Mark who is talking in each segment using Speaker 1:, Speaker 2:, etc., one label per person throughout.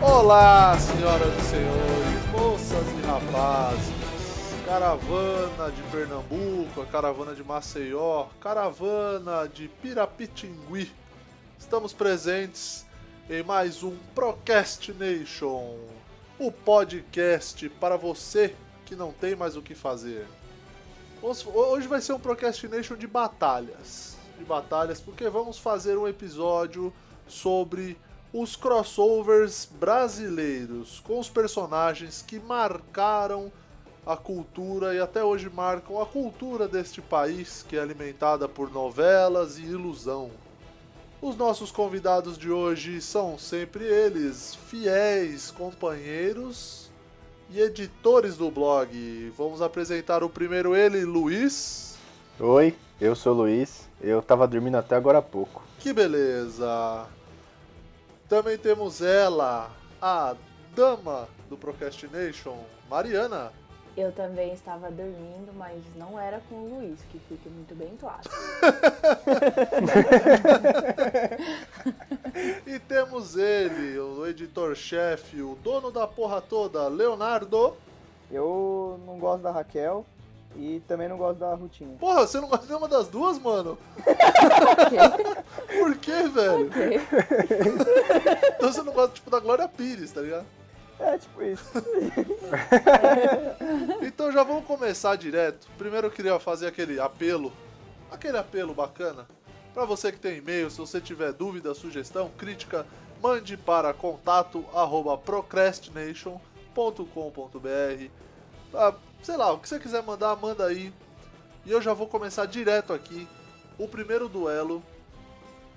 Speaker 1: Olá, senhoras e senhores, moças e rapazes, caravana de Pernambuco, a caravana de Maceió, caravana de Pirapitingui. Estamos presentes em mais um Procrastination, o podcast para você que não tem mais o que fazer. Hoje- Hoje vai ser um Procrastination de batalhas. De batalhas, porque vamos fazer um episódio sobre os crossovers brasileiros com os personagens que marcaram a cultura e até hoje marcam a cultura deste país que é alimentada por novelas e ilusão. Os nossos convidados de hoje são sempre eles, fiéis companheiros e editores do blog. Vamos apresentar o primeiro ele, Luiz.
Speaker 2: Oi, eu sou o Luiz. Eu tava dormindo até agora há pouco.
Speaker 1: Que beleza! Também temos ela, a dama do Procrastination, Mariana.
Speaker 3: Eu também estava dormindo, mas não era com o Luiz, que fique muito bem claro.
Speaker 1: E temos ele, o editor-chefe, o dono da porra toda, Leonardo.
Speaker 4: Eu não gosto da Raquel e também não gosto da Rutinha.
Speaker 1: Porra, você não gosta de nenhuma das duas, mano? Por quê, velho?
Speaker 3: Ok.
Speaker 1: Então você não gosta, tipo, da Glória Pires, tá ligado?
Speaker 4: É tipo isso.
Speaker 1: Então já vamos começar direto. Primeiro eu queria fazer aquele apelo, aquele apelo bacana. Para você que tem e-mail, se você tiver dúvida, sugestão, crítica, mande para contato arroba procrastination.com.br. Ah, sei lá, o que você quiser mandar, manda aí. E eu já vou começar direto aqui o primeiro duelo,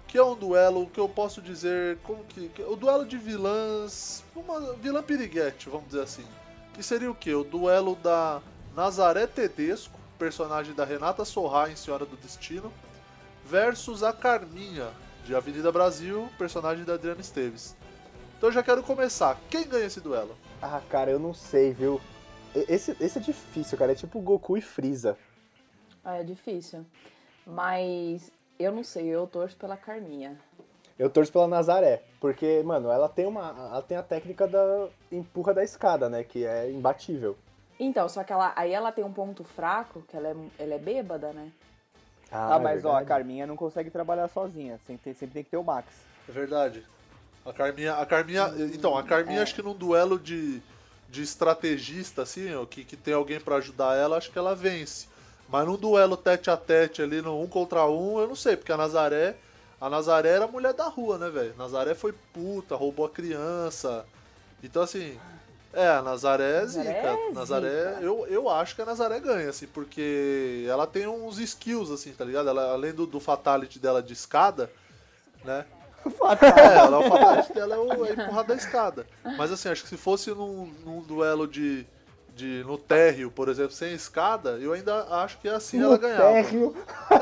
Speaker 1: que é um duelo que eu posso dizer como que, que- o duelo de vilãs, uma vilã piriguete, vamos dizer assim. Que seria o quê? O duelo da Nazaré Tedesco, personagem da Renata Sorra em Senhora do Destino, versus a Carminha, de Avenida Brasil, personagem da Adriana Esteves. Então eu já quero começar. Quem ganha esse duelo?
Speaker 2: Ah, cara, eu não sei, viu? E- Esse, esse é difícil, cara. É tipo Goku e Freeza.
Speaker 3: Ah, É difícil. Mas eu não sei, eu torço pela Carminha.
Speaker 2: Eu torço pela Nazaré, porque, mano, ela tem uma. Ela tem a técnica da empurra da escada, né? Que é imbatível.
Speaker 3: Então, só que ela, aí ela tem um ponto fraco, que ela é, ela é bêbada, né?
Speaker 2: é
Speaker 4: Ah, mas ó, a
Speaker 2: cara.
Speaker 4: Carminha não consegue trabalhar sozinha. Sempre tem, sempre tem que ter o Max.
Speaker 1: É verdade. A Carminha. A Carminha. então, a Carminha acho que num duelo de, de estrategista, assim, ó, que, que tem alguém pra ajudar ela, acho que ela vence. Mas num duelo tete a tete ali, no um contra um, eu não sei, porque a Nazaré. A Nazaré era a mulher da rua, né, velho? Nazaré foi puta, roubou a criança. Então, assim. É, a Nazaré é zica.
Speaker 3: Nazaré é
Speaker 1: Nazaré,
Speaker 3: zica.
Speaker 1: eu, eu acho que a Nazaré ganha, assim, porque ela tem uns skills, assim, tá ligado? Ela, além do, do fatality dela de escada, né? É, ela, o fatality dela é, o, é empurrar da escada. Mas assim, acho que se fosse num, num duelo de, de. no térreo, por exemplo, sem escada, eu ainda acho que assim ela ganhava.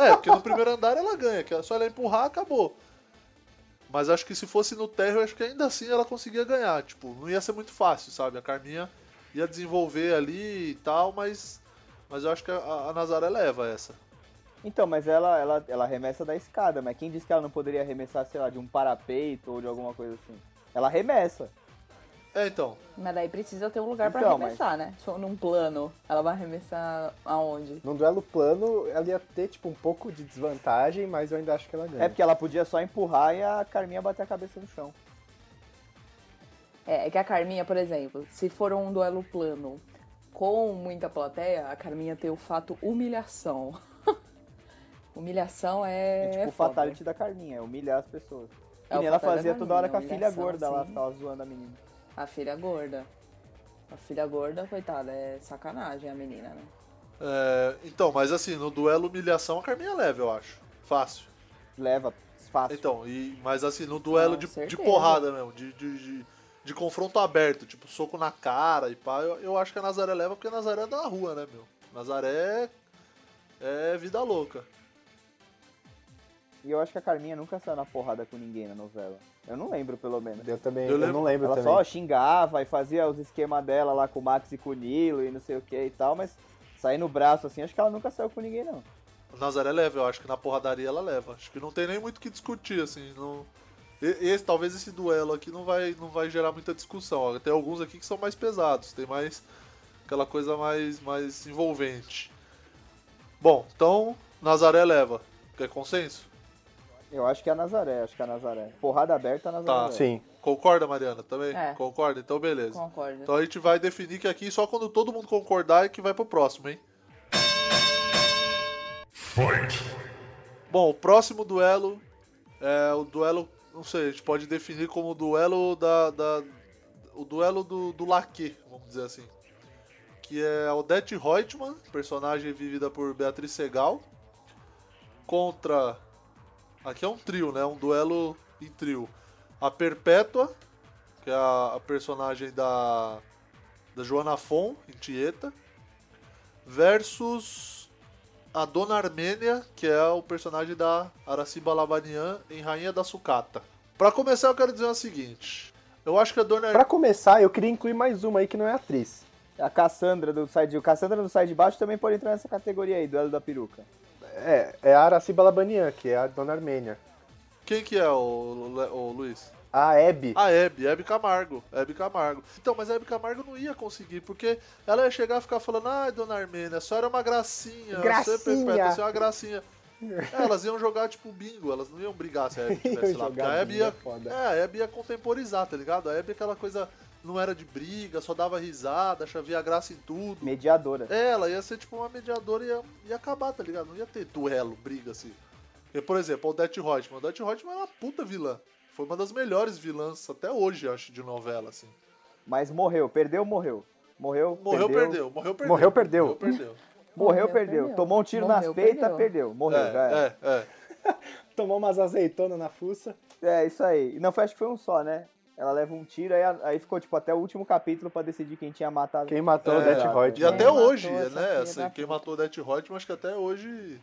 Speaker 1: É, porque no primeiro andar ela ganha, que é só ela empurrar, acabou. Mas acho que se fosse no térreo, acho que ainda assim ela conseguia ganhar. Tipo, não ia ser muito fácil, sabe? A Carminha ia desenvolver ali e tal, mas. Mas eu acho que a, a Nazaré leva essa.
Speaker 4: Então, mas ela, ela, ela arremessa da escada, mas quem disse que ela não poderia arremessar, sei lá, de um parapeito ou de alguma coisa assim? Ela arremessa.
Speaker 1: É, então.
Speaker 3: Mas daí precisa ter um lugar pra
Speaker 4: Então,
Speaker 3: arremessar, né? Só num plano. Ela vai arremessar aonde?
Speaker 2: Num duelo plano, ela ia ter, tipo, um pouco de desvantagem, mas eu ainda acho que ela ganha. Tipo,
Speaker 4: É porque ela podia só empurrar e a Carminha bater a cabeça no chão.
Speaker 3: É, é que a Carminha, por exemplo, se for um duelo plano com muita plateia, a Carminha tem o fato humilhação. humilhação é.
Speaker 4: É, tipo
Speaker 3: é
Speaker 4: o
Speaker 3: foda.
Speaker 4: fatality da Carminha, é humilhar as pessoas.
Speaker 3: É,
Speaker 4: e
Speaker 3: o
Speaker 4: nem ela
Speaker 3: fatal da
Speaker 4: fazia toda hora com a
Speaker 3: Carminha,
Speaker 4: filha
Speaker 3: humilhação,
Speaker 4: gorda lá,
Speaker 3: assim.
Speaker 4: ficava zoando a menina.
Speaker 3: A filha gorda. A filha gorda, coitada, é sacanagem a menina, né?
Speaker 1: É, então, mas assim, no duelo humilhação a Carminha leva, eu acho. Fácil.
Speaker 4: Leva, fácil.
Speaker 1: Então, e, mas assim, no duelo
Speaker 3: Com
Speaker 1: de, de
Speaker 3: certeza.
Speaker 1: porrada mesmo, de, de, de, de confronto aberto, tipo, soco na cara e pá, eu, eu acho que a Nazaré leva porque a Nazaré é da rua, né, meu? Nazaré é vida louca.
Speaker 4: E eu acho que a Carminha nunca saiu na porrada com ninguém na novela. Eu não lembro, pelo menos.
Speaker 2: Eu também.
Speaker 1: Eu
Speaker 2: Eu,
Speaker 1: lembro-
Speaker 2: não lembro
Speaker 4: Ela
Speaker 2: também.
Speaker 4: só xingava e fazia os esquemas dela lá com o Max e com o Nilo e não sei o que e tal, mas sair no braço assim, acho que ela nunca saiu com ninguém, não.
Speaker 1: A Nazaré leva, eu acho que na porradaria ela leva. Acho que não tem nem muito o que discutir, assim, não... E- Esse, talvez esse duelo aqui não vai, não vai gerar muita discussão. ó. Tem alguns aqui que são mais pesados, tem mais aquela coisa mais, mais envolvente. Bom, então Nazaré leva. Quer consenso?
Speaker 4: Eu acho que é a Nazaré, acho que é a Nazaré. Porrada aberta a Nazaré.
Speaker 1: Tá.
Speaker 2: Sim.
Speaker 1: Concorda, Mariana? Também?
Speaker 3: É.
Speaker 1: Concorda? Então beleza.
Speaker 3: Concordo.
Speaker 1: Então a gente vai definir que aqui só quando todo mundo concordar é que vai pro próximo, hein? Bom, o próximo duelo é o duelo, não sei, a gente pode definir como o duelo da. da- o duelo do, do laque, vamos dizer assim. Que é a Odette Reutemann, personagem vivida por Beatriz Segal, contra. Aqui é um trio, né? Um duelo em trio. A Perpétua, que é a, a personagem da, da Joana Fon, em Tieta, versus a Dona Armênia, que é o personagem da Araciba Labanian em Rainha da Sucata. Pra começar, eu quero dizer o seguinte. Eu acho que a Dona
Speaker 2: Pra começar, eu queria incluir mais uma aí que não é atriz.
Speaker 4: A Cassandra do side, o Cassandra do side de baixo também pode entrar nessa categoria aí, duelo da peruca.
Speaker 2: É, é a Araci Balabanian, que é a dona Armênia.
Speaker 1: Quem que é o, Le- o Luiz?
Speaker 2: A Hebe.
Speaker 1: A Ah, é, Hebe, Hebe Camargo. Hebe Camargo. Então, mas a Hebe Camargo não ia conseguir, porque ela ia chegar e ficar falando, ai, dona Armênia, a senhora é uma gracinha,
Speaker 2: Gracinha.
Speaker 1: você é perpétua, você é uma gracinha. É, elas iam jogar, tipo, bingo, elas não iam brigar se a Hebe estivesse
Speaker 2: Iam
Speaker 1: lá. Porque
Speaker 2: jogar
Speaker 1: a Hebe
Speaker 2: bingo,
Speaker 1: ia,
Speaker 2: é foda.
Speaker 1: é, a Hebe ia contemporizar, tá ligado? A Hebe é aquela coisa, não era de briga, só dava risada, chavia graça em tudo.
Speaker 4: Mediadora.
Speaker 1: É, ela ia ser tipo uma mediadora e ia, ia acabar, tá ligado? Não ia ter duelo, briga assim. E, por exemplo, a Odette Rodman. A Odette Rodman era uma puta vilã. Foi uma das melhores vilãs até hoje, acho, de novela, assim.
Speaker 4: Mas morreu, perdeu, morreu. Morreu,
Speaker 1: Morreu, perdeu.
Speaker 4: perdeu.
Speaker 1: Morreu, perdeu.
Speaker 2: Morreu, perdeu.
Speaker 1: Morreu, perdeu.
Speaker 4: Morreu,
Speaker 3: Morreu,
Speaker 4: perdeu.
Speaker 3: perdeu.
Speaker 4: Tomou um tiro
Speaker 3: Morreu,
Speaker 4: nas peitas,
Speaker 3: perdeu.
Speaker 4: perdeu. Morreu, já era.
Speaker 1: é, é, é.
Speaker 2: Tomou umas azeitonas na fuça.
Speaker 4: É, isso aí. E não foi, acho que foi um só, né? Ela leva um tiro, aí, aí ficou, tipo, até o último capítulo pra decidir quem tinha matado.
Speaker 2: Quem matou
Speaker 1: É,
Speaker 2: o Death né?
Speaker 1: E
Speaker 2: Rod.
Speaker 1: até
Speaker 3: matou
Speaker 1: hoje,
Speaker 3: essa
Speaker 1: né?
Speaker 3: filha
Speaker 1: assim,
Speaker 3: da
Speaker 1: quem
Speaker 3: puta.
Speaker 1: matou Odette Rodman, acho que até hoje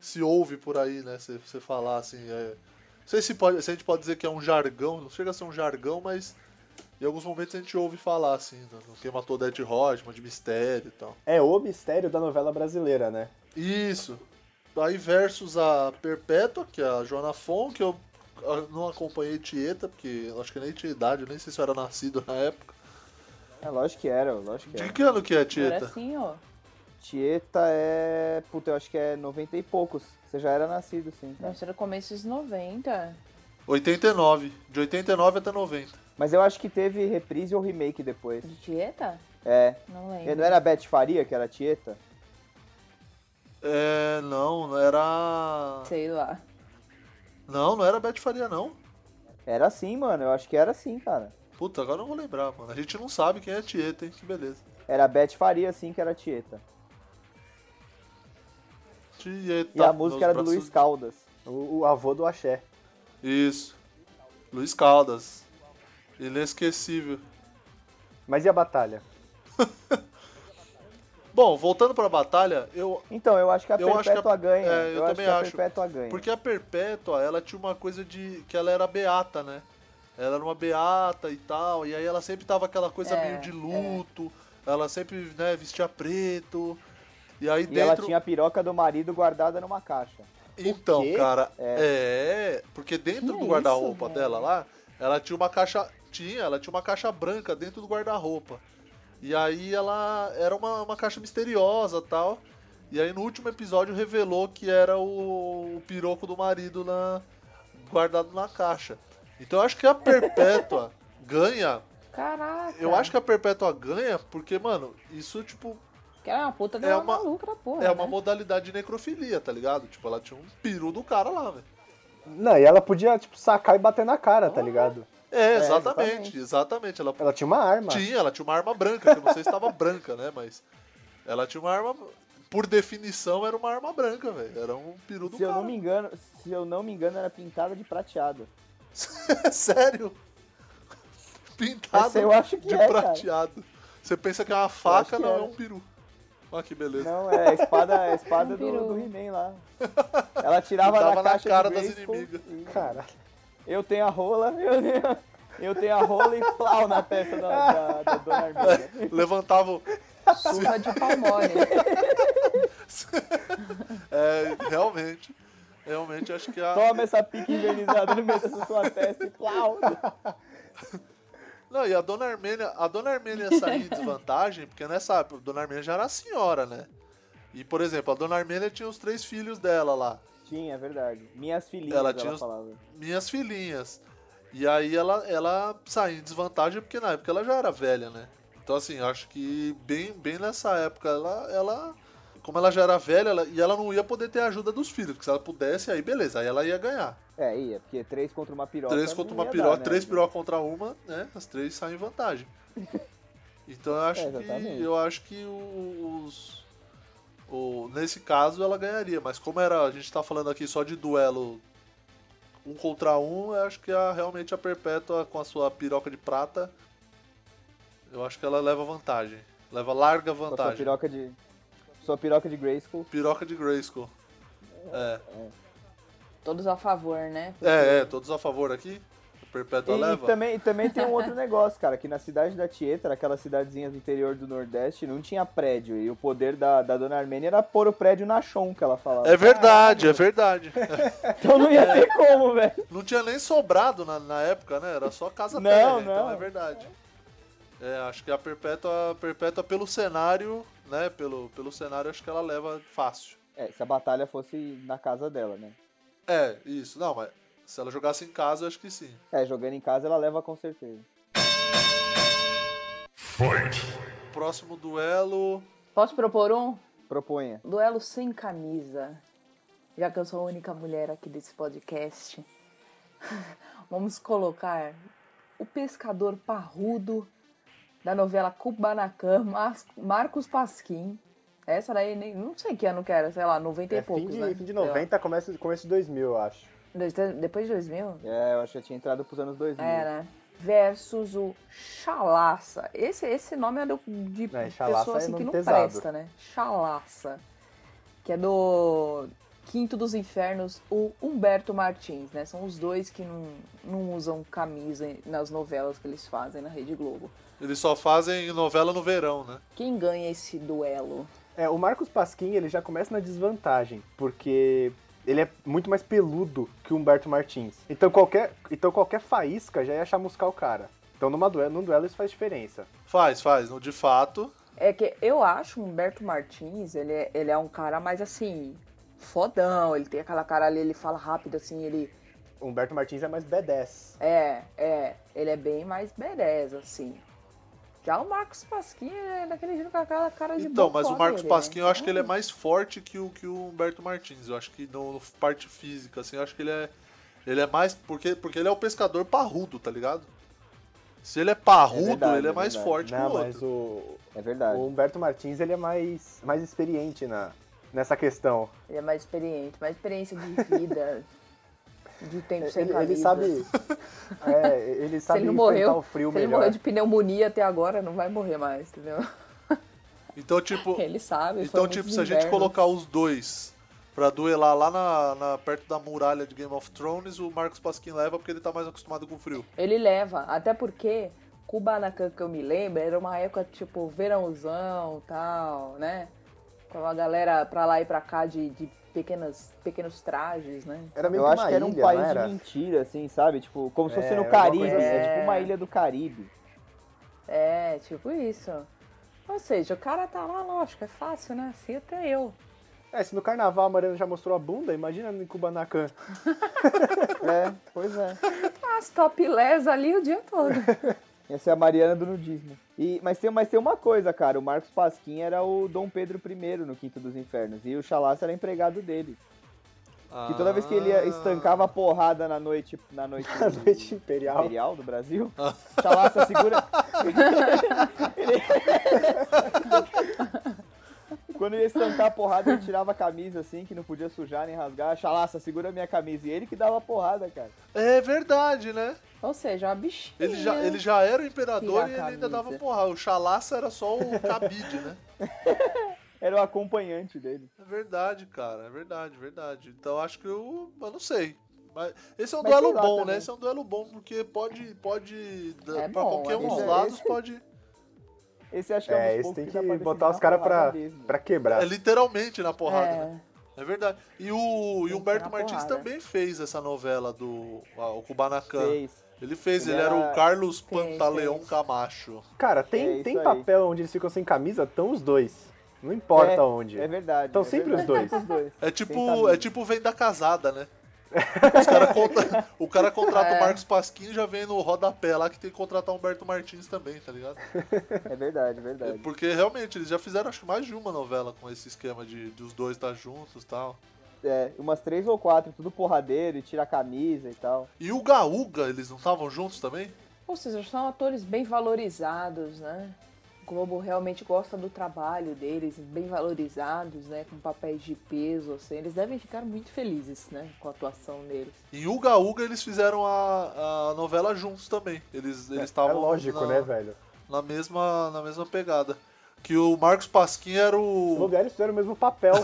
Speaker 1: se ouve por aí, né? Você você falar assim. é. Não sei se, pode, se a gente pode dizer que é um jargão, não chega a ser um jargão, mas em alguns momentos a gente ouve falar assim, né, do quem matou Odette Rodman, um de mistério e tal.
Speaker 2: É o mistério da novela brasileira, né?
Speaker 1: Isso. Aí versus a Perpétua, que é a Joana Fon, que eu ah, não acompanhei Tieta, porque eu acho que nem tinha idade, eu nem sei se eu era nascido na época.
Speaker 4: É, lógico que era, lógico que
Speaker 1: De
Speaker 4: era.
Speaker 1: que ano que é
Speaker 3: Agora
Speaker 1: Tieta?
Speaker 3: sim, ó.
Speaker 4: Tieta é. Puta, eu acho que é 90 e poucos. Você já era nascido, sim.
Speaker 1: É.
Speaker 4: cara.
Speaker 3: Deve ser no começo dos 90.
Speaker 1: 89. De 89 até 90.
Speaker 4: Mas eu acho que teve reprise ou remake depois.
Speaker 3: De dieta?
Speaker 4: É.
Speaker 3: Não
Speaker 4: E
Speaker 3: lembro.
Speaker 4: Não era a Beth Faria que era a Tieta?
Speaker 1: É, não, não era.
Speaker 3: Sei lá.
Speaker 1: Não, não era Bete Faria, não.
Speaker 4: Era sim, mano. Eu acho que era sim, cara.
Speaker 1: Puta, agora eu não vou lembrar, mano. A gente não sabe quem é Tieta, hein? Que beleza.
Speaker 4: Era a Beth Faria, sim, que era a Tieta.
Speaker 1: Tieta.
Speaker 4: E a música
Speaker 1: meus
Speaker 4: era do
Speaker 1: Tá, braços-
Speaker 4: Luiz Caldas.
Speaker 2: O, o avô do Axé.
Speaker 1: Isso. Luiz Caldas. Inesquecível.
Speaker 2: Mas e a batalha?
Speaker 1: Bom, voltando pra batalha, eu
Speaker 4: Então, eu acho que a
Speaker 1: Eu acho que a-
Speaker 4: Perpétua ganha.
Speaker 1: é, eu
Speaker 4: acho
Speaker 1: também
Speaker 4: que a
Speaker 1: acho.
Speaker 4: Perpétua ganha.
Speaker 1: Porque a Perpétua, ela tinha uma coisa de. que ela era beata, né? Ela era uma beata e tal, e aí ela sempre tava aquela coisa
Speaker 3: É,
Speaker 1: meio de luto, ela sempre, né, vestia preto. E aí
Speaker 4: E
Speaker 1: dentro.
Speaker 4: ela tinha a piroca do marido guardada numa caixa.
Speaker 1: Então,
Speaker 2: quê?
Speaker 1: cara, é. Porque dentro do
Speaker 3: Que isso,
Speaker 1: guarda-roupa
Speaker 3: velho?
Speaker 1: dela lá, ela tinha uma caixa. Tinha, ela tinha uma caixa branca dentro do guarda-roupa. E aí ela era uma, uma caixa misteriosa tal. E aí no último episódio revelou que era o, o piroco do marido na, guardado na caixa. Então eu acho que a Perpétua ganha.
Speaker 3: Caraca.
Speaker 1: Eu acho que a Perpétua ganha porque, mano, isso, tipo,
Speaker 3: que ela é uma puta
Speaker 1: é
Speaker 3: dela
Speaker 1: uma-
Speaker 3: maluca da porra.
Speaker 1: é uma
Speaker 3: né?
Speaker 1: modalidade de necrofilia, tá ligado? Tipo, ela tinha um peru do cara lá, velho.
Speaker 2: Não, e ela podia, tipo, sacar e bater na cara, tá ligado?
Speaker 1: É, exatamente,
Speaker 4: exatamente. É
Speaker 1: exatamente. Ela
Speaker 2: Ela tinha uma arma.
Speaker 1: tinha, ela tinha uma arma branca, que eu não sei se estava branca, né? Mas ela tinha uma arma, por definição, era uma arma branca, velho. Era um peru do
Speaker 4: Se eu
Speaker 1: cara.
Speaker 4: não me engano, se eu não me engano, era pintada de prateado.
Speaker 1: Sério? Pintado
Speaker 4: Essa eu acho que
Speaker 1: de
Speaker 4: é, cara.
Speaker 1: prateado. Você pensa que é uma faca,
Speaker 4: que
Speaker 1: não, é
Speaker 4: era.
Speaker 1: um peru. Olha que beleza.
Speaker 4: Não, é a espada, a espada
Speaker 3: Um
Speaker 4: do,
Speaker 3: peru.
Speaker 4: do He-Man lá. Ela tirava
Speaker 1: Dava
Speaker 4: da
Speaker 1: na
Speaker 4: caixa
Speaker 1: cara
Speaker 4: de
Speaker 1: das
Speaker 4: Grayskull
Speaker 1: inimigas.
Speaker 4: e-
Speaker 2: Caralho.
Speaker 4: Eu tenho a rola, eu tenho, eu tenho a rola e plau na testa da, da, da dona Arminda.
Speaker 1: Levantava. o-
Speaker 3: Surra de palmole.
Speaker 1: É, realmente. Realmente acho que a.
Speaker 4: Toma essa pique envenenada no meio dessa sua testa e plau.
Speaker 1: Não, e a dona Armênia, a dona Armênia saiu em desvantagem, porque nessa época a dona Armênia já era senhora, né? E, por exemplo, a dona Armênia tinha os três filhos dela lá,
Speaker 4: Tinha, é verdade. Minhas filhinhas,
Speaker 1: Ela
Speaker 4: ela,
Speaker 1: tinha os-
Speaker 4: falava.
Speaker 1: minhas filhinhas. E aí ela, ela saiu em desvantagem porque na época ela já era velha, né? Então, assim, acho que bem, bem nessa época ela. ela como ela já era velha, ela- e ela não ia poder ter a ajuda dos filhos, porque se ela pudesse, aí beleza, aí ela ia ganhar.
Speaker 4: É, ia, porque três contra uma piroca.
Speaker 1: três
Speaker 4: não
Speaker 1: contra
Speaker 4: ia
Speaker 1: uma
Speaker 4: dar,
Speaker 1: piroca,
Speaker 4: né?
Speaker 1: três piroca contra uma, né? As três saem em vantagem. Então eu acho
Speaker 4: É,
Speaker 1: que
Speaker 4: exatamente.
Speaker 1: eu acho que o- os o, nesse caso ela ganharia, mas como era a gente tá falando aqui só de duelo um contra um, eu acho que a, realmente a Perpétua com a sua piroca de prata, eu acho que ela leva vantagem, leva larga
Speaker 4: Com a sua
Speaker 1: vantagem.
Speaker 4: piroca de. Sua piroca de Grayskull.
Speaker 1: Piroca de Grayskull. É,
Speaker 3: Todos a favor, né?
Speaker 1: é, é, todos a favor aqui. A Perpétua
Speaker 4: E, e
Speaker 1: leva.
Speaker 4: também, e também tem um outro negócio, cara, que na cidade da Tietra, aquelas cidadezinhas do interior do Nordeste, não tinha prédio. E o poder da, da dona Armênia era pôr o prédio na chão, que ela falava.
Speaker 1: É verdade, é verdade.
Speaker 4: Então não ia ter como, velho.
Speaker 1: Não tinha nem sobrado na, na época, né? Era só casa
Speaker 4: Não,
Speaker 1: térrea,
Speaker 4: não.
Speaker 1: então é verdade. É, acho que a Perpétua, a Perpétua pelo cenário, né? Pelo, pelo cenário, acho que ela leva fácil.
Speaker 4: É, se a batalha fosse na casa dela, né?
Speaker 1: É, isso. Não, mas se ela jogasse em casa, eu acho que sim.
Speaker 4: É, jogando em casa ela leva com certeza.
Speaker 1: Próximo duelo...
Speaker 3: Posso propor um?
Speaker 4: Proponha.
Speaker 3: Duelo sem camisa. Já que eu sou a única mulher aqui desse podcast, vamos colocar o pescador parrudo da novela Kubanacan, Mas- Marcos Pasquim. Essa daí nem. Não sei que ano que era, sei lá, 90
Speaker 2: É
Speaker 3: e poucos.
Speaker 2: fim de,
Speaker 3: né?
Speaker 2: fim de
Speaker 3: Sei lá.
Speaker 2: 90, começo, começo de 2000, eu acho.
Speaker 3: Dois- Depois de 2000?
Speaker 4: É, eu acho que eu tinha entrado pros anos 2000.
Speaker 3: É, né? Versus o Chalaça. Esse, esse nome é do, de
Speaker 2: É, Chalaça
Speaker 3: pessoa
Speaker 2: é
Speaker 3: assim, que
Speaker 2: nome
Speaker 3: não
Speaker 2: pesado.
Speaker 3: presta, né? Chalaça. Que é do Quinto dos Infernos, o Humberto Martins, né? São os dois que não, não usam camisa nas novelas que eles fazem na Rede Globo.
Speaker 1: Eles só fazem novela no verão, né?
Speaker 3: Quem ganha esse duelo?
Speaker 2: É, o Marcos Pasquim, ele já começa na desvantagem, porque ele é muito mais peludo que o Humberto Martins. Então qualquer, então qualquer faísca já ia chamuscar o cara. Então numa duelo, num duelo isso faz diferença.
Speaker 1: Faz, faz. No, de fato,
Speaker 3: É que eu acho o Humberto Martins, ele é, ele é um cara mais assim, fodão. Ele tem aquela cara ali, ele fala rápido assim, ele
Speaker 2: O Humberto Martins é mais B10.
Speaker 3: É, é. Ele é bem mais berez, assim. Já o Marcos Pasquim é daquele jeito com aquela cara de
Speaker 1: Então,
Speaker 3: bocó
Speaker 1: mas o Marcos
Speaker 3: dele,
Speaker 1: Pasquim,
Speaker 3: né?
Speaker 1: eu acho que ele é mais forte que o, que o Humberto Martins. Eu acho que no, no parte física, assim, eu acho que ele é. Ele é mais. Porque, porque ele é o pescador parrudo, tá ligado? Se ele é parrudo,
Speaker 4: É verdade,
Speaker 1: ele é
Speaker 4: é
Speaker 1: mais
Speaker 4: verdade.
Speaker 1: forte
Speaker 2: Não,
Speaker 1: que o
Speaker 2: mas
Speaker 1: outro.
Speaker 2: o,
Speaker 4: É verdade.
Speaker 2: o Humberto Martins, ele é mais, mais experiente na, nessa questão.
Speaker 3: Ele é mais experiente, mais experiência de vida. de tempo sem
Speaker 2: Ele,
Speaker 3: camisa.
Speaker 2: ele sabe... é, ele
Speaker 3: Se
Speaker 2: sabe
Speaker 3: ele
Speaker 2: enfrentar
Speaker 3: não morreu,
Speaker 2: o frio
Speaker 3: se ele
Speaker 2: melhor.
Speaker 3: morreu de pneumonia até agora, não vai morrer mais, entendeu?
Speaker 1: Então, tipo.
Speaker 3: Ele sabe. foi
Speaker 1: Então,
Speaker 3: muitos
Speaker 1: tipo, se a gente
Speaker 3: invernos.
Speaker 1: colocar os dois pra duelar lá na, na- perto da muralha de Game of Thrones, o Marcos Pasquim leva porque ele tá mais acostumado com o frio.
Speaker 3: Ele leva, até porque Kubanacan, que eu me lembro, era uma época tipo verãozão tal, né? Com a galera pra lá e pra cá de, de pequenas, pequenos trajes, né?
Speaker 2: Era meio
Speaker 4: Eu
Speaker 2: que
Speaker 4: acho
Speaker 2: uma
Speaker 4: que era um
Speaker 2: ilha,
Speaker 4: país
Speaker 2: não
Speaker 4: de
Speaker 2: era?
Speaker 4: mentira, assim, sabe? Tipo, como se
Speaker 2: É,
Speaker 4: fosse
Speaker 2: era
Speaker 4: no
Speaker 2: alguma
Speaker 4: Caribe.
Speaker 2: coisa
Speaker 4: É
Speaker 3: assim.
Speaker 4: tipo uma ilha do Caribe.
Speaker 3: É, tipo isso. Ou seja, o cara tá lá, lógico, é fácil, né? Assim até eu.
Speaker 2: É, se no carnaval a Mariana já mostrou a bunda, imagina em Kubanacan.
Speaker 4: É, pois é.
Speaker 3: As topless ali o dia todo.
Speaker 4: Essa é a Mariana do nudismo. E, mas, tem, mas tem uma coisa, cara. O Marcos Pasquim era o Dom Pedro I no Quinto dos Infernos. E o Chalaça era empregado dele. Que toda vez que ele ia- estancava a porrada na noite... Na noite,
Speaker 2: A Ah. noite Ah. imperial.
Speaker 4: imperial do Brasil, Chalaça segura... Ele- Quando ia estancar a porrada, ele tirava a camisa assim, que não podia sujar nem rasgar. Chalaça, segura minha camisa. E ele que dava a porrada, cara.
Speaker 1: É verdade, né?
Speaker 3: Ou seja, uma bichinha.
Speaker 1: Ele já, ele já era o imperador
Speaker 3: Tirar
Speaker 1: e
Speaker 3: a
Speaker 1: ele ainda
Speaker 3: camisa.
Speaker 1: dava porrada. O chalaça era só o cabide, né?
Speaker 4: Era o acompanhante dele.
Speaker 1: É verdade, cara. É verdade, verdade. Então acho que eu. Eu não sei. Mas esse é um
Speaker 4: Mas
Speaker 1: duelo
Speaker 4: sei lá
Speaker 1: bom,
Speaker 4: também.
Speaker 1: né? Esse é um duelo bom, porque pode. pode
Speaker 3: É
Speaker 1: pra
Speaker 3: bom,
Speaker 1: qualquer
Speaker 3: é
Speaker 1: um
Speaker 4: bom.
Speaker 1: dos lados pode.
Speaker 4: Esse acho que é, um
Speaker 2: É,
Speaker 4: dos
Speaker 2: esse
Speaker 4: poucos
Speaker 2: tem
Speaker 4: dá
Speaker 2: que
Speaker 4: pra
Speaker 2: botar
Speaker 4: decidir
Speaker 2: os caras
Speaker 4: na porrada
Speaker 2: pra,
Speaker 4: mesmo.
Speaker 2: pra
Speaker 1: É
Speaker 2: quebrar.
Speaker 1: literalmente na porrada, né?
Speaker 3: é.
Speaker 1: É verdade. E o e o Humberto
Speaker 3: na
Speaker 1: Martins
Speaker 3: porrada.
Speaker 1: também fez essa novela do ah, o Kubanacan.
Speaker 4: Fez.
Speaker 1: Ele fez, ele,
Speaker 4: Ele
Speaker 1: era
Speaker 4: era-
Speaker 1: o Carlos
Speaker 3: fez,
Speaker 1: Pantaleão
Speaker 3: fez.
Speaker 1: Camacho.
Speaker 2: Cara,
Speaker 4: É
Speaker 2: tem,
Speaker 4: isso
Speaker 2: tem
Speaker 4: aí.
Speaker 2: papel onde eles ficam sem camisa, estão os dois. Não importa onde.
Speaker 4: É verdade.
Speaker 2: Então
Speaker 4: é
Speaker 2: sempre os
Speaker 4: verdade.
Speaker 2: dois.
Speaker 4: Sempre os dois.
Speaker 1: É tipo,
Speaker 4: camisa.
Speaker 1: é tipo venda casada, né? Os cara contra- o cara contrata o
Speaker 3: É.
Speaker 1: Marcos Pasquim e já vem no rodapé lá que tem que contratar o Humberto Martins também, tá ligado?
Speaker 4: É verdade, é
Speaker 1: É,
Speaker 4: verdade.
Speaker 1: Porque realmente eles já fizeram acho que mais de uma novela com esse esquema de dos dois estar juntos e tal.
Speaker 4: É, umas três ou quatro, tudo porradeiro e tira a camisa e tal.
Speaker 1: E o Gaúga, eles não estavam juntos também?
Speaker 3: Ou seja, são atores bem valorizados, né? O Globo realmente gosta do trabalho deles, bem valorizados, né? Com papéis de peso, assim. Eles devem ficar muito felizes, né? Com a atuação deles.
Speaker 1: E o Gaúga eles fizeram a, a novela juntos também. Eles eles
Speaker 2: É
Speaker 1: estavam
Speaker 2: lógico,
Speaker 1: na,
Speaker 2: né, velho?
Speaker 1: na mesma na mesma pegada. Que o Marcos Pasquim era
Speaker 2: Os
Speaker 1: o
Speaker 2: lugares fizeram o mesmo papel.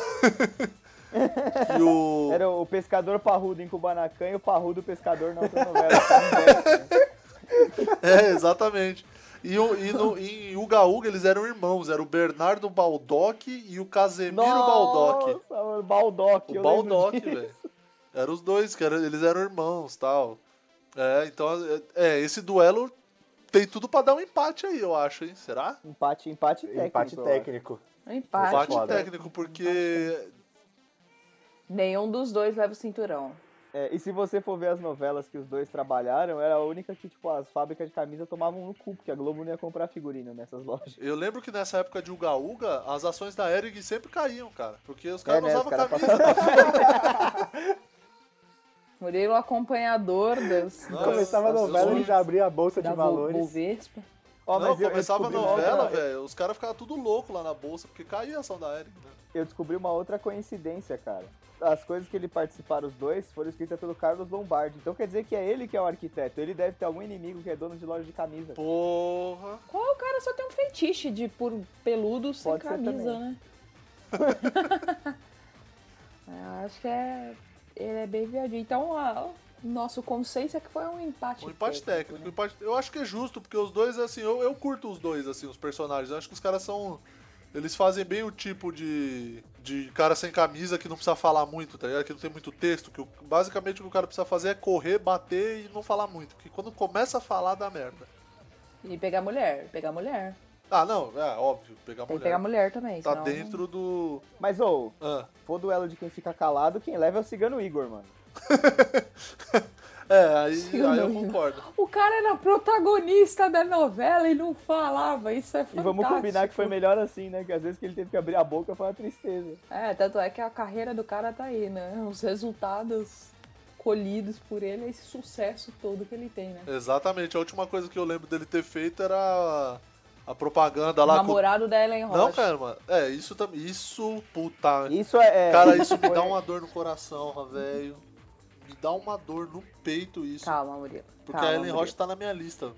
Speaker 1: que
Speaker 2: É
Speaker 1: o
Speaker 4: Era o pescador parrudo em Kubanacan e o parrudo pescador na outra novela. São dois, né?
Speaker 1: É, exatamente. E, o, e no, e em Ugaúga eles eram irmãos, era o Bernardo Baldock e o Casemiro Baldock.
Speaker 4: Nossa, o Baldock.
Speaker 1: O
Speaker 4: eu lembro
Speaker 1: Baldock,
Speaker 4: disso.
Speaker 1: velho. Eram os dois, que era- eles eram irmãos tal. É, então, é, é, esse duelo tem tudo pra dar um empate aí, eu acho, hein? Será?
Speaker 4: Empate, empate técnico.
Speaker 2: Empate
Speaker 4: eu acho.
Speaker 2: técnico.
Speaker 3: É um empate.
Speaker 1: empate
Speaker 2: foda.
Speaker 1: técnico, porque.
Speaker 3: Nenhum dos dois leva o cinturão.
Speaker 4: É, e se você for ver as novelas que os dois trabalharam, era a única que, tipo, as fábricas de camisa tomavam no cu, porque a Globo não ia comprar figurino nessas lojas.
Speaker 1: Eu lembro que nessa época de Ugaúga, as ações da Eric sempre caíam, cara. Porque os caras
Speaker 4: É, né,
Speaker 1: não
Speaker 4: os
Speaker 1: usavam
Speaker 4: caras
Speaker 1: camisa.
Speaker 3: Murilo acompanhador das...
Speaker 1: Não,
Speaker 2: Começava a
Speaker 1: Nossa,
Speaker 2: novela,
Speaker 1: eu-
Speaker 2: ele já abria a bolsa de
Speaker 3: Da
Speaker 2: valores.
Speaker 3: Bovespa.
Speaker 4: Ó,
Speaker 1: não,
Speaker 4: mas eu- eu
Speaker 1: começava a
Speaker 4: descobri uma
Speaker 1: novela,
Speaker 4: outra-
Speaker 1: velho. Os caras ficavam tudo louco lá na bolsa, porque caía a ação da Eric, né?
Speaker 4: Eu descobri uma outra coincidência, cara. As coisas que ele participaram, os dois, foram escritas pelo Carlos Lombardi. Então quer dizer que é ele que é o arquiteto. Ele deve ter algum inimigo que é dono de loja de camisa.
Speaker 1: Porra!
Speaker 3: Qual cara só tem um fetiche de por peludo sem
Speaker 4: Pode ser
Speaker 3: camisa,
Speaker 4: também.
Speaker 3: né? Eu acho que é. Ele é bem viadinho. Então, a- o nosso consenso é que foi um empate.
Speaker 1: Um empate técnico. um empate- Eu acho que é justo, porque os dois, assim, eu, eu curto os dois, assim, os personagens. Eu acho que os caras são. Eles fazem bem o tipo de, de cara sem camisa que não precisa falar muito, tá ligado? Que não tem muito texto. Que o- basicamente o que o cara precisa fazer é correr, bater e não falar muito. Porque quando começa a falar, dá merda.
Speaker 3: né? E pegar mulher, pegar mulher.
Speaker 1: Ah, não, é óbvio, pegar
Speaker 3: Tem
Speaker 1: mulher.
Speaker 3: que pegar mulher também.
Speaker 1: Tá
Speaker 3: senão- né?
Speaker 1: dentro do.
Speaker 4: Mas, ô,
Speaker 1: Ah.
Speaker 4: for duelo de quem fica calado, quem leva é o cigano Igor, mano.
Speaker 1: É, aí,
Speaker 3: Sim,
Speaker 1: aí eu
Speaker 3: não.
Speaker 1: concordo.
Speaker 3: O cara era protagonista da novela e não falava. Isso é
Speaker 4: E
Speaker 3: fantástico.
Speaker 4: vamos combinar que foi melhor assim, né? Que às vezes que ele teve que abrir a boca foi uma tristeza.
Speaker 3: É, tanto é que a carreira do cara tá aí, né? Os resultados colhidos por ele, é esse sucesso todo que ele tem, né?
Speaker 1: Exatamente. A última coisa que eu lembro dele ter feito era a- a propaganda lá com o
Speaker 3: Namorado da Ellen Rocha.
Speaker 1: Não, cara, mano. É, isso também. Isso, puta.
Speaker 4: Isso é. é,
Speaker 1: Cara, isso me
Speaker 4: foi-
Speaker 1: dá uma dor no coração, velho. Me dá uma dor no peito isso.
Speaker 3: Calma, Murilo.
Speaker 1: porque
Speaker 3: calma,
Speaker 1: a Ellen
Speaker 3: Murilo.
Speaker 1: Rocha tá na minha lista.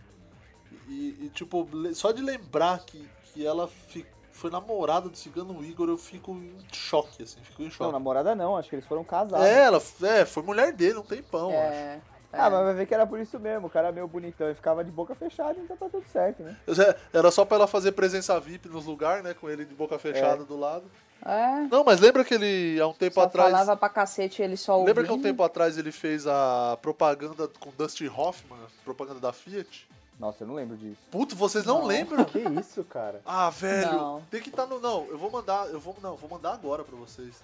Speaker 1: E, e, tipo, le- só de lembrar que, que ela fi- foi namorada do cigano Igor, eu fico em choque, assim. Fico em
Speaker 4: Não,
Speaker 1: choque.
Speaker 4: namorada não, acho que eles foram casados.
Speaker 1: é, ela é, foi mulher dele um tempão, eu acho.
Speaker 3: É,
Speaker 4: Ah, mas vai ver que era por isso mesmo. O cara é meio bonitão e ficava de boca fechada, então tá tudo certo, né?
Speaker 1: Eu sei, É, Era só pra ela fazer presença VIP nos lugares, né? Com ele de boca fechada do lado.
Speaker 3: é.
Speaker 1: Não, mas lembra que ele, há um tempo
Speaker 3: Só
Speaker 1: atrás.
Speaker 3: falava pra cacete ele só ouvindo.
Speaker 1: Lembra que há um tempo atrás ele fez a propaganda com Dusty Hoffman, a propaganda da Fiat?
Speaker 4: Nossa, eu não lembro disso.
Speaker 1: Puto, vocês não,
Speaker 3: Não.
Speaker 1: lembram?
Speaker 2: Que isso, cara?
Speaker 1: Ah, velho,
Speaker 3: Não.
Speaker 1: tem que estar no não. Eu vou mandar, eu vou não, eu vou mandar agora pra vocês.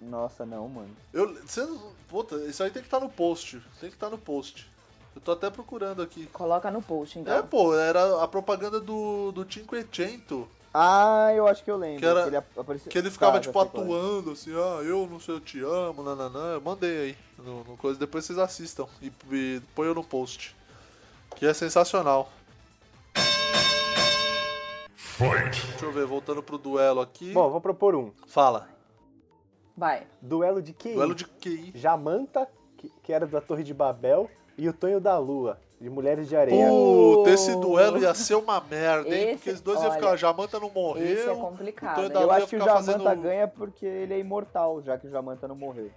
Speaker 4: Nossa, não, mano.
Speaker 1: Eu, você não- puta, isso aí tem que estar no post, tem que estar no post. Eu tô até procurando aqui.
Speaker 3: Coloca no post,
Speaker 1: É,
Speaker 3: então.
Speaker 1: pô, era a propaganda do do Cinquecento,
Speaker 4: Ah, eu acho que eu lembro.
Speaker 1: Que era-
Speaker 4: ap- aparecia-
Speaker 1: que ele ficava
Speaker 4: Tá, já
Speaker 1: tipo
Speaker 4: sei qual é.
Speaker 1: atuando assim, ah, eu não sei, eu te amo, nananã. Eu mandei aí no, no coisa, depois vocês assistam e, e põe eu no post. Que é sensacional. Deixa eu ver, voltando pro duelo aqui.
Speaker 2: Bom, vou propor um.
Speaker 1: Fala.
Speaker 3: Vai.
Speaker 2: Duelo de QI.
Speaker 1: Duelo de QI.
Speaker 2: Jamanta, que, que era da Torre de Babel, e o Tonho da Lua, de Mulheres de Areia.
Speaker 1: Puta, esse duelo ia ser uma merda, hein?
Speaker 3: Esse-
Speaker 1: Porque os dois iam
Speaker 3: olha,
Speaker 1: ficar, a Jamanta não morreu.
Speaker 3: Esse é
Speaker 1: o
Speaker 3: complicado.
Speaker 1: Tonho
Speaker 3: hein?
Speaker 1: da
Speaker 4: Eu
Speaker 1: Lua
Speaker 4: acho
Speaker 1: ia
Speaker 4: que o
Speaker 1: ficar
Speaker 4: Jamanta
Speaker 1: fazendo- um-
Speaker 4: ganha porque ele é imortal, já que o Jamanta não morreu.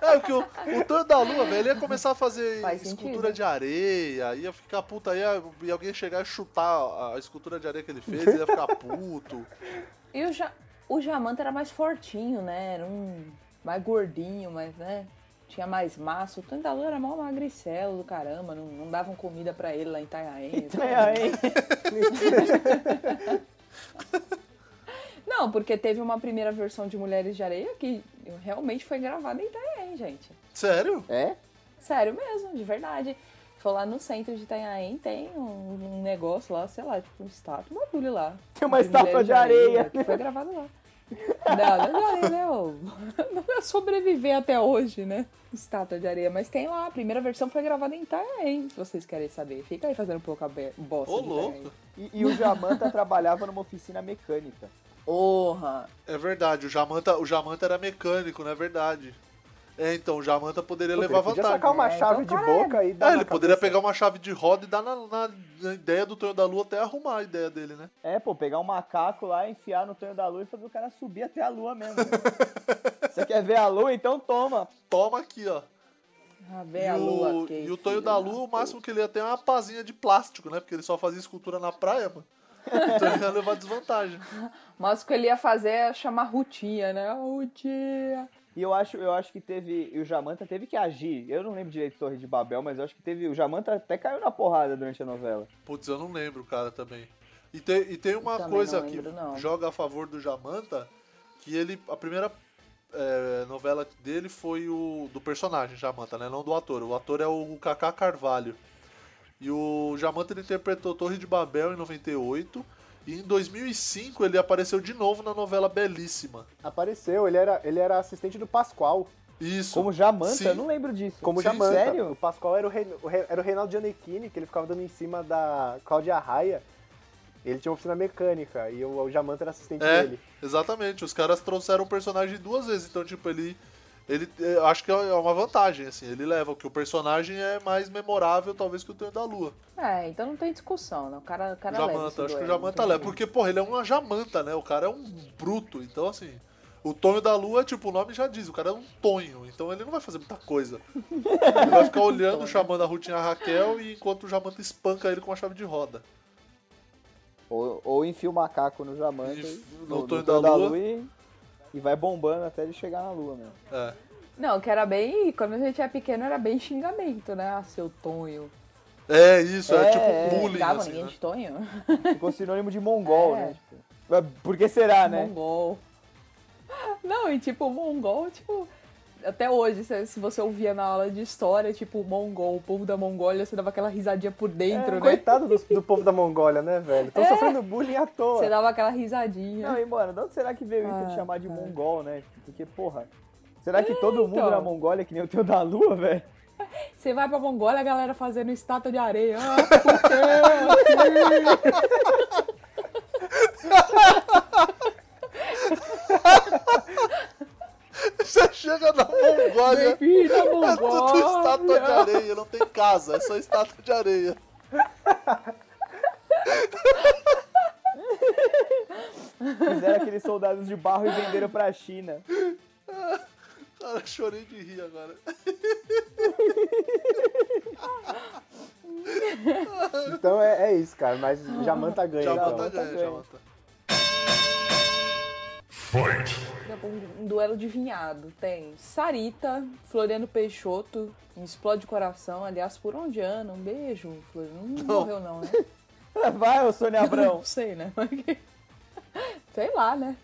Speaker 1: É, porque o, o Tonho da Lua, velho, ele ia começar a fazer
Speaker 3: Faz
Speaker 1: escultura
Speaker 3: sentido.
Speaker 1: de areia, ia ficar puta, ia, ia alguém chegar e chutar a, a escultura de areia que ele fez, ele ia ficar puto.
Speaker 3: E o, ja... O Jamanta era mais fortinho, né? Era um mais gordinho, mas né? Tinha mais massa. O Tentador era mó magricelo do caramba. Não, não davam comida pra ele lá em Itanhaém.
Speaker 2: É,
Speaker 4: Itanhaém.
Speaker 3: Não, porque teve uma primeira versão de Mulheres de Areia que realmente foi gravada em Itanhaém, gente.
Speaker 1: Sério?
Speaker 4: É?
Speaker 3: Sério mesmo, de verdade. Foi lá no centro de Itanhaém, tem um, um negócio lá, sei lá, tipo um estátua, um bagulho lá.
Speaker 4: Tem uma
Speaker 3: De
Speaker 4: estátua
Speaker 3: Mulheres
Speaker 4: de areia.
Speaker 3: Que né? foi gravado lá. Não, não é de areia, né? ô? Não é sobreviver até hoje, né? Estátua de areia. Mas tem lá, a primeira versão foi gravada em Itanhaém, se vocês querem saber. Fica aí fazendo um pouco a be- bosta
Speaker 1: Ô,
Speaker 3: de Itanhaém.
Speaker 1: louco.
Speaker 4: E, e o Jamanta trabalhava numa oficina mecânica.
Speaker 3: Porra!
Speaker 1: É verdade, o Jamanta, o Jamanta era mecânico, não é verdade? É, então, o Jamanta poderia
Speaker 2: Puta,
Speaker 1: levar
Speaker 2: ele podia
Speaker 1: vantagem.
Speaker 2: sacar uma
Speaker 3: É,
Speaker 2: chave
Speaker 3: então,
Speaker 2: de
Speaker 3: cara,
Speaker 2: boca e dar
Speaker 1: É,
Speaker 2: na
Speaker 1: ele poderia
Speaker 2: cabeça.
Speaker 1: pegar uma chave de roda e dar na, na- na ideia do Tonho da Lua até arrumar a ideia dele, né?
Speaker 4: É, pô, pegar um macaco lá, enfiar no tonho da lua e fazer o cara subir até a lua mesmo. né? Você quer ver a lua? Então toma.
Speaker 1: Toma aqui, ó.
Speaker 3: Ah,
Speaker 1: E
Speaker 3: bem a lua
Speaker 1: o,
Speaker 3: quente,
Speaker 1: e o Tonho da
Speaker 3: né?
Speaker 1: Lua, o máximo que ele ia ter é uma pazinha de plástico, né? Porque ele só fazia escultura na praia, mano. Então ele ia levar desvantagem.
Speaker 3: Mas o que ele ia fazer é chamar Rutinha, né? Rutinha!
Speaker 4: E eu acho, eu acho que teve. e O Jamanta teve que agir. Eu não lembro direito de Torre de Babel, mas eu acho que teve. O Jamanta até caiu na porrada durante a novela.
Speaker 1: Putz, eu não lembro, cara, também. E tem, e tem uma
Speaker 3: Também
Speaker 1: coisa
Speaker 3: não lembro,
Speaker 1: que
Speaker 3: não.
Speaker 1: joga a favor do Jamanta, que ele. A primeira é, novela dele foi o. do personagem Jamanta, né? Não do ator. O ator é o Kaká Carvalho. E o Jamanta ele interpretou Torre de Babel em 98. E em 2005 ele apareceu de novo na novela Belíssima.
Speaker 2: Apareceu, ele era, ele era assistente do Pascoal.
Speaker 1: Isso.
Speaker 4: Como Jamanta?
Speaker 1: Sim.
Speaker 4: Eu não lembro disso.
Speaker 2: Como
Speaker 1: Sim,
Speaker 2: Jamanta. O
Speaker 4: Sério?
Speaker 2: Pascoal era o, Rein- o Re- era o Reinaldo Giannichini, que ele ficava dando em cima da Cláudia Raia. Ele tinha uma oficina mecânica e o, o Jamanta era assistente
Speaker 1: É.
Speaker 2: dele.
Speaker 1: Exatamente, os caras trouxeram o personagem duas vezes, então, tipo, ele. ele eh, acho que é uma vantagem, assim, ele leva, que o personagem é mais memorável, talvez, que o Tonho da Lua.
Speaker 3: É, então não tem discussão, né? O cara, o
Speaker 1: O
Speaker 3: cara leva esse
Speaker 1: Jamanta, acho que
Speaker 3: duelo,
Speaker 1: o
Speaker 3: não
Speaker 1: Jamanta
Speaker 3: tem
Speaker 1: leva,
Speaker 3: jeito.
Speaker 1: porque, porra, ele é uma Jamanta, né? O cara é um bruto, então, assim. O Tonho da Lua, tipo, o nome já diz, o cara é um Tonho, então ele não vai fazer muita coisa. Ele vai ficar olhando, chamando a Rutinha Raquel e enquanto o Jamanta espanca ele com a chave de roda.
Speaker 4: Ou, ou enfia o macaco no Jamanta.
Speaker 1: E
Speaker 4: e-
Speaker 1: no Tonho da Lua.
Speaker 4: e, e vai bombando até ele chegar na lua mesmo.
Speaker 1: É.
Speaker 3: Não, que era bem. Quando a gente era pequeno era bem xingamento, né? Ah, seu Tonho.
Speaker 1: É isso, é,
Speaker 4: É, é,
Speaker 1: tipo um bullying,
Speaker 3: Xingava
Speaker 1: assim,
Speaker 3: ninguém
Speaker 1: né?
Speaker 3: de Tonho?
Speaker 4: Ficou sinônimo de mongol,
Speaker 3: É.
Speaker 4: né? Tipo, mas por que será, né?
Speaker 3: Mongol. Não, e tipo, mongol, tipo. Até hoje, se se você ouvia na aula de história, tipo, mongol, o povo da Mongólia, você dava aquela risadinha por dentro,
Speaker 2: É,
Speaker 3: né?
Speaker 2: Coitado do, do povo da Mongólia, né, velho?
Speaker 4: É.
Speaker 2: Tão sofrendo bullying à toa.
Speaker 3: Você dava aquela risadinha.
Speaker 4: Não, e mano, de onde será que veio isso de
Speaker 3: Ah,
Speaker 4: chamar de
Speaker 3: cara.
Speaker 4: mongol, né? Porque, porra, será que todo mundo
Speaker 3: então.
Speaker 4: na Mongólia é que nem o teu da lua, velho?
Speaker 3: Você vai pra Mongólia, a galera fazendo estátua de areia. Ah, por quê?
Speaker 1: Você chega na Mongólia,
Speaker 3: Bem-vindo à
Speaker 1: É tudo estátua de
Speaker 3: Mongólia.
Speaker 1: areia, não tem casa, é só estátua de areia.
Speaker 4: Fizeram aqueles soldados de barro e venderam pra China.
Speaker 1: Cara, chorei de rir agora.
Speaker 2: Então é, é isso, cara. Mas
Speaker 3: Ah.
Speaker 2: Jamanta ganha.
Speaker 1: Já
Speaker 2: então.
Speaker 1: mata, já, já
Speaker 4: ganha.
Speaker 1: mata.
Speaker 3: Um duelo de vinhado. Tem Sarita, Floriano Peixoto, em Explode Coração. Aliás, por onde anda? Um beijo, Floriano. Não, morreu, não, né?
Speaker 4: Vai, ô Sônia Abrão.
Speaker 3: Não sei, né? sei lá, né?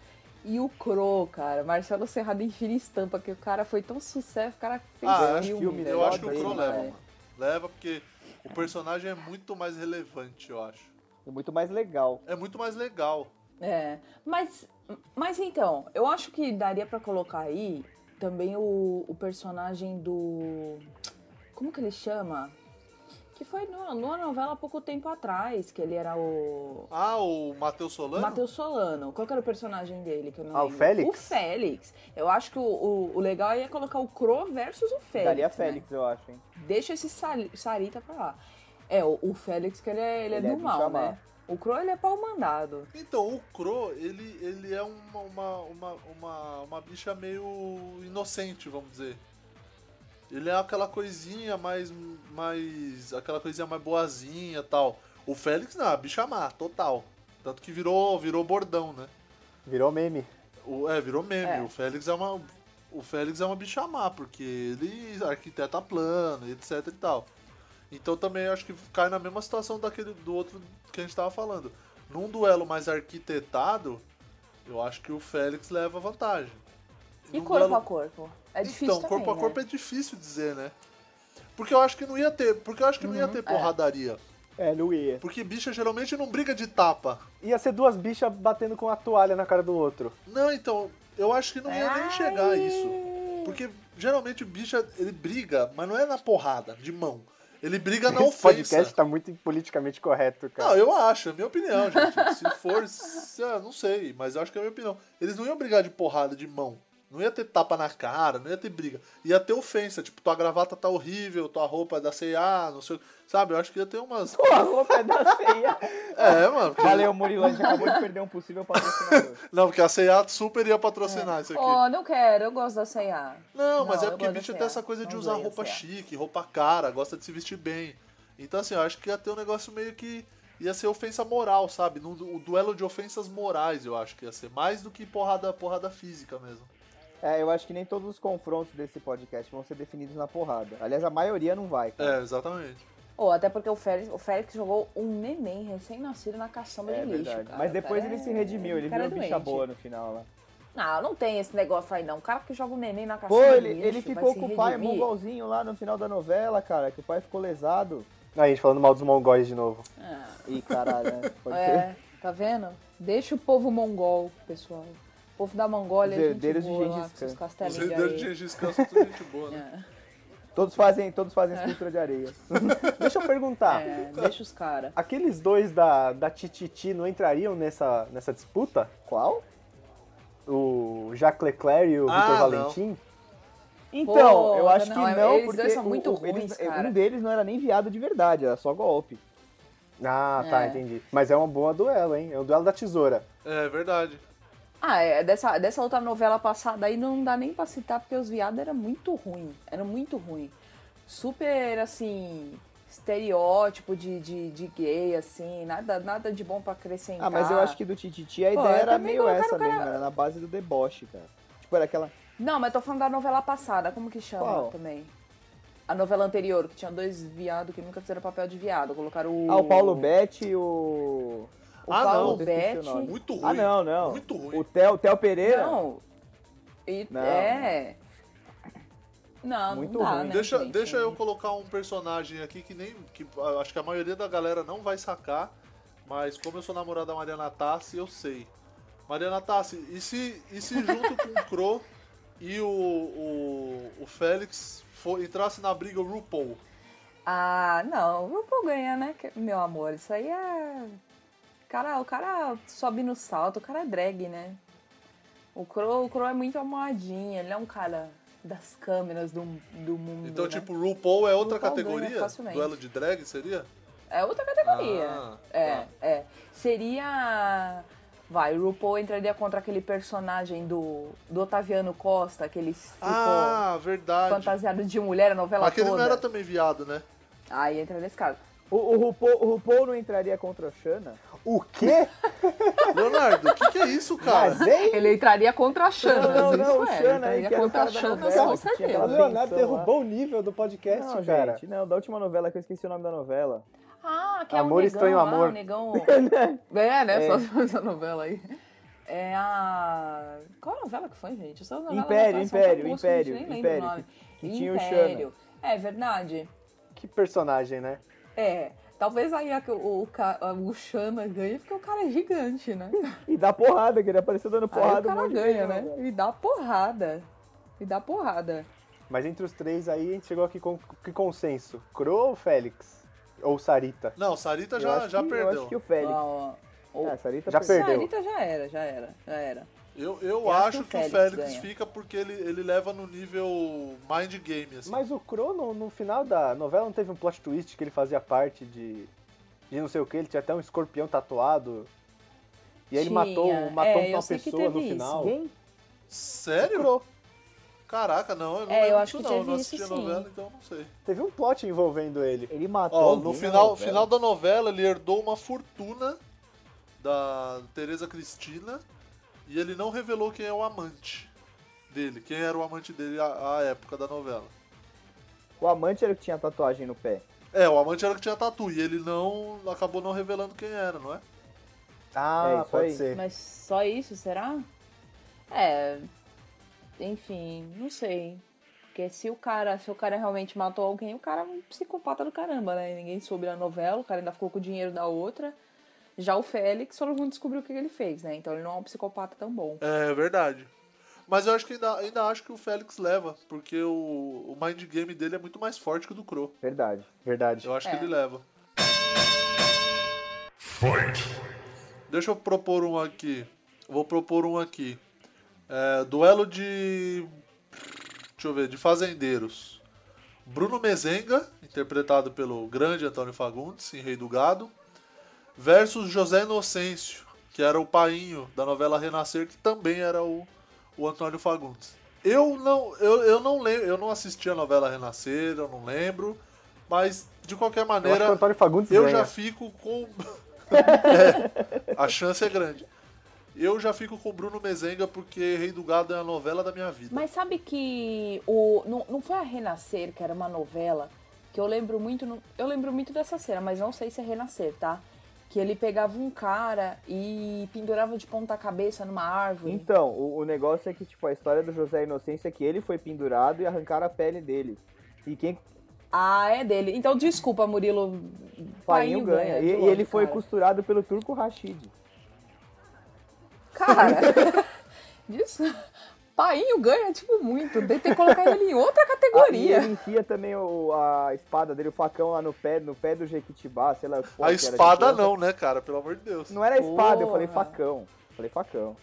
Speaker 3: E o Cro, cara. Marcelo Serrado enfia em estampa, que o cara foi tão sucesso, o cara fez
Speaker 1: Ah, eu acho
Speaker 3: filme.
Speaker 4: filme,
Speaker 3: velho. né?
Speaker 1: Eu acho que o
Speaker 4: dele,
Speaker 1: Kron
Speaker 3: Odeio,
Speaker 1: leva,
Speaker 3: velho.
Speaker 1: mano. Leva porque o personagem é muito mais relevante, eu acho.
Speaker 4: É muito mais legal.
Speaker 1: É muito mais legal.
Speaker 3: É, mas, mas então, eu acho que daria pra colocar aí também o, o personagem do. Como que ele chama? Que foi numa, numa novela há pouco tempo atrás, que ele era o.
Speaker 1: Ah, o Matheus Solano?
Speaker 3: Matheus Solano. Qual que era o personagem dele? Que eu não
Speaker 2: Ah, o
Speaker 3: lembro?
Speaker 2: Félix?
Speaker 3: O Félix. Eu acho que o, o, o legal é colocar o Cro versus o Félix.
Speaker 4: Daria
Speaker 3: né?
Speaker 4: Félix, eu acho, hein?
Speaker 3: Deixa esse Sal- Sarita pra lá. É, o, o Félix, que ele é, ele é
Speaker 4: Ele é
Speaker 3: do
Speaker 4: do
Speaker 3: mal,
Speaker 4: chamar.
Speaker 3: né? O Cro, ele é pau mandado.
Speaker 1: Então, o Kro, ele, ele é uma, uma, uma, uma, uma bicha meio inocente, vamos dizer. Ele é aquela coisinha mais. mais aquela coisinha mais boazinha tal. O Félix não, a bicha má, total. Tanto que virou, virou bordão, né?
Speaker 2: Virou meme.
Speaker 1: O, é, virou meme.
Speaker 3: É.
Speaker 1: O Félix é uma. O Félix é uma bicha má, porque ele arquiteta plano, etc e tal. Então também acho que cai na mesma situação daquele do outro que a gente tava falando. Num duelo mais arquitetado, eu acho que o Félix leva vantagem.
Speaker 3: E
Speaker 1: Num
Speaker 3: corpo
Speaker 1: duelo-
Speaker 3: a corpo? É difícil
Speaker 1: então,
Speaker 3: também,
Speaker 1: corpo a
Speaker 3: né?
Speaker 1: corpo é difícil dizer, né? Porque eu acho que não ia ter, porque eu acho que não ia
Speaker 3: Uhum,
Speaker 1: ter porradaria.
Speaker 4: É, não ia.
Speaker 1: Porque bicha geralmente não briga de tapa.
Speaker 2: Ia ser duas bichas batendo com a toalha na cara do outro.
Speaker 1: Não, então, eu acho que não
Speaker 4: é
Speaker 1: ia nem
Speaker 3: né? Ai.
Speaker 1: chegar a isso. Porque geralmente o bicha, ele briga, mas não é na porrada, de mão. Ele briga na
Speaker 2: Esse podcast
Speaker 1: ofensa.
Speaker 2: tá muito politicamente correto,
Speaker 1: Não,
Speaker 2: cara.
Speaker 1: eu acho, é minha opinião, gente. Se for, se- ah, não sei, mas eu acho que é a minha opinião. Eles não iam brigar de porrada, de mão. Não ia ter tapa na cara, não ia ter briga. Ia ter ofensa, tipo, tua gravata tá horrível, tua roupa é da C&A, não sei o que. Sabe, eu acho que ia ter umas...
Speaker 4: Pô, a roupa é da ceia.
Speaker 1: É, mano. porque-
Speaker 4: Valeu, Murilo. A gente acabou de perder um possível patrocinador.
Speaker 1: Não, porque a C&A super ia patrocinar isso aqui.
Speaker 3: Oh, não quero, eu gosto da C&A.
Speaker 1: Não, mas é
Speaker 3: Não, eu
Speaker 1: porque
Speaker 3: gosto é.
Speaker 1: bicho
Speaker 3: da
Speaker 1: tem
Speaker 3: CA.
Speaker 1: essa coisa de
Speaker 3: Não
Speaker 1: usar
Speaker 3: ganho
Speaker 1: roupa
Speaker 3: CA.
Speaker 1: chique, roupa cara, gosta de se vestir bem. Então, assim, eu acho que ia ter um negócio meio que. ia ser ofensa moral, sabe? Num du- O duelo de ofensas morais, eu acho que ia ser. Mais do que porrada, porrada física mesmo.
Speaker 4: É, eu acho que nem todos os confrontos desse podcast vão ser definidos na porrada. Aliás, a maioria não vai, cara.
Speaker 1: É, exatamente.
Speaker 3: Ou até porque o Félix, o Félix jogou um neném recém-nascido na caçamba de lixo. É, cara.
Speaker 4: É Mas depois
Speaker 3: O cara
Speaker 4: ele se
Speaker 3: é-
Speaker 4: redimiu, ele
Speaker 3: o cara
Speaker 4: virou
Speaker 3: é
Speaker 4: bicha
Speaker 3: doente.
Speaker 4: boa no final lá.
Speaker 3: Não, não tem esse negócio aí não. O cara que joga um neném na
Speaker 4: Pô,
Speaker 3: caçamba
Speaker 4: ele,
Speaker 3: de lixo vai
Speaker 4: ele ficou
Speaker 3: se
Speaker 4: com o pai
Speaker 3: redimir.
Speaker 4: mongolzinho lá no final da novela, cara, que o pai ficou lesado.
Speaker 2: Aí, a gente falando mal dos mongóis de novo.
Speaker 3: Ah,
Speaker 4: Ih, caralho, né? Pode ser.
Speaker 3: é, tá vendo? Deixa o povo mongol, pessoal. O povo da Mongólia
Speaker 4: Os
Speaker 3: é gente
Speaker 4: herdeiros de
Speaker 3: boa
Speaker 4: Gengis
Speaker 3: lá, com seus
Speaker 4: Khan.
Speaker 1: Os
Speaker 3: castelinhos de
Speaker 1: rendeiros de
Speaker 3: areia.
Speaker 1: Gengis Khan são tudo gente boa, né?
Speaker 3: É,
Speaker 4: Todos fazem, todos fazem escultura de areia.
Speaker 2: Deixa eu
Speaker 4: Tá.
Speaker 2: perguntar.
Speaker 3: é, deixa os caras.
Speaker 2: Aqueles dois da, da Tititi não entrariam nessa, nessa disputa?
Speaker 4: Qual?
Speaker 2: O Jacques Leclerc e o
Speaker 1: Ah,
Speaker 2: Vitor
Speaker 1: não.
Speaker 2: Valentim?
Speaker 4: Então, eu
Speaker 3: Pô,
Speaker 4: acho
Speaker 3: não,
Speaker 4: que não,
Speaker 3: eles dois
Speaker 4: porque
Speaker 3: são muito ruins,
Speaker 4: eles-
Speaker 3: cara.
Speaker 4: um deles não era nem viado de verdade, era só golpe.
Speaker 2: Ah, tá,
Speaker 3: É.
Speaker 2: entendi. Mas é uma boa duelo, hein? É o duelo da tesoura.
Speaker 1: É verdade.
Speaker 3: Ah, é, dessa, dessa outra novela passada aí não dá nem pra citar, porque os viados eram muito ruim. Era muito ruim. Super, assim, estereótipo de, de, de gay, assim, nada, nada de bom pra acrescentar.
Speaker 4: Ah, mas eu acho que do Tititi a
Speaker 3: Pô,
Speaker 4: ideia
Speaker 3: eu
Speaker 4: era
Speaker 3: também
Speaker 4: meio
Speaker 3: não quero
Speaker 4: essa
Speaker 3: o cara-
Speaker 4: mesmo, era na base do deboche, cara. Tipo, era aquela.
Speaker 3: Não, mas tô falando da novela passada, como que chama
Speaker 4: Qual?
Speaker 3: também? A novela anterior, que tinha dois viados que nunca fizeram papel de viado. Colocaram o.
Speaker 4: Ah, o Paulo Betti e o.
Speaker 3: O
Speaker 1: Ah,
Speaker 3: Paulo
Speaker 1: não.
Speaker 3: Betti.
Speaker 4: Esqueci o nome.
Speaker 1: Muito ruim.
Speaker 4: Ah, não, não.
Speaker 1: Muito ruim.
Speaker 4: O Theo, Theo Pereira?
Speaker 3: Não. E-
Speaker 4: Não.
Speaker 3: É. Não,
Speaker 4: Muito
Speaker 3: não dá,
Speaker 4: ruim.
Speaker 3: né?
Speaker 1: Deixa,
Speaker 3: gente?
Speaker 1: deixa eu colocar um personagem aqui que nem. que ah, acho que a maioria da galera não vai sacar, mas como eu sou namorada da Mariana Tassi, eu sei. Mariana Tassi, e se, e se junto com o Crow e o, o, o Félix for, entrasse na briga o RuPaul?
Speaker 3: Ah, não, o RuPaul ganha, né? que- Meu amor, isso aí é. O cara, o cara sobe no salto, o cara é drag, né? O Crow, o Crow é muito amadinho, ele é um cara das câmeras do, do mundo.
Speaker 1: Então,
Speaker 3: né?
Speaker 1: tipo, RuPaul é outra
Speaker 3: RuPaul ganha
Speaker 1: categoria?
Speaker 3: facilmente.
Speaker 1: Duelo de drag seria?
Speaker 3: É outra categoria.
Speaker 1: Ah,
Speaker 3: é,
Speaker 1: tá.
Speaker 3: é. Seria. Vai, o RuPaul entraria contra aquele personagem do, do Otaviano Costa, que ele ficou
Speaker 1: Ah, verdade.
Speaker 3: fantasiado de mulher a novela
Speaker 1: Mas aquele
Speaker 3: toda.
Speaker 1: não era também viado, né?
Speaker 3: Aí entra nesse cara.
Speaker 4: O, o, RuPaul, o RuPaul não entraria contra a Xana?
Speaker 2: O quê?
Speaker 1: Leonardo, o que, que é isso, cara?
Speaker 4: Mas, hein?
Speaker 3: Ele entraria contra a Xana.
Speaker 4: Não, não,
Speaker 3: isso
Speaker 4: não, o
Speaker 3: é,
Speaker 4: Xana
Speaker 3: ele
Speaker 4: aí,
Speaker 3: entraria
Speaker 4: que era o
Speaker 3: contra a
Speaker 4: cara da
Speaker 3: Xana,
Speaker 4: novela,
Speaker 3: com
Speaker 2: O
Speaker 4: que tinha aquela-
Speaker 3: certeza.
Speaker 2: Leonardo
Speaker 4: Benção
Speaker 2: derrubou o nível do podcast,
Speaker 4: Não,
Speaker 2: cara.
Speaker 4: gente, não, da última novela que eu esqueci o nome da novela.
Speaker 3: Ah, que
Speaker 2: Amor,
Speaker 3: é o negão
Speaker 2: Estranho
Speaker 3: lá,
Speaker 2: Amor.
Speaker 3: o negão... é, né? Só essa novela aí. É a... Qual novela que foi, gente? Essa novela
Speaker 4: Império,
Speaker 3: da atuação
Speaker 4: Império,
Speaker 3: tão tosca, a gente
Speaker 4: Império,
Speaker 3: nem lembra
Speaker 4: Império,
Speaker 3: o nome.
Speaker 4: que tinha o
Speaker 3: Império. É verdade.
Speaker 2: Que personagem, né?
Speaker 3: É. Talvez aí a- o, o, ca- o Xana ganhe, porque o cara é gigante, né?
Speaker 4: E dá porrada, que ele apareceu dando
Speaker 3: Aí
Speaker 4: porrada
Speaker 3: o cara
Speaker 4: um monte
Speaker 3: ganha,
Speaker 4: de
Speaker 3: né?
Speaker 4: vezes.
Speaker 3: Ele dá porrada. Ele dá porrada.
Speaker 2: Mas entre os três aí, a gente chegou aqui com que consenso? Crow ou Félix? Ou Sarita?
Speaker 1: Não, Sarita
Speaker 4: Eu
Speaker 1: já,
Speaker 4: acho
Speaker 1: já
Speaker 4: que- Eu
Speaker 1: perdeu.
Speaker 4: acho que o Félix.
Speaker 3: Ó, ó,
Speaker 4: Ah, Sarita
Speaker 2: Já
Speaker 4: perdeu.
Speaker 2: perdeu.
Speaker 3: Sarita já era, já era, já era.
Speaker 1: Eu, eu,
Speaker 3: Eu
Speaker 1: acho que o Félix,
Speaker 3: ganha.
Speaker 1: fica porque ele, ele leva no nível mind game, assim.
Speaker 2: Mas o Crow, no, no final da novela, não teve um plot twist que ele fazia parte de, de não sei o que? Ele tinha até um escorpião tatuado. E aí ele
Speaker 3: Tinha.
Speaker 2: matou,
Speaker 3: É,
Speaker 2: matou
Speaker 3: eu
Speaker 2: uma
Speaker 3: sei que
Speaker 2: pessoa no
Speaker 3: teve isso.
Speaker 2: final.
Speaker 4: Quem?
Speaker 1: Sério?
Speaker 2: Crow.
Speaker 1: Caraca, não, eu não
Speaker 3: É, eu
Speaker 1: lembro
Speaker 3: acho
Speaker 1: disso
Speaker 3: que
Speaker 1: não, eu
Speaker 3: teve
Speaker 1: não
Speaker 3: isso,
Speaker 1: assisti a
Speaker 3: sim.
Speaker 1: novela, então eu não sei.
Speaker 2: Teve um plot envolvendo ele.
Speaker 4: Ele matou.
Speaker 1: Ó,
Speaker 4: alguém
Speaker 1: no
Speaker 4: na
Speaker 1: final,
Speaker 4: novela?
Speaker 1: final da novela ele herdou uma fortuna da Tereza Cristina E ele não revelou quem é o amante dele, quem era o amante dele à, à época da novela.
Speaker 4: O amante era o que tinha tatuagem no pé.
Speaker 1: É, o amante era o que tinha tatu e ele não acabou não revelando quem era, não é?
Speaker 2: Ah,
Speaker 4: É isso
Speaker 2: pode
Speaker 4: aí.
Speaker 2: ser.
Speaker 3: Mas só isso, será? É. Enfim, não sei. Porque se o cara, se o cara realmente matou alguém, o cara é um psicopata do caramba, né? Ninguém soube na novela, o cara ainda ficou com o dinheiro da outra. Já o Félix, só não descobriu o que ele fez, né? Então ele não é um psicopata tão bom.
Speaker 1: É verdade. Mas eu acho que ainda, ainda acho que o Félix leva, porque o, o mind game dele é muito mais forte que o do Crow.
Speaker 4: Verdade.
Speaker 2: Verdade.
Speaker 1: Eu acho que
Speaker 3: É.
Speaker 1: ele leva. Deixa eu propor um aqui. Vou propor um aqui. É, duelo de. Deixa eu ver, de fazendeiros. Bruno Mezenga, interpretado pelo grande Antônio Fagundes, em Rei do Gado, versus José Inocêncio, que era o painho da novela Renascer, que também era o, o Antônio Fagundes. Eu não, eu, eu não lembro, eu não assisti a novela Renascer, eu não lembro, mas de qualquer
Speaker 2: Eu acho
Speaker 1: maneira.
Speaker 2: que o Antônio Fagundes
Speaker 1: Eu
Speaker 2: ganha.
Speaker 1: já fico com. É, a chance é grande. Eu já fico com o Bruno Mezenga porque Rei do Gado é a novela da minha vida.
Speaker 3: Mas sabe que o não, não foi a Renascer, que era uma novela, que eu lembro muito, no- eu lembro muito dessa cena, mas não sei se é Renascer, tá? Que ele pegava um cara e pendurava de ponta cabeça numa árvore.
Speaker 4: Então, o, o negócio é que, tipo, a história do José Inocência é que ele foi pendurado e arrancaram a pele dele. E quem
Speaker 3: Ah, é dele. Então desculpa, Murilo.
Speaker 4: painho ganha. E, e
Speaker 3: lógico,
Speaker 4: ele foi
Speaker 3: cara.
Speaker 4: costurado pelo Turco Rashid.
Speaker 3: Cara, disso. Painho ganha, tipo, muito. Tem que colocar ele em outra
Speaker 4: Ah, e
Speaker 3: categoria.
Speaker 4: ele enfia também o- a espada dele, o facão lá no pé, no pé do Jequitibá, sei lá. o que
Speaker 1: a
Speaker 4: era de
Speaker 1: espada
Speaker 4: criança.
Speaker 1: não, né, cara? Pelo amor de Deus.
Speaker 4: Não era a espada, eu falei
Speaker 3: Porra.
Speaker 4: facão. Falei facão.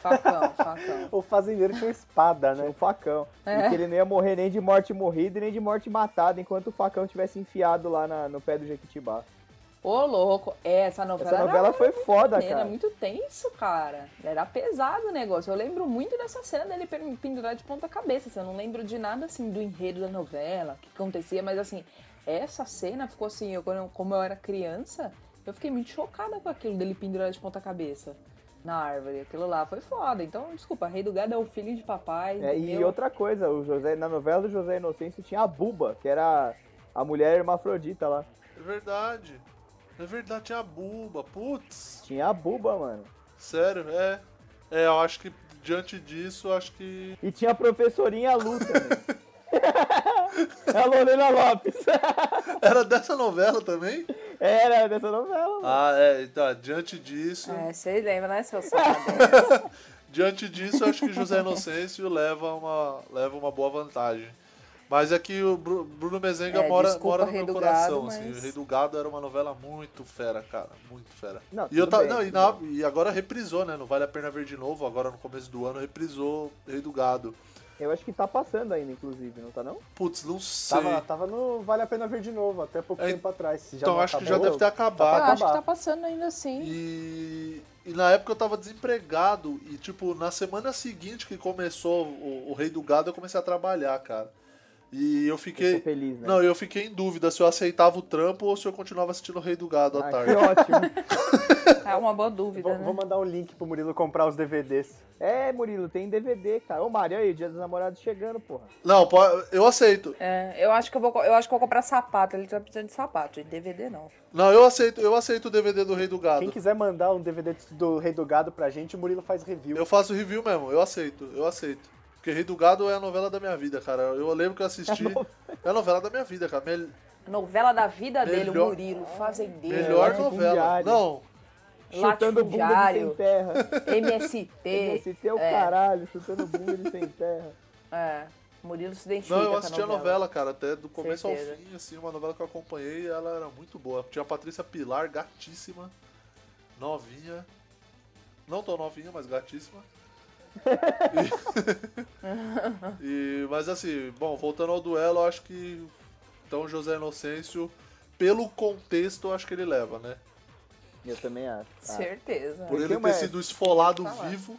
Speaker 3: Facão, facão.
Speaker 2: O fazendeiro tinha espada,
Speaker 4: Tinha um
Speaker 2: né?
Speaker 4: facão.
Speaker 3: É.
Speaker 4: E que ele não ia morrer nem de morte morrida e nem de morte matada, enquanto o facão tivesse enfiado lá na- no pé do Jequitibá.
Speaker 3: Ô, louco. É, Essa novela,
Speaker 4: Essa
Speaker 3: era-
Speaker 4: novela foi foda,
Speaker 3: Era
Speaker 4: cara.
Speaker 3: muito tenso, cara. Era pesado o negócio. Eu lembro muito dessa cena dele pen- pendurar de ponta cabeça. assim, Eu não lembro de nada assim do enredo da novela, o que acontecia, mas assim, essa cena ficou assim, eu, quando eu- como eu era criança, eu fiquei muito chocada com aquilo dele pendurar de ponta cabeça na árvore. Aquilo lá foi foda. Então, desculpa, Rei do Gado é o filho de papai.
Speaker 4: É, e
Speaker 3: entendeu?
Speaker 4: outra coisa, o José, na novela do José Inocêncio tinha a Buba, que era a mulher hermafrodita lá.
Speaker 1: É verdade. É verdade, tinha a buba. Putz,
Speaker 4: Tinha a Buba, mano.
Speaker 1: sério, é. É, eu acho que diante disso, eu acho que.
Speaker 4: E tinha a professorinha Lu também. a Lorena Lopes.
Speaker 1: Era dessa novela também?
Speaker 4: Era dessa novela. mano.
Speaker 1: Ah, é, então, diante disso.
Speaker 3: É, vocês lembram, né, seu sábio?
Speaker 1: Diante disso, eu acho que José Inocêncio leva uma, leva uma boa vantagem. Mas é que o Bru- Bruno Mezenga
Speaker 3: É,
Speaker 1: mora,
Speaker 3: desculpa,
Speaker 1: mora no
Speaker 3: Rei
Speaker 1: meu
Speaker 3: do
Speaker 1: coração.
Speaker 3: Gado,
Speaker 1: assim.
Speaker 3: mas-
Speaker 1: O Rei do Gado era uma novela muito fera, cara. Muito fera.
Speaker 4: Não,
Speaker 1: e, eu
Speaker 4: tudo
Speaker 1: ta-
Speaker 4: bem,
Speaker 1: não, e,
Speaker 4: tudo
Speaker 1: na-
Speaker 4: bem.
Speaker 1: e agora reprisou, né? Não vale a pena ver de novo. Agora no começo do ano, reprisou Rei do Gado.
Speaker 4: Eu acho que tá passando ainda, inclusive, não tá não?
Speaker 1: Putz, não sei.
Speaker 2: Tava, tava no Vale a Pena Ver de novo, até pouco
Speaker 1: É,
Speaker 2: tempo atrás. Se já
Speaker 1: então
Speaker 2: não
Speaker 1: acho que já
Speaker 2: acabou,
Speaker 1: deve ter
Speaker 3: Eu
Speaker 1: acabado.
Speaker 2: acabar.
Speaker 3: acho que tá passando ainda assim.
Speaker 1: E, e na época eu tava desempregado. E, tipo, na semana seguinte que começou o, o Rei do Gado, eu comecei a trabalhar, cara. E eu
Speaker 4: Tem que
Speaker 1: fiquei.
Speaker 4: ser feliz, né?
Speaker 1: Não, eu fiquei em dúvida se eu aceitava o trampo ou se eu continuava assistindo o Rei do Gado à
Speaker 4: Ah,
Speaker 1: tarde.
Speaker 4: que ótimo.
Speaker 3: É uma boa
Speaker 2: Vou,
Speaker 3: dúvida, né?
Speaker 2: vou mandar um link pro Murilo comprar os DVDs.
Speaker 4: É, Murilo, tem DVD, cara. Ô, Mário, aí, o Dia dos Namorados chegando, porra.
Speaker 1: Não, po- eu aceito.
Speaker 3: É, eu acho que eu vou, co- eu acho que eu vou comprar sapato. Ele tá precisando de sapato, de DVD não.
Speaker 1: Não, eu aceito, eu aceito o DVD do Rei do
Speaker 2: Quem
Speaker 1: Gado.
Speaker 2: quiser mandar um DVD do Rei do Gado pra gente, o Murilo faz review.
Speaker 1: Eu faço review mesmo, eu aceito, eu aceito. Porque Rei do Gado é a novela da minha vida, cara. Eu lembro que eu assisti. É a novela da minha vida, cara. Mel-
Speaker 3: Novela da vida dele, o
Speaker 1: Melhor-
Speaker 3: Murilo, fazendeiro.
Speaker 1: melhor
Speaker 4: Latifundiário.
Speaker 1: novela. Não,
Speaker 4: Chutando bunda de sem
Speaker 3: latifundiário,
Speaker 4: terra.
Speaker 3: MST.
Speaker 4: MST é o
Speaker 3: é,
Speaker 4: caralho, chutando bunda de sem terra.
Speaker 3: é. Murilo se identifica
Speaker 1: não, eu
Speaker 3: com
Speaker 1: assisti a novela, cara, até do começo ao
Speaker 3: Certeza.
Speaker 1: fim, assim, uma novela que eu acompanhei e ela era muito boa. Tinha a Patrícia Pilar, gatíssima, novinha. Não tão novinha, mas gatíssima. E, e- mas assim, bom, voltando ao duelo, eu acho que então José Inocêncio, pelo contexto, eu acho que ele leva, né?
Speaker 4: Eu também acho. cara.
Speaker 3: Certeza.
Speaker 1: Por ele
Speaker 4: tem
Speaker 1: ter
Speaker 4: uma-
Speaker 1: sido esfolado
Speaker 3: tem é que falar.
Speaker 1: vivo.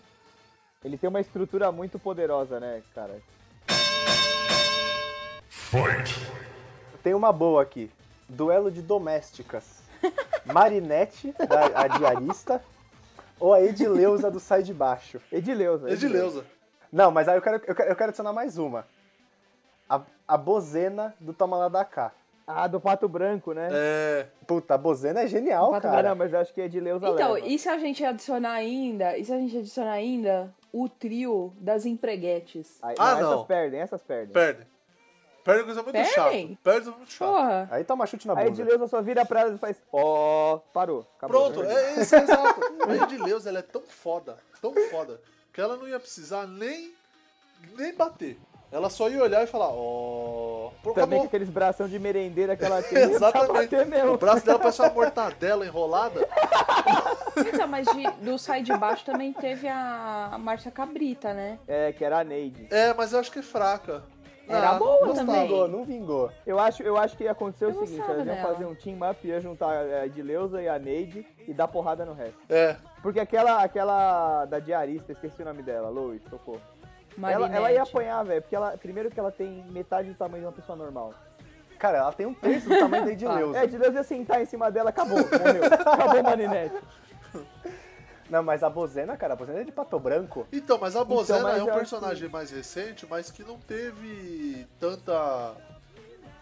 Speaker 4: Ele tem uma estrutura muito poderosa, né, cara?
Speaker 2: Tem uma boa aqui. Duelo de domésticas. Marinette, da, a diarista, Ou a Edileuza do Sai de Baixo.
Speaker 4: Edileuza.
Speaker 1: Edileuza.
Speaker 2: Não, mas aí eu quero, eu quero, eu quero adicionar mais uma. A, a Bozena do Toma Lá da Cá.
Speaker 4: Ah, do Pato Branco, né?
Speaker 1: É.
Speaker 2: Puta, a Bozena é genial,
Speaker 4: Ah,
Speaker 2: cara.
Speaker 4: não, mas eu acho que é Edileuza
Speaker 3: Então,
Speaker 1: né?
Speaker 4: leva.
Speaker 3: e se a gente adicionar ainda, e se a gente adicionar ainda o trio das empreguetes?
Speaker 4: Aí-
Speaker 1: Ah, não.
Speaker 4: Essas perdem, essas perdem.
Speaker 1: Perde. Perde é coisa muito
Speaker 3: Perdem?
Speaker 1: chata. Perde muito chata.
Speaker 3: Porra!
Speaker 2: um- Aí toma chute na
Speaker 4: A
Speaker 2: bunda.
Speaker 4: Edileuza só vira pra ela e faz. Ó, parou. acabou,
Speaker 1: Pronto,
Speaker 4: né?
Speaker 1: é isso, é exato. A Edileuza, ela é tão foda, tão foda, que ela não ia precisar nem, nem bater. Ela só ia olhar e falar, ó... Oh,
Speaker 4: Também
Speaker 1: acabou.
Speaker 4: com aqueles bração de merendeira que ela tem. Pra
Speaker 1: Exatamente.
Speaker 4: bater mesmo.
Speaker 1: O braço dela parece uma mortadela enrolada.
Speaker 3: Então, mas de- do Sai de Baixo também teve a, a Márcia Cabrita, né?
Speaker 4: É, que era a Neide.
Speaker 1: É, mas eu acho que é fraca. Ah, tá
Speaker 3: Era boa
Speaker 1: gostava.
Speaker 3: também.
Speaker 2: Vingou, não vingou.
Speaker 4: Eu acho, eu acho que ia acontecer
Speaker 3: Eu
Speaker 4: o seguinte:
Speaker 3: gostava
Speaker 4: elas iam
Speaker 3: dela.
Speaker 4: fazer um team up, ia juntar a Edileuza e a Neide e dar porrada no resto.
Speaker 1: É,
Speaker 4: Porque aquela, aquela da diarista, esqueci o nome dela, Lois, socorro. Ela,
Speaker 3: Marinette.
Speaker 4: ela ia apanhar, velho, porque ela, primeiro que ela tem metade do tamanho de uma pessoa normal.
Speaker 2: Cara, ela tem um terço do tamanho da Edileuza.
Speaker 4: É, a Edileuza ia sentar em cima dela, acabou, morreu. acabou a Marinette.
Speaker 2: Não, mas a Bozena, cara, a Bozena é de pato branco.
Speaker 1: Então, mas a Bozena
Speaker 4: mas
Speaker 1: é
Speaker 4: eu
Speaker 1: um
Speaker 4: acho
Speaker 1: personagem mais recente, mas que não teve tanta.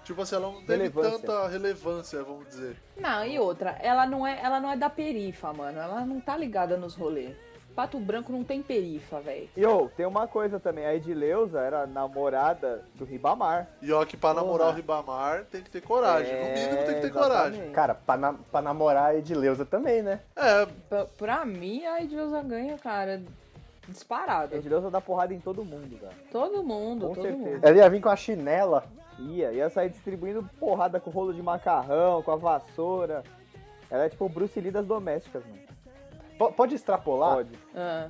Speaker 1: Tipo assim, ela não teve
Speaker 4: Relevância.
Speaker 1: tanta relevância, vamos dizer.
Speaker 3: Não, e outra, ela não, é, ela não é da perifa, mano. Ela não tá ligada nos rolês. Pato Branco não tem perifa, velho.
Speaker 4: E ô, tem uma coisa também, a Edileuza era namorada do Ribamar.
Speaker 1: E ó, que pra namorar o Ribamar tem que ter coragem.
Speaker 4: É,
Speaker 1: no mínimo tem que ter coragem.
Speaker 4: exatamente.
Speaker 2: Cara, pra, na- pra namorar a Edileuza também, né?
Speaker 1: É,
Speaker 3: Pra, pra mim, a Edileuza ganha, cara,
Speaker 4: A
Speaker 3: disparado.
Speaker 4: Edileuza dá porrada em todo mundo, cara.
Speaker 3: Todo mundo,
Speaker 4: Com
Speaker 3: todo
Speaker 4: certeza.
Speaker 3: mundo.
Speaker 2: Ela ia vir com a chinela.
Speaker 4: Ia, ia sair distribuindo porrada com rolo de macarrão, com a vassoura. Ela é tipo o Bruce Lee das domésticas, mano.
Speaker 2: Po- pode extrapolar?
Speaker 4: Pode.
Speaker 3: Ah.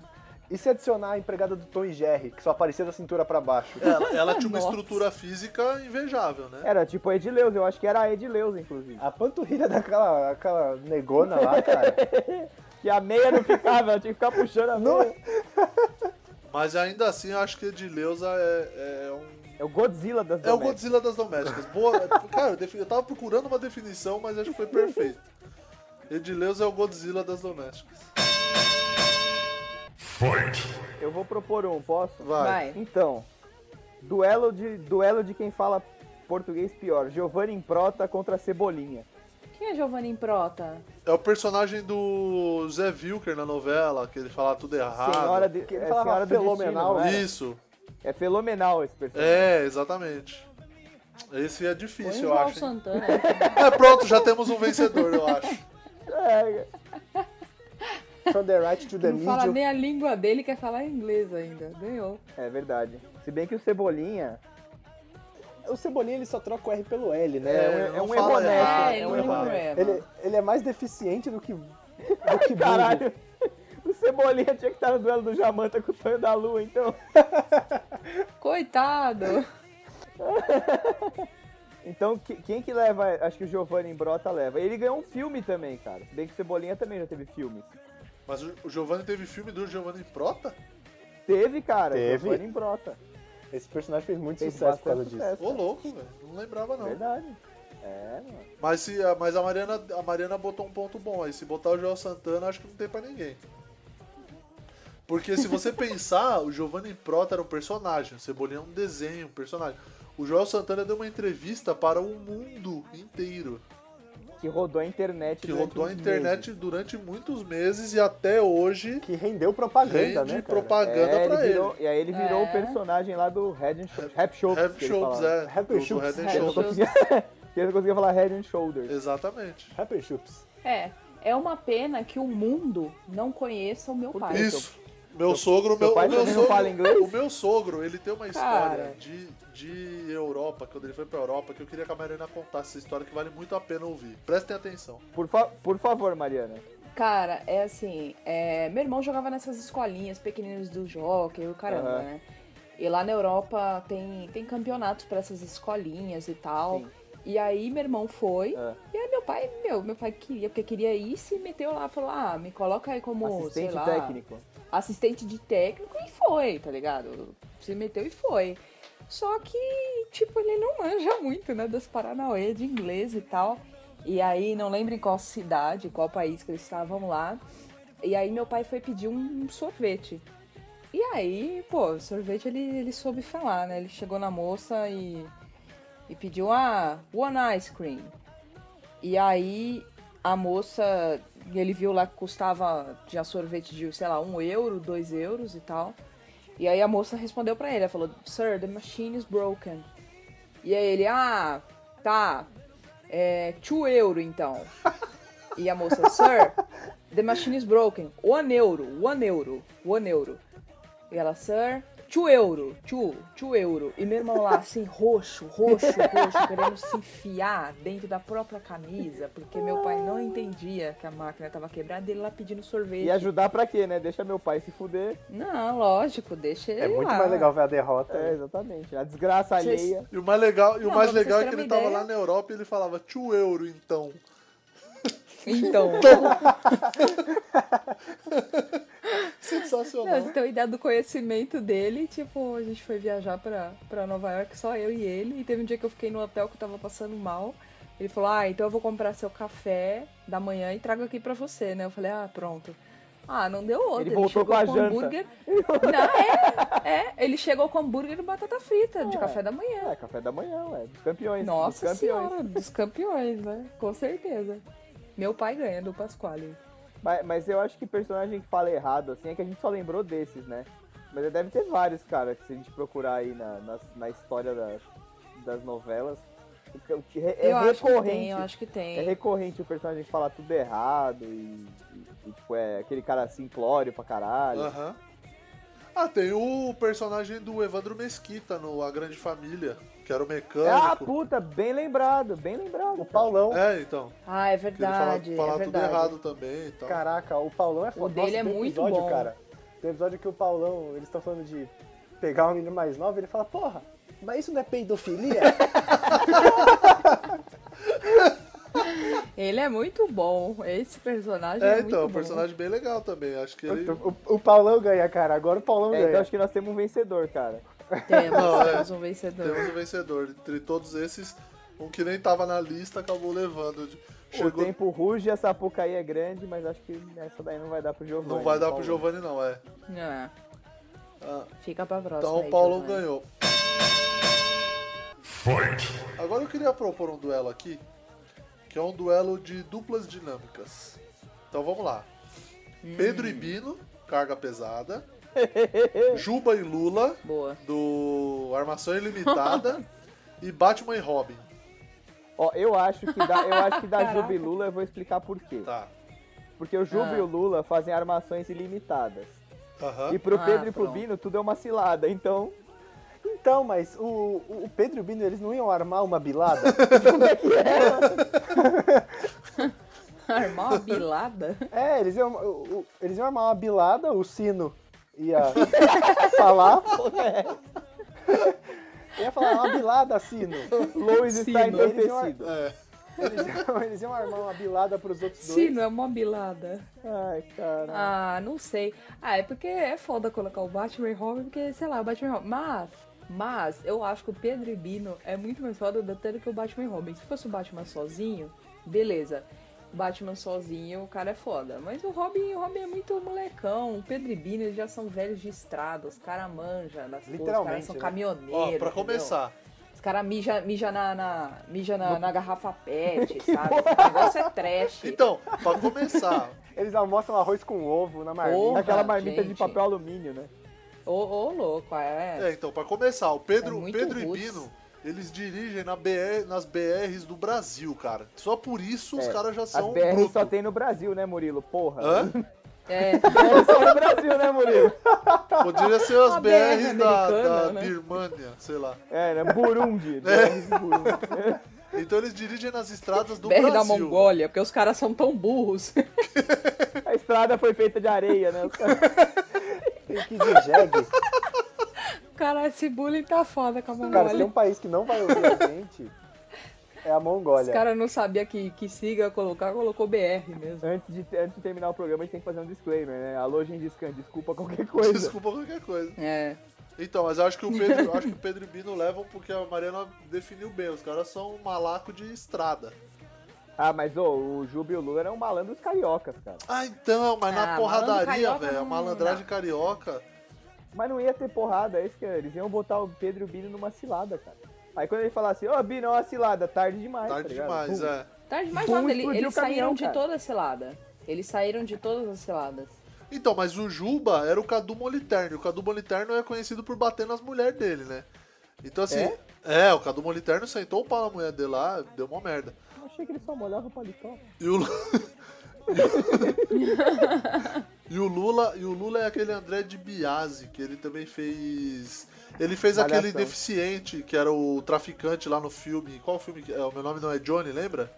Speaker 2: E se adicionar a empregada do Tom e Jerry, que só aparecia da cintura pra baixo?
Speaker 1: É, ela, ela tinha uma
Speaker 3: Nossa.
Speaker 1: estrutura física invejável, né?
Speaker 4: Era tipo a Edileuza, eu acho que era a Edileuza, inclusive.
Speaker 2: A panturrilha daquela aquela negona lá, cara.
Speaker 4: Que a meia não ficava, ela tinha que ficar puxando a
Speaker 2: Não-
Speaker 4: meia.
Speaker 1: Mas ainda assim, eu acho que Edileuza é, é um.
Speaker 4: É o Godzilla das
Speaker 1: É o
Speaker 4: domésticas.
Speaker 1: Godzilla das domésticas. Boa. Cara, eu defi- eu tava procurando uma definição, mas acho que foi perfeito. Edileuza é o Godzilla das domésticas.
Speaker 4: Eu vou propor um, posso?
Speaker 1: Vai.
Speaker 3: Vai.
Speaker 4: Então, duelo de, duelo de quem fala português pior. Giovanni Improta contra Cebolinha.
Speaker 3: Quem é Giovanni Prota?
Speaker 1: É o personagem do Zé Vilker na novela, que ele fala tudo errado.
Speaker 4: Senhora, de,
Speaker 2: Que ele
Speaker 4: é
Speaker 2: falava né?
Speaker 4: senhora do
Speaker 2: fenomenal,
Speaker 4: fenomenal, destino, né?
Speaker 1: Isso.
Speaker 4: não é? é fenomenal esse personagem.
Speaker 1: É, exatamente. Esse é
Speaker 3: Põe o
Speaker 1: difícil,
Speaker 4: um
Speaker 1: eu
Speaker 3: João
Speaker 1: acho. hein?
Speaker 3: Santana.
Speaker 1: É, pronto, já temos um vencedor, eu acho.
Speaker 4: É,
Speaker 2: From the right to the
Speaker 3: Não fala
Speaker 2: middle.
Speaker 3: nem a língua dele, quer falar inglês ainda. Ganhou.
Speaker 4: é verdade. Se bem que o Cebolinha
Speaker 2: O Cebolinha ele só troca o R pelo L, né?
Speaker 1: É,
Speaker 4: é, um- é
Speaker 1: não
Speaker 4: um
Speaker 1: fala
Speaker 4: erro
Speaker 1: errado,
Speaker 4: honesto.
Speaker 1: é
Speaker 3: ele
Speaker 1: um
Speaker 3: não
Speaker 1: errado.
Speaker 3: lembra.
Speaker 2: Ele, ele é mais deficiente do que. Do que Caralho.
Speaker 4: Caralho. O Cebolinha tinha que estar no duelo do Jamanta com o Sonho da Lua, então.
Speaker 3: Coitado.
Speaker 4: Então, que- quem que leva? Acho que o Giovanni Brota leva. Ele ganhou um filme também, cara. Se bem que o Cebolinha também já teve filmes.
Speaker 1: Mas o o Giovanni teve filme do Giovanni Prota?
Speaker 4: Teve, cara.
Speaker 2: Teve.
Speaker 4: Giovanni Brota.
Speaker 2: Esse personagem fez muito
Speaker 4: Fez
Speaker 2: sucesso por causa
Speaker 4: bastante
Speaker 2: disso.
Speaker 4: sucesso.
Speaker 1: Ô, louco, velho. Não lembrava, não.
Speaker 4: Verdade. É, mano.
Speaker 1: Mas, se, a- mas a, Mariana, a Mariana botou um ponto bom aí. Se botar o Joel Santana, acho que não tem pra ninguém. Porque se você pensar, o Giovanni Prota era um personagem, o Cebolinha é um desenho, um personagem. O Joel Santana deu uma entrevista para o mundo inteiro,
Speaker 4: Que rodou a internet.
Speaker 1: que
Speaker 4: durante
Speaker 1: rodou a
Speaker 4: uns
Speaker 1: internet durante muitos meses e até hoje
Speaker 2: Que rendeu propaganda,
Speaker 1: rende
Speaker 2: né? Cara?
Speaker 4: meses.
Speaker 1: propaganda
Speaker 4: É, ele
Speaker 1: pra
Speaker 4: virou- E aí ele virou o
Speaker 3: É.
Speaker 4: personagem lá do Head and Shoulders. Rap Shoulders.
Speaker 1: Head
Speaker 4: que ele
Speaker 1: Shoulders,
Speaker 4: falava.
Speaker 1: é.
Speaker 2: Head
Speaker 1: do- do
Speaker 2: Shoulders.
Speaker 1: Head
Speaker 3: Head
Speaker 4: Eu não
Speaker 1: Shoulders.
Speaker 4: conseguia... que ele não conseguia falar Head and Shoulders.
Speaker 1: Exatamente.
Speaker 2: Rapper Chups.
Speaker 3: É. É uma pena que o mundo não conheça o meu pai.
Speaker 1: Isso. Meu sogro, meu,
Speaker 4: pai
Speaker 1: o meu
Speaker 4: também não
Speaker 1: sogro,
Speaker 4: fala inglês?
Speaker 1: o meu sogro, ele tem uma história
Speaker 3: Cara.
Speaker 1: de, de Europa, quando ele foi pra Europa, que eu queria que a Mariana contasse essa história que vale muito a pena ouvir. Prestem atenção.
Speaker 4: Por, fa- por favor, Mariana.
Speaker 3: Cara, é assim, é, meu irmão jogava nessas escolinhas pequeninas do jockey, o caramba,
Speaker 4: Aham.
Speaker 3: né? E lá na Europa tem, tem campeonatos pra essas escolinhas e tal.
Speaker 4: Sim.
Speaker 3: E aí meu irmão foi,
Speaker 4: Ah.
Speaker 3: e aí meu pai, meu, meu pai queria, porque queria ir, se meteu lá, falou, ah, me coloca aí como,
Speaker 4: Assistente
Speaker 3: sei lá,
Speaker 4: técnico.
Speaker 3: assistente de técnico e foi, tá ligado? Se meteu e foi. Só que, tipo, ele não manja muito, né, das Paranauê de inglês e tal. E aí, não lembro em qual cidade, qual país que eles estavam lá. E aí meu pai foi pedir um sorvete. E aí, pô, sorvete ele, ele soube falar, né? Ele chegou na moça e, e pediu, ah, one ice cream. E aí a moça, ele viu lá que custava já sorvete de, sei lá, um euro, dois euros e tal. E aí a moça respondeu pra ele, ela falou, Sir, the machine is broken. E aí ele, ah, tá, é, two euro então. E a moça, Sir, the machine is broken, one euro, one euro, one euro. E ela, Sir, two euro, two, two euro. E meu irmão lá, assim, roxo, roxo, roxo, querendo se enfiar dentro da própria camisa, porque meu pai não entendia que a máquina tava quebrada e ele lá pedindo sorvete.
Speaker 4: E ajudar pra quê, né? Deixa meu pai se fuder.
Speaker 3: Não, lógico, deixa ele
Speaker 2: É muito
Speaker 3: lá.
Speaker 2: mais legal ver a derrota.
Speaker 4: É, exatamente. A desgraça
Speaker 3: Vocês-
Speaker 4: alheia.
Speaker 1: E o mais legal, e o
Speaker 3: Não,
Speaker 1: mais
Speaker 3: pra vocês
Speaker 1: legal é que
Speaker 3: terem
Speaker 1: ele
Speaker 3: uma
Speaker 1: tava
Speaker 3: ideia-
Speaker 1: lá na Europa e ele falava 2 euro então.
Speaker 3: Então, Não,
Speaker 4: né?
Speaker 3: é
Speaker 1: Sensacional.
Speaker 3: você tem uma ideia do conhecimento dele, tipo, a gente foi viajar pra, pra Nova York, só eu e ele, e teve um dia que eu fiquei no hotel que eu tava passando mal. Ele falou, ah, então eu vou comprar seu café da manhã e trago aqui pra você, né? Eu falei, ah, pronto. Ah, não deu outro.
Speaker 4: Ele voltou
Speaker 3: chegou
Speaker 4: com a janta.
Speaker 3: hambúrguer. Não, é, é. Ele chegou com hambúrguer e batata frita de
Speaker 4: É.
Speaker 3: café da manhã.
Speaker 4: É, café da manhã, ué. é. Dos campeões.
Speaker 3: Nossa
Speaker 4: dos campeões.
Speaker 3: senhora, dos campeões, né? Com certeza. Meu pai ganha do Pasquale.
Speaker 4: Mas, mas eu acho que personagem que fala errado, assim, é que a gente só lembrou desses, né? Mas deve ter vários, cara, que se a gente procurar aí na, na, na história das, das novelas. o que- o que re- é
Speaker 3: eu acho que tem,
Speaker 4: recorrente.
Speaker 3: eu acho que tem.
Speaker 4: É recorrente o personagem que fala tudo errado e, e, e, tipo, é aquele cara simplório pra caralho.
Speaker 1: Aham. Ah, tem o personagem do Evandro Mesquita no A Grande Família, que era o
Speaker 4: Ah,
Speaker 1: mecânico.
Speaker 4: puta, bem lembrado, bem lembrado.
Speaker 2: O Paulão,
Speaker 1: é, então.
Speaker 3: Ah, é
Speaker 1: Que ele fala,
Speaker 3: verdade,
Speaker 1: fala
Speaker 3: é
Speaker 1: tudo
Speaker 3: verdade.
Speaker 1: errado também e tal.
Speaker 2: caraca, o Paulão é foda.
Speaker 3: O dele
Speaker 2: Nossa,
Speaker 3: é
Speaker 2: tem
Speaker 3: muito
Speaker 2: episódio,
Speaker 3: bom.
Speaker 2: cara. Tem episódio que o Paulão, eles estão falando de pegar uma menina mais nova, ele fala, porra, mas isso não é peidofilia?
Speaker 3: Ele é muito bom. Esse personagem é,
Speaker 1: é, então, é um
Speaker 3: muito bom.
Speaker 1: personagem bem legal também. Acho que ele.
Speaker 2: o, o Paulão ganha, cara. Agora o Paulão
Speaker 4: É,
Speaker 2: ganha.
Speaker 4: então acho que nós temos um vencedor, cara.
Speaker 3: Temos,
Speaker 1: Não, é.
Speaker 3: temos um vencedor.
Speaker 1: Temos um vencedor. Entre todos esses, um que nem tava na lista acabou levando.
Speaker 4: O
Speaker 1: Chegou.
Speaker 4: tempo ruge, a sapucaí é grande, mas acho que essa daí não vai dar pro Giovanni.
Speaker 1: Não vai dar pro
Speaker 4: Paulão.
Speaker 1: Giovanni, não, é.
Speaker 3: Ah,
Speaker 1: Ah,
Speaker 3: fica pra próxima.
Speaker 1: Então
Speaker 3: aí,
Speaker 1: o Paulo
Speaker 3: Giovanni.
Speaker 1: ganhou. Agora eu queria propor um duelo aqui, que é um duelo de duplas dinâmicas. Então vamos lá.
Speaker 3: Hum.
Speaker 1: Pedro e Bino, carga pesada. Juba e Lula,
Speaker 3: Boa.
Speaker 1: do Armação Ilimitada. e Batman e Robin.
Speaker 4: Ó, eu acho que dá, eu acho que dá
Speaker 3: Caraca.
Speaker 4: Juba e Lula, eu vou explicar por quê.
Speaker 1: Tá.
Speaker 4: Porque o Juba
Speaker 3: Ah.
Speaker 4: e o Lula fazem armações ilimitadas.
Speaker 1: Aham.
Speaker 4: E pro
Speaker 3: Ah,
Speaker 4: Pedro e pro
Speaker 3: pronto.
Speaker 4: Bino, tudo é uma cilada. Então,
Speaker 2: Então, mas o, o o Pedro e o Bino, eles não iam armar uma bilada?
Speaker 4: como é que é?
Speaker 3: Armar Ah, é uma bilada?
Speaker 2: é, eles iam, o- o- eles iam armar uma bilada, o sino ia falar. ia falar uma bilada, sino.
Speaker 4: Lois está
Speaker 3: Sim, não.
Speaker 4: entorpecido.
Speaker 1: É.
Speaker 2: Eles iam, eles iam armar uma bilada pros outros dois.
Speaker 3: Sim, não é uma bilada.
Speaker 4: Ai, cara.
Speaker 3: Ah, não sei. Ah, é porque é foda colocar o Batman e Robin, porque, sei lá, o Batman e Robin. Mas, mas, eu acho que o Pedro e Bino é muito mais foda do tanto que o Batman e Robin. Se fosse o Batman sozinho, beleza. O Batman sozinho, o cara é foda. Mas o Robin, o Robin é muito molecão. O Pedro e Bino, eles já são velhos de estrada. Os caras manjam das coisas. Os caras
Speaker 2: Literalmente,
Speaker 3: são
Speaker 2: né?
Speaker 3: caminhoneiros.
Speaker 1: Ó, pra
Speaker 3: entendeu?
Speaker 1: começar.
Speaker 3: Os caras mijam mija na, na, mija na, na garrafa pet, sabe? O negócio é trash.
Speaker 1: Então, pra começar,
Speaker 2: Eles almoçam arroz com ovo na marmita.
Speaker 3: Porra,
Speaker 4: Aquela marmita de
Speaker 3: gente.
Speaker 4: papel alumínio, né?
Speaker 3: Ô, ô, louco, é.
Speaker 1: É, então, pra começar, o
Speaker 3: É
Speaker 1: Pedro,
Speaker 3: muito
Speaker 1: Pedro e
Speaker 3: roots.
Speaker 1: Bino, eles dirigem na BR, nas BRs do Brasil, cara. Só por isso os
Speaker 4: É,
Speaker 1: caras já
Speaker 4: As
Speaker 1: são
Speaker 4: BR
Speaker 1: bruto.
Speaker 4: só tem no Brasil, né, Murilo? Porra.
Speaker 1: Hã?
Speaker 3: É,
Speaker 4: É só no Brasil, né, Murilo?
Speaker 1: Poderia ser as
Speaker 3: A
Speaker 1: BRs da,
Speaker 3: americana,
Speaker 1: da
Speaker 3: né?
Speaker 1: Birmania, sei lá.
Speaker 4: É, né? Burundi.
Speaker 1: É.
Speaker 4: BR de Burundi.
Speaker 1: Então eles dirigem nas estradas do
Speaker 3: BR
Speaker 1: Brasil.
Speaker 3: da Mongólia, porque os caras são tão burros.
Speaker 4: A estrada foi feita de areia, né? Os caras-
Speaker 2: Que de jegue.
Speaker 3: Cara, esse bullying tá foda com a
Speaker 2: Cara, se tem
Speaker 3: Mongólia.
Speaker 2: um país que não vai ouvir a gente, é a
Speaker 3: Os
Speaker 2: Mongólia.
Speaker 3: caras não sabiam que, que siga colocar, colocou BR mesmo.
Speaker 4: Antes de, antes de terminar o programa, a gente tem que fazer um disclaimer, né? Alô, Gengis Khan, desculpa qualquer coisa.
Speaker 1: Desculpa qualquer coisa.
Speaker 3: É.
Speaker 1: Então, mas eu acho que o Pedro, eu acho que o Pedro e Bino levam porque a Mariana definiu bem. Os caras são um malaco de estrada.
Speaker 4: Ah, mas ô, o Juba e o Lula eram malandros cariocas, cara.
Speaker 1: Ah, então, mas na
Speaker 3: Ah, malandro
Speaker 1: porradaria,
Speaker 3: carioca
Speaker 1: velho, a
Speaker 3: não-
Speaker 1: malandragem carioca.
Speaker 4: Mas não ia ter porrada, é isso que é, eles iam botar o Pedro e o Bino numa cilada, cara. Aí quando ele falasse, ô Bino, é uma cilada, tarde demais, tá
Speaker 1: Tarde
Speaker 4: ligado?
Speaker 1: demais,
Speaker 4: Pum.
Speaker 1: é.
Speaker 3: Tarde mais
Speaker 4: Pum,
Speaker 3: Tá, nada, ele-
Speaker 4: explodiu
Speaker 3: eles
Speaker 4: o caminhão,
Speaker 3: saíram de
Speaker 4: cara.
Speaker 3: toda a cilada. Eles saíram de todas as ciladas.
Speaker 1: Então, mas o Juba era o Cadu Moliterno. e O Cadu Moliterno é conhecido por bater nas mulheres dele, né? Então, assim.
Speaker 4: É?
Speaker 1: É, o Cadu Moliterno sentou o pau na mulher dele lá, deu uma merda.
Speaker 4: Eu Achei que ele só molhava o paletó.
Speaker 1: E o. Lu- e o Lula, e o Lula é aquele André de Biasi, que ele também fez. Ele fez aquele
Speaker 4: Malhação.
Speaker 1: deficiente que era o traficante lá no filme. Qual filme? que- é, o meu nome não é Johnny, lembra?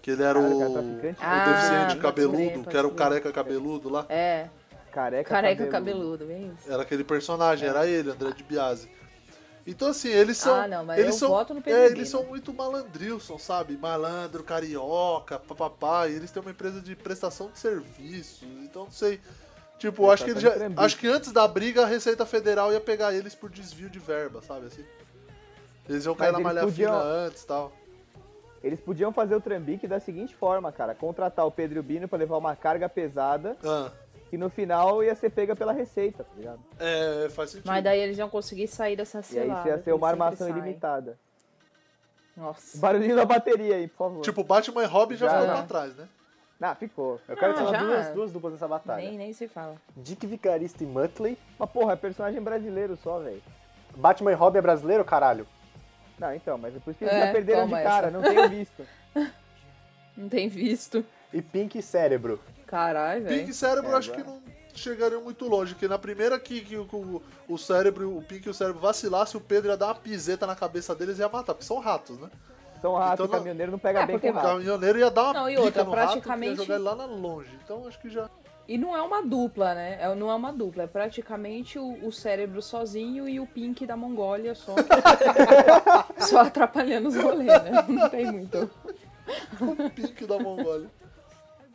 Speaker 1: Que ele era
Speaker 4: Cara,
Speaker 1: o,
Speaker 4: cara, traficante.
Speaker 1: o
Speaker 3: Ah,
Speaker 1: deficiente
Speaker 3: pode
Speaker 1: cabeludo,
Speaker 3: crer, pode
Speaker 1: que era o
Speaker 3: crer.
Speaker 1: careca cabeludo lá.
Speaker 3: É,
Speaker 4: Careca,
Speaker 3: careca cabeludo, bem isso.
Speaker 1: Era aquele personagem, era ele, André de Biasi. Então, assim, eles são.
Speaker 3: É. Ah, não, mas
Speaker 1: eles
Speaker 3: eu
Speaker 1: são,
Speaker 3: voto no
Speaker 1: é,
Speaker 3: Pedro
Speaker 1: Eles
Speaker 3: Guima.
Speaker 1: são muito malandrilson, sabe? Malandro, carioca, papapá. E eles têm uma empresa de prestação de serviços. Então, não sei. Tipo,
Speaker 4: Ele
Speaker 1: acho
Speaker 4: tá
Speaker 1: que, ele
Speaker 4: dando
Speaker 1: já,
Speaker 4: trembique.
Speaker 1: acho que antes da briga, a Receita Federal ia pegar eles por desvio de verba, sabe? Assim. Eles iam cair na
Speaker 4: Mas eles
Speaker 1: malha
Speaker 4: podiam-
Speaker 1: fina antes e tal.
Speaker 4: Eles podiam fazer o trambique da seguinte forma, cara. Contratar o Pedro e o Bino pra levar uma carga pesada
Speaker 1: Ah,
Speaker 4: e no final ia ser pega pela receita, tá ligado?
Speaker 1: é, faz sentido.
Speaker 3: Mas daí eles iam conseguir sair dessa
Speaker 4: E aí
Speaker 3: cilada.
Speaker 4: isso ia
Speaker 3: né, que
Speaker 4: ser
Speaker 3: eles sempre
Speaker 4: uma armação
Speaker 3: saem.
Speaker 4: ilimitada.
Speaker 3: Nossa.
Speaker 4: Barulhinho da bateria aí, por favor.
Speaker 1: Tipo, Batman e Robin já,
Speaker 4: Já,
Speaker 1: ficou
Speaker 3: já.
Speaker 1: pra trás, né?
Speaker 4: Ah, ficou.
Speaker 2: Eu quero
Speaker 3: Ah,
Speaker 2: falar
Speaker 3: já?
Speaker 2: duas, duas duplas nessa batalha.
Speaker 3: Nem, nem se fala.
Speaker 2: Dick Vicarista e Muttley.
Speaker 4: Mas porra, é personagem brasileiro só, velho.
Speaker 2: Batman e Robin é brasileiro, caralho?
Speaker 4: Não, então, mas é por isso que eles
Speaker 3: É,
Speaker 4: já perderam de
Speaker 3: toma
Speaker 4: cara,
Speaker 3: essa.
Speaker 4: não tenho visto.
Speaker 3: Não tem visto.
Speaker 2: E Pink e Cérebro.
Speaker 3: Caralho,
Speaker 1: Pink
Speaker 3: velho.
Speaker 1: e cérebro
Speaker 4: É,
Speaker 1: acho que
Speaker 4: agora-
Speaker 1: não chegariam muito longe, porque na primeira que, que o- que o, o cérebro, o Pink e o cérebro vacilasse, o Pedro ia dar uma piseta na cabeça deles e ia matar, porque são ratos, né?
Speaker 4: São rato,
Speaker 1: Então não-
Speaker 4: caminhoneiro não pega
Speaker 3: É,
Speaker 4: bem
Speaker 1: O
Speaker 4: com
Speaker 3: porque-
Speaker 4: rato.
Speaker 1: caminhoneiro ia dar uma
Speaker 3: Não, e
Speaker 1: pica
Speaker 3: outra,
Speaker 1: no
Speaker 3: praticamente-
Speaker 1: rato, que ia jogar ele lá na longe. Então acho que já...
Speaker 3: E não é uma dupla, né? É- não é uma dupla. É praticamente o, o cérebro sozinho e o Pink da Mongólia só. só atrapalhando os rolês, né? Não tem muito.
Speaker 1: O Pink é um da Mongólia.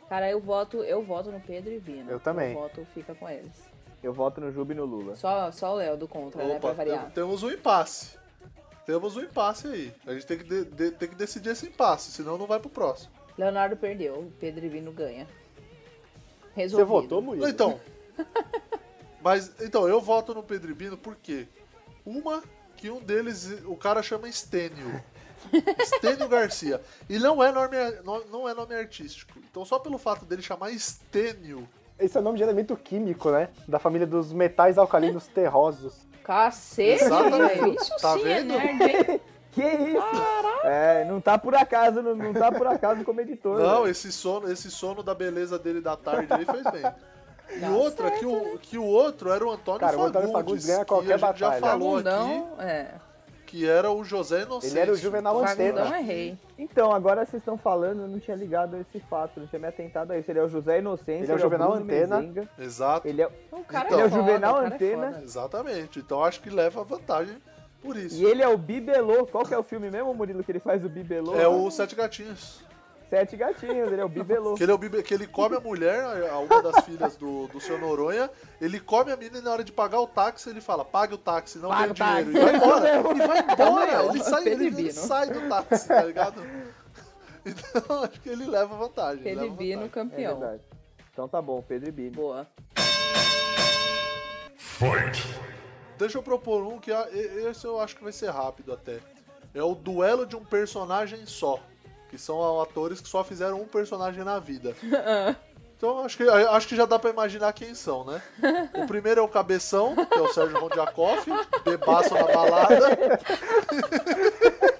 Speaker 3: Cara, eu voto, eu voto no Pedro e Vino.
Speaker 2: Eu também.
Speaker 3: Eu voto, fica com eles.
Speaker 4: Eu voto no Juba e no Lula.
Speaker 3: Só, só o Léo do contra, né? Pra
Speaker 1: Opa,
Speaker 4: é
Speaker 3: variar.
Speaker 1: tem- temos um impasse. Temos um impasse aí. A gente tem que, de- de- tem que decidir esse impasse, senão não vai pro próximo.
Speaker 3: Leonardo perdeu, o Pedro e Vino ganha.
Speaker 2: Você
Speaker 3: Resolvido.
Speaker 2: votou, Murilo?
Speaker 1: Não, então. Mas, então, eu voto no Pedro e Bino por quê? Uma, que um deles, o cara chama Stênio. Stênio Garcia. E não é, nome, não- não é nome artístico. Então, só pelo fato dele chamar Stênio,
Speaker 2: Esse é o nome de elemento químico, né? Da família dos metais alcalinos terrosos.
Speaker 3: Cacete,
Speaker 1: Exatamente.
Speaker 3: velho. Isso
Speaker 1: Tá
Speaker 3: sim
Speaker 1: vendo?
Speaker 3: é nerd, hein?
Speaker 4: Que isso? É, não tá por acaso, não, não tá por acaso como editor. né?
Speaker 1: Não,
Speaker 4: velho.
Speaker 1: esse sono, esse sono da beleza dele da tarde aí fez bem. E
Speaker 3: Tá
Speaker 1: outra, que, o, que o outro era o Antônio
Speaker 2: Cara, o
Speaker 1: Fagundes.
Speaker 2: Antônio Fagundes ganha qualquer
Speaker 1: que a gente já
Speaker 2: batalha.
Speaker 1: falou aqui
Speaker 3: Não, é.
Speaker 1: que era o José Inocente.
Speaker 2: Ele era o Juvenal
Speaker 3: Vagabundão
Speaker 2: Antena.
Speaker 3: é rei.
Speaker 4: Então, agora vocês estão falando, eu não tinha ligado a esse fato, não tinha me atentado a isso. Ele é o José Inocêncio,
Speaker 2: Ele é o Juvenal
Speaker 4: Bruno
Speaker 2: Antena.
Speaker 4: Mezenga,
Speaker 1: Exato.
Speaker 4: ele é...
Speaker 3: O cara
Speaker 1: Então. Ele
Speaker 3: é
Speaker 1: é o
Speaker 3: foda,
Speaker 4: Juvenal
Speaker 3: o cara é
Speaker 4: Antena.
Speaker 3: foda.
Speaker 1: Exatamente. Então acho que leva vantagem por isso.
Speaker 4: E ele é o Bibelô. Qual que é o filme mesmo, Murilo, que ele faz o Bibelô?
Speaker 1: É o Sete Gatinhos.
Speaker 4: Sete Gatinhos, ele é o Bibelô.
Speaker 1: Que ele, é o bibe- que ele come a mulher, a uma das filhas do, do seu Noronha, ele come a menina e na hora de pagar o táxi, ele fala, pague o táxi, não
Speaker 3: Paga
Speaker 1: dê
Speaker 3: o
Speaker 1: o dinheiro.
Speaker 3: táxi.
Speaker 1: E vai embora. E vai
Speaker 3: Então,
Speaker 1: embora.
Speaker 3: não,
Speaker 1: Ele sai, ele,
Speaker 3: Pedro e
Speaker 1: ele
Speaker 3: Bino.
Speaker 1: sai do táxi, tá ligado? Então acho que ele leva vantagem.
Speaker 3: Pedro e
Speaker 1: leva
Speaker 3: Bino,
Speaker 1: vantagem.
Speaker 4: É
Speaker 3: campeão.
Speaker 4: verdade. Então tá bom, Pedro e Bini.
Speaker 3: Boa.
Speaker 1: Deixa eu propor um que ah, e- esse eu acho que vai ser rápido até. É o duelo de um personagem só. Que são atores que só fizeram um personagem na vida. Então acho que, acho que já dá pra imaginar quem são, né? O primeiro é o Cabeção, que é o Sérgio Rondiakoff, bebaço na balada.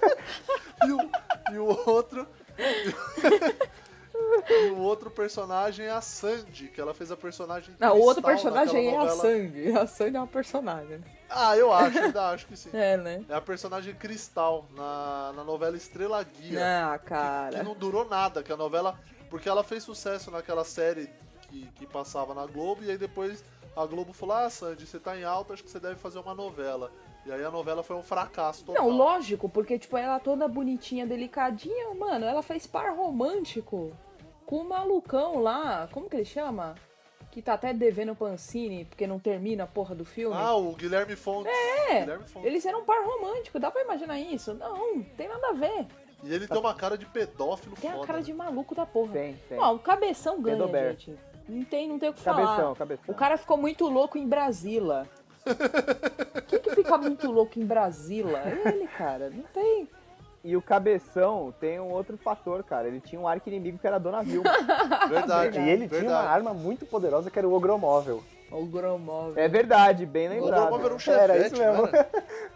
Speaker 1: E o, e o outro. E o outro personagem é a Sandy, que ela fez a personagem.
Speaker 3: Não, Ah, o outro
Speaker 1: Cristal
Speaker 3: personagem é
Speaker 1: naquela
Speaker 3: a
Speaker 1: novela.
Speaker 3: Sandy. A Sandy é uma personagem.
Speaker 1: Ah, eu acho, ainda acho que sim.
Speaker 3: É, né?
Speaker 1: É a personagem Cristal na, na novela Estrela Guia.
Speaker 3: Ah,
Speaker 1: Que
Speaker 3: cara.
Speaker 1: não durou nada, que a novela. Porque ela fez sucesso naquela série que, que passava na Globo, e aí depois a Globo falou: Ah, Sandy, você tá em alta, acho que você deve fazer uma novela. E aí a novela foi um fracasso total.
Speaker 3: Não, lógico, porque, tipo, ela toda bonitinha, delicadinha, mano, ela fez par romântico com o malucão lá, como que ele chama? Que tá até devendo Pancini, porque não termina a porra do filme.
Speaker 1: Ah, o Guilherme Fontes.
Speaker 3: É,
Speaker 1: Guilherme Fontes.
Speaker 3: eles eram um par romântico, dá pra imaginar isso? Não, tem nada a ver.
Speaker 1: E ele tem uma cara de pedófilo
Speaker 3: Tem
Speaker 1: foda. né?
Speaker 3: a cara de maluco da porra.
Speaker 4: Tem, tem.
Speaker 3: Ó, o cabeção ganha,
Speaker 4: Pedobert.
Speaker 3: gente. Não tem, não tem o que
Speaker 4: Cabeção,
Speaker 3: falar.
Speaker 4: cabeção.
Speaker 3: O cara ficou muito louco em Brasília. Quem que fica muito louco em Brasília? É Ele, cara. Não tem.
Speaker 4: E o cabeção tem um outro fator, cara. Ele tinha um arco inimigo que era a Dona Vilma.
Speaker 1: né? Verdade.
Speaker 2: E ele tinha uma
Speaker 1: verdade.
Speaker 2: arma muito poderosa que era o Ogromóvel.
Speaker 3: O Gromov.
Speaker 4: é verdade, bem
Speaker 1: O Gromov
Speaker 4: lembrado.
Speaker 1: era um chevette,
Speaker 2: Era isso mesmo.
Speaker 1: não era?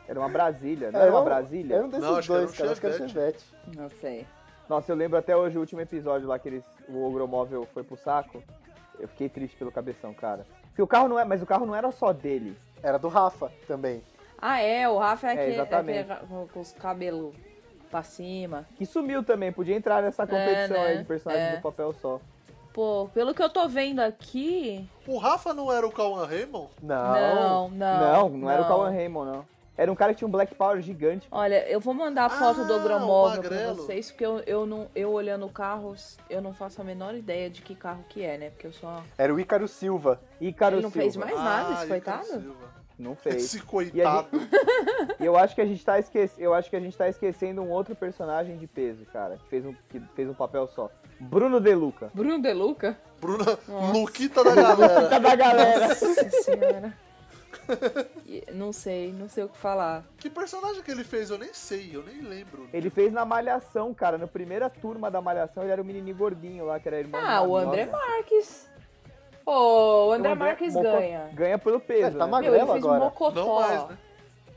Speaker 4: Era uma Brasília, não era uma Brasília?
Speaker 2: É, Era um desses
Speaker 1: Não, acho que era
Speaker 2: dois,
Speaker 1: um
Speaker 2: cara. Acho que era o Chevette.
Speaker 3: Não sei.
Speaker 4: Nossa, eu lembro até hoje o último episódio lá que eles, o Ogromóvel foi pro saco. Eu fiquei triste pelo cabeção, cara. Porque o carro não é, mas o carro não era só dele.
Speaker 2: Era do Rafa também.
Speaker 3: Ah, é. O Rafa é
Speaker 4: É,
Speaker 3: aquele, é
Speaker 4: exatamente.
Speaker 3: aquele com- com os cabelos pra cima.
Speaker 4: Que sumiu também, podia entrar nessa competição
Speaker 3: né?
Speaker 4: aí de personagens
Speaker 3: É.
Speaker 4: do papel só.
Speaker 3: Pô, pelo que eu tô vendo aqui.
Speaker 1: O Rafa não era o Cauan Raymond?
Speaker 2: Ah, Não.
Speaker 3: não.
Speaker 4: Não, não, era o Cauan Raymond, não. Era um cara que tinha um Black Power gigante.
Speaker 3: Olha, eu vou mandar a foto do
Speaker 1: Ah,
Speaker 3: Gromóvel
Speaker 1: o
Speaker 3: pra
Speaker 1: magrelo.
Speaker 3: vocês, porque eu, eu, não, eu olhando o carro, eu não faço a menor ideia de que carro que é, né? Porque eu só.
Speaker 2: Era o Ícaro Silva.
Speaker 4: Ícaro
Speaker 3: Ele não
Speaker 4: Silva.
Speaker 3: fez mais nada, esse
Speaker 1: Ícaro
Speaker 3: coitado?
Speaker 1: Ah, Silva.
Speaker 4: Não fez.
Speaker 1: Esse coitado.
Speaker 4: E eu acho que a gente tá esquecendo, eu acho que a gente tá esquecendo um outro personagem de peso, cara, que fez um que fez um papel só. Bruno De Luca.
Speaker 3: Bruno De Luca?
Speaker 1: Bruna
Speaker 3: Nossa.
Speaker 1: Luquita da galera.
Speaker 4: Tá da galera.
Speaker 3: Nossa senhora. E- não sei, não sei o que falar.
Speaker 1: que personagem que ele fez? Eu nem sei, eu nem lembro.
Speaker 4: Ele fez na Malhação, cara, na primeira turma da Malhação, ele era o menininho gordinho lá que era irmão
Speaker 3: Ah,
Speaker 4: do
Speaker 3: o André
Speaker 4: Nossa.
Speaker 3: Marques. Pô, o
Speaker 4: O
Speaker 3: André, Marques
Speaker 4: Mocó-
Speaker 3: ganha.
Speaker 4: Ganha pelo
Speaker 2: Ele
Speaker 4: peso.
Speaker 2: tá
Speaker 4: né?
Speaker 2: magro.
Speaker 3: Meu, ele
Speaker 2: Magrelo
Speaker 3: fez um
Speaker 2: agora.
Speaker 1: Não
Speaker 3: mocotó.
Speaker 1: mais, né?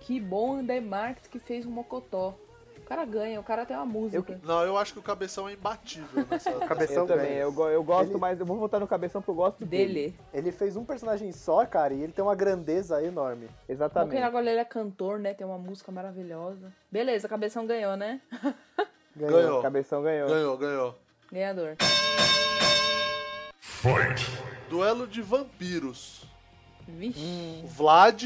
Speaker 3: Que bom o André Marques que fez um mocotó. O cara ganha, o cara tem uma música.
Speaker 1: Não, eu acho que o cabeção é imbatível nessa.
Speaker 2: Cabeção
Speaker 4: Eu também,
Speaker 2: ganha.
Speaker 4: eu, go- eu gosto
Speaker 2: Ele-
Speaker 4: mais, eu vou votar no cabeção porque eu gosto dele.
Speaker 3: Dele.
Speaker 2: Ele fez um personagem só, cara, e ele tem uma grandeza enorme.
Speaker 3: Bom que
Speaker 4: Exatamente.
Speaker 3: ele agora ele é cantor, né? Tem uma música maravilhosa. Beleza, cabeção ganhou, né?
Speaker 1: Ganhou.
Speaker 4: Cabeção ganhou.
Speaker 1: Ganhou, ganhou.
Speaker 3: Ganhador.
Speaker 1: Duelo de vampiros.
Speaker 3: Vixe.
Speaker 1: O Vlad,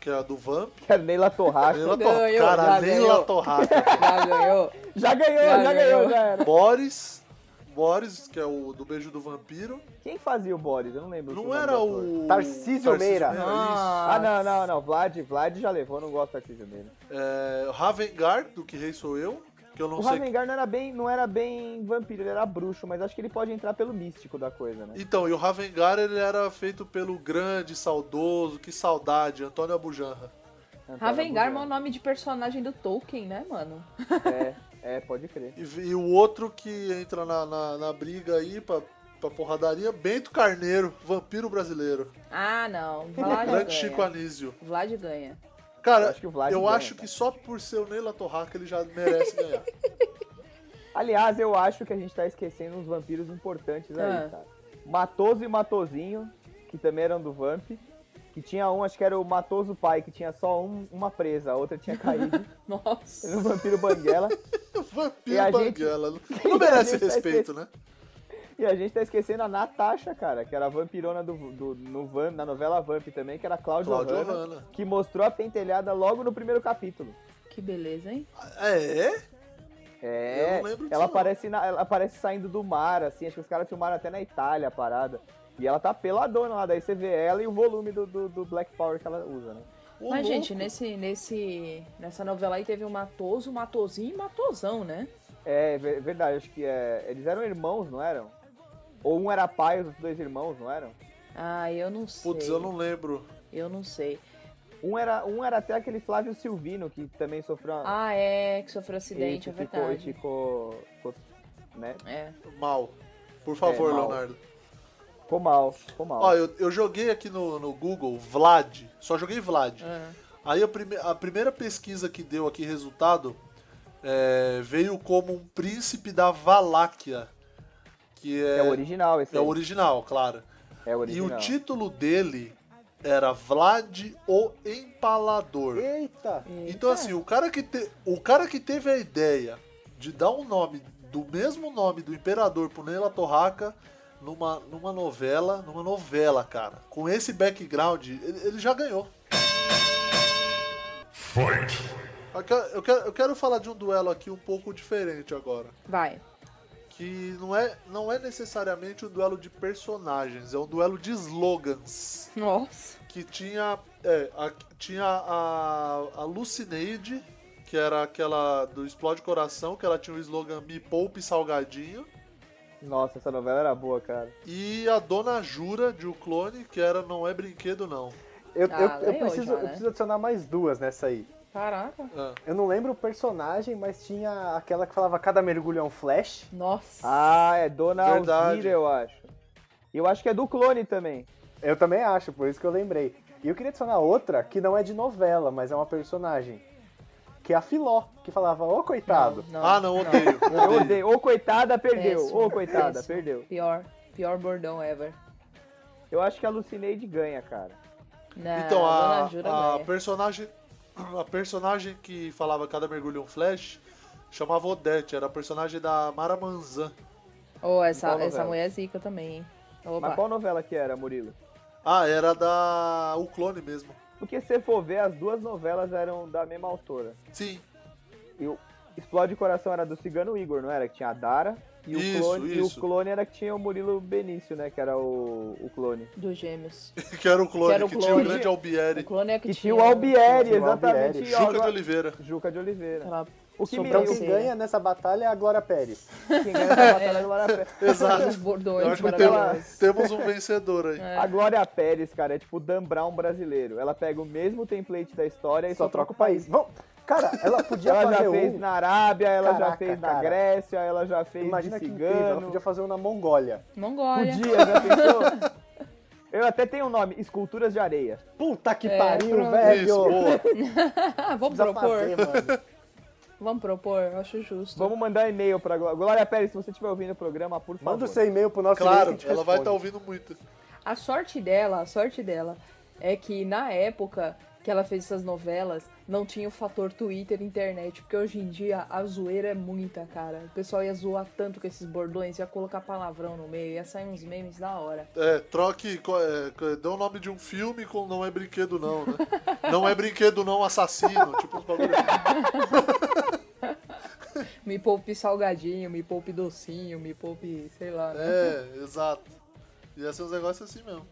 Speaker 1: que é a do Vamp.
Speaker 4: Que era Neila Torraca.
Speaker 1: Leila Torraca.
Speaker 3: Ganhou, já
Speaker 1: Cara, Leila
Speaker 3: ganhou.
Speaker 1: Torraca.
Speaker 3: Já ganhou.
Speaker 4: já ganhou,
Speaker 3: Já
Speaker 4: já,
Speaker 3: ganhou.
Speaker 4: ganhou, já era.
Speaker 1: Boris. Boris, que é o do Beijo do Vampiro.
Speaker 4: Quem fazia o Boris? Eu não lembro. o
Speaker 1: Não
Speaker 4: nome do
Speaker 1: era
Speaker 4: ator.
Speaker 1: o.
Speaker 2: Tarcísio Meira.
Speaker 1: Isso.
Speaker 4: Ah, não, não, não. Vlad, Vlad já levou, não gosto aqui dele.
Speaker 1: É, Ravengar, do Que Rei Sou Eu. Que eu não
Speaker 4: O
Speaker 1: sei.
Speaker 4: Ravengar não era bem, não era bem vampiro, ele era bruxo, mas acho que ele pode entrar pelo místico da coisa, né?
Speaker 1: Então, e o Ravengar ele era feito pelo grande, saudoso, que saudade, Antônio Abujanra.
Speaker 4: Então, era
Speaker 3: Ravengar é o
Speaker 4: bruxo.
Speaker 3: nome de personagem do Tolkien, né, mano?
Speaker 4: É, é, pode crer.
Speaker 1: E, e o outro que entra na, na, na briga aí pra, pra porradaria, Bento Carneiro, vampiro brasileiro.
Speaker 3: Ah, não.
Speaker 1: O
Speaker 3: Vlad
Speaker 1: grande Chico
Speaker 3: ganha.
Speaker 1: Anísio.
Speaker 3: Vlad ganha.
Speaker 1: Cara,
Speaker 4: Eu acho que o Vlad
Speaker 1: eu
Speaker 4: ganha, tá?
Speaker 1: acho
Speaker 4: cara.
Speaker 1: que só por ser o Neila Torraca ele já merece ganhar.
Speaker 4: Aliás, eu acho que a gente tá esquecendo uns vampiros importantes
Speaker 3: Ah.
Speaker 4: aí, cara. Matoso e Matozinho, que também eram do Vamp. Que tinha um, acho que era o Matoso Pai, que tinha só um- uma presa, a outra tinha caído. Era
Speaker 3: Nossa.
Speaker 4: um vampiro banguela. E
Speaker 1: É vampiro
Speaker 4: a
Speaker 1: Banguela.
Speaker 4: e a
Speaker 1: Não merece
Speaker 4: gente tá
Speaker 1: respeito, né?
Speaker 4: E a gente tá esquecendo a Natasha, cara, que era a vampirona do, do, no Van, na novela Vamp também, que era a Cláudia
Speaker 1: Cláudio
Speaker 4: Hanna,
Speaker 1: Hanna.
Speaker 4: que mostrou a pentelhada logo no primeiro capítulo.
Speaker 3: Que beleza, hein?
Speaker 1: É?
Speaker 4: É,
Speaker 1: Eu não lembro disso,
Speaker 4: ela
Speaker 1: não.
Speaker 4: aparece, na- ela aparece saindo do mar, assim, acho que os caras filmaram até na Itália a parada. E ela tá peladona lá, daí você vê ela e o volume do, do, do Black Power que ela usa, né?
Speaker 1: Ô,
Speaker 3: Mas,
Speaker 1: louco.
Speaker 3: gente, nesse, nesse, nessa novela aí teve o Matoso, o Matosinho e o Matosão, né?
Speaker 4: É, ver- verdade, acho que é, eles eram irmãos, não eram? Ou um era pai, os outros dois irmãos, não eram?
Speaker 3: Ah, eu não sei.
Speaker 1: Putz, eu não lembro.
Speaker 3: Eu não sei.
Speaker 4: Um era, um era até aquele Flávio Silvino, que também sofreu uma-
Speaker 3: Ah, é, que sofreu acidente,
Speaker 4: e
Speaker 3: é
Speaker 4: ficou-
Speaker 3: verdade.
Speaker 4: e Ficou, ficou, né?
Speaker 3: É.
Speaker 1: Mal. Por favor,
Speaker 4: É, mal.
Speaker 1: Leonardo.
Speaker 4: Ficou mal, ficou mal.
Speaker 1: Ó, eu, eu joguei aqui no, no Google Vlad. Só joguei Vlad.
Speaker 3: Ah.
Speaker 1: Aí a, prime- a primeira pesquisa que deu aqui resultado é, veio como um príncipe da Valáquia. Que é,
Speaker 4: é o original esse
Speaker 1: é o
Speaker 4: aí,
Speaker 1: original, claro.
Speaker 4: É o
Speaker 1: E
Speaker 4: original.
Speaker 1: o título dele era Vlad o Empalador.
Speaker 2: Eita!
Speaker 1: Então assim, o cara, que te- o cara que teve a ideia de dar um nome do mesmo nome do imperador pro Neila Torraca numa, numa novela, numa novela, cara. Com esse background, ele, ele já ganhou. Eu quero, eu quero- eu quero falar de um duelo aqui um pouco diferente agora.
Speaker 3: Vai.
Speaker 1: Que não é, não é necessariamente um duelo de personagens, é um duelo de slogans
Speaker 3: Nossa.
Speaker 1: que tinha, é, a, tinha a, a Lucineide, que era aquela do Explode Coração, que ela tinha o slogan Me Poupe Salgadinho.
Speaker 4: Nossa, essa novela era boa, cara.
Speaker 1: E a Dona Jura, de O Clone, que era Não É Brinquedo Não.
Speaker 2: Eu,
Speaker 3: Ah,
Speaker 2: eu- eu
Speaker 3: ganhou
Speaker 2: preciso,
Speaker 3: já, né?
Speaker 2: eu preciso adicionar mais duas nessa aí.
Speaker 3: Caraca.
Speaker 1: Ah,
Speaker 2: Eu não lembro o personagem, mas tinha aquela que falava cada mergulho é um flash.
Speaker 3: Nossa.
Speaker 4: Ah, é Dona
Speaker 1: Verdade.
Speaker 4: Alzira, eu acho. E eu acho que é do clone também.
Speaker 2: Eu também acho, por isso que eu lembrei. E eu queria adicionar outra que não é de novela, mas é uma personagem. Que é a Filó, que falava, ô coitado.
Speaker 1: Ah, não, odeio.
Speaker 4: Eu
Speaker 1: odeio.
Speaker 4: odeio. Ô, coitada, perdeu.
Speaker 3: Péssimo,
Speaker 4: Ô, coitada,
Speaker 3: péssimo.
Speaker 4: perdeu.
Speaker 3: Pior. Pior bordão ever.
Speaker 4: Eu acho que a Lucineide ganha, cara.
Speaker 3: Não,
Speaker 1: Então, a,
Speaker 3: É, Dona Jura
Speaker 1: a
Speaker 3: ganha.
Speaker 1: personagem. A personagem que falava cada mergulho um flash chamava Odete, era a personagem da Mara Manzan.
Speaker 3: Oh, essa,
Speaker 4: Qual
Speaker 3: essa
Speaker 4: novela?
Speaker 3: mulher é zica também, hein?
Speaker 4: Mas
Speaker 3: Opa.
Speaker 4: qual novela que era, Murilo?
Speaker 1: Ah, era da. O clone mesmo.
Speaker 4: Porque se você for ver, as duas novelas eram da mesma autora.
Speaker 1: Sim,
Speaker 4: E o Explode Coração era do Cigano Igor, não era? Que tinha a Dara. E o,
Speaker 1: Isso,
Speaker 4: clone, e o
Speaker 1: isso.
Speaker 4: clone era que tinha o Murilo Benício, né? Que era o, o clone.
Speaker 3: Dos gêmeos.
Speaker 1: que era o clone,
Speaker 3: Que era o
Speaker 1: que tinha o
Speaker 3: clone.
Speaker 1: grande Albieri,
Speaker 3: O clone é que,
Speaker 4: Que tinha o Albieri,
Speaker 2: Tinha o
Speaker 4: exatamente.
Speaker 2: Albieri.
Speaker 4: E, ó,
Speaker 1: Juca de
Speaker 4: agora-
Speaker 1: Oliveira.
Speaker 4: Juca de Oliveira.
Speaker 3: Aquela
Speaker 4: O que me
Speaker 2: Então
Speaker 3: sobrancelha.
Speaker 2: quem ganha nessa batalha é a Glória Pérez.
Speaker 4: Quem ganha essa batalha é a Glória Pérez.
Speaker 3: Os
Speaker 1: Exato. Eu
Speaker 3: bordões
Speaker 1: acho que temos,
Speaker 3: maravilhosos.
Speaker 1: temos um vencedor aí.
Speaker 3: É.
Speaker 4: A Glória Pérez, cara, é tipo o Dan Brown brasileiro. Ela pega o mesmo template da história e
Speaker 2: Só troca o país. Bom, cara, ela podia
Speaker 4: Ela já
Speaker 2: fazer um...
Speaker 4: fez na Arábia, ela já
Speaker 2: Caraca,
Speaker 4: fez na
Speaker 2: cara.
Speaker 4: Grécia, ela já fez
Speaker 2: Imagina
Speaker 4: de
Speaker 2: que incrível, ela
Speaker 4: cigano.
Speaker 2: podia fazer um na Mongólia.
Speaker 3: Mongólia.
Speaker 4: Podia, Um já pensou? Eu até tenho um nome, Esculturas de Areia.
Speaker 2: Puta que
Speaker 3: É,
Speaker 2: pariu,
Speaker 3: pronto.
Speaker 2: velho!
Speaker 1: Isso, boa.
Speaker 3: Ah, vamos
Speaker 2: Precisa
Speaker 3: propor.
Speaker 2: fazer, mano.
Speaker 3: Vamos propor, eu acho justo.
Speaker 4: Vamos mandar um e-mail pra Glória. Glória Pérez, se você estiver ouvindo o programa, por favor.
Speaker 2: Manda o seu e-mail pro nosso
Speaker 1: Claro,
Speaker 2: e-mail que a gente
Speaker 1: ela vai estar
Speaker 2: responde.
Speaker 1: ouvindo muito.
Speaker 3: A sorte dela, a sorte dela é que na época que ela fez essas novelas, não tinha o fator Twitter e internet, porque hoje em dia a zoeira é muita, cara. O pessoal ia zoar tanto com esses bordões, ia colocar palavrão no meio, ia sair uns memes da hora.
Speaker 1: É, troque. co- é, co- dê o nome de um filme com Não é Brinquedo Não, né? Não é Brinquedo Não Assassino. Tipo uns bagulho assim.
Speaker 3: Me poupe salgadinho, me poupe docinho, me poupe, sei lá, né?
Speaker 1: É, exato. Ia ser uns negócios assim mesmo.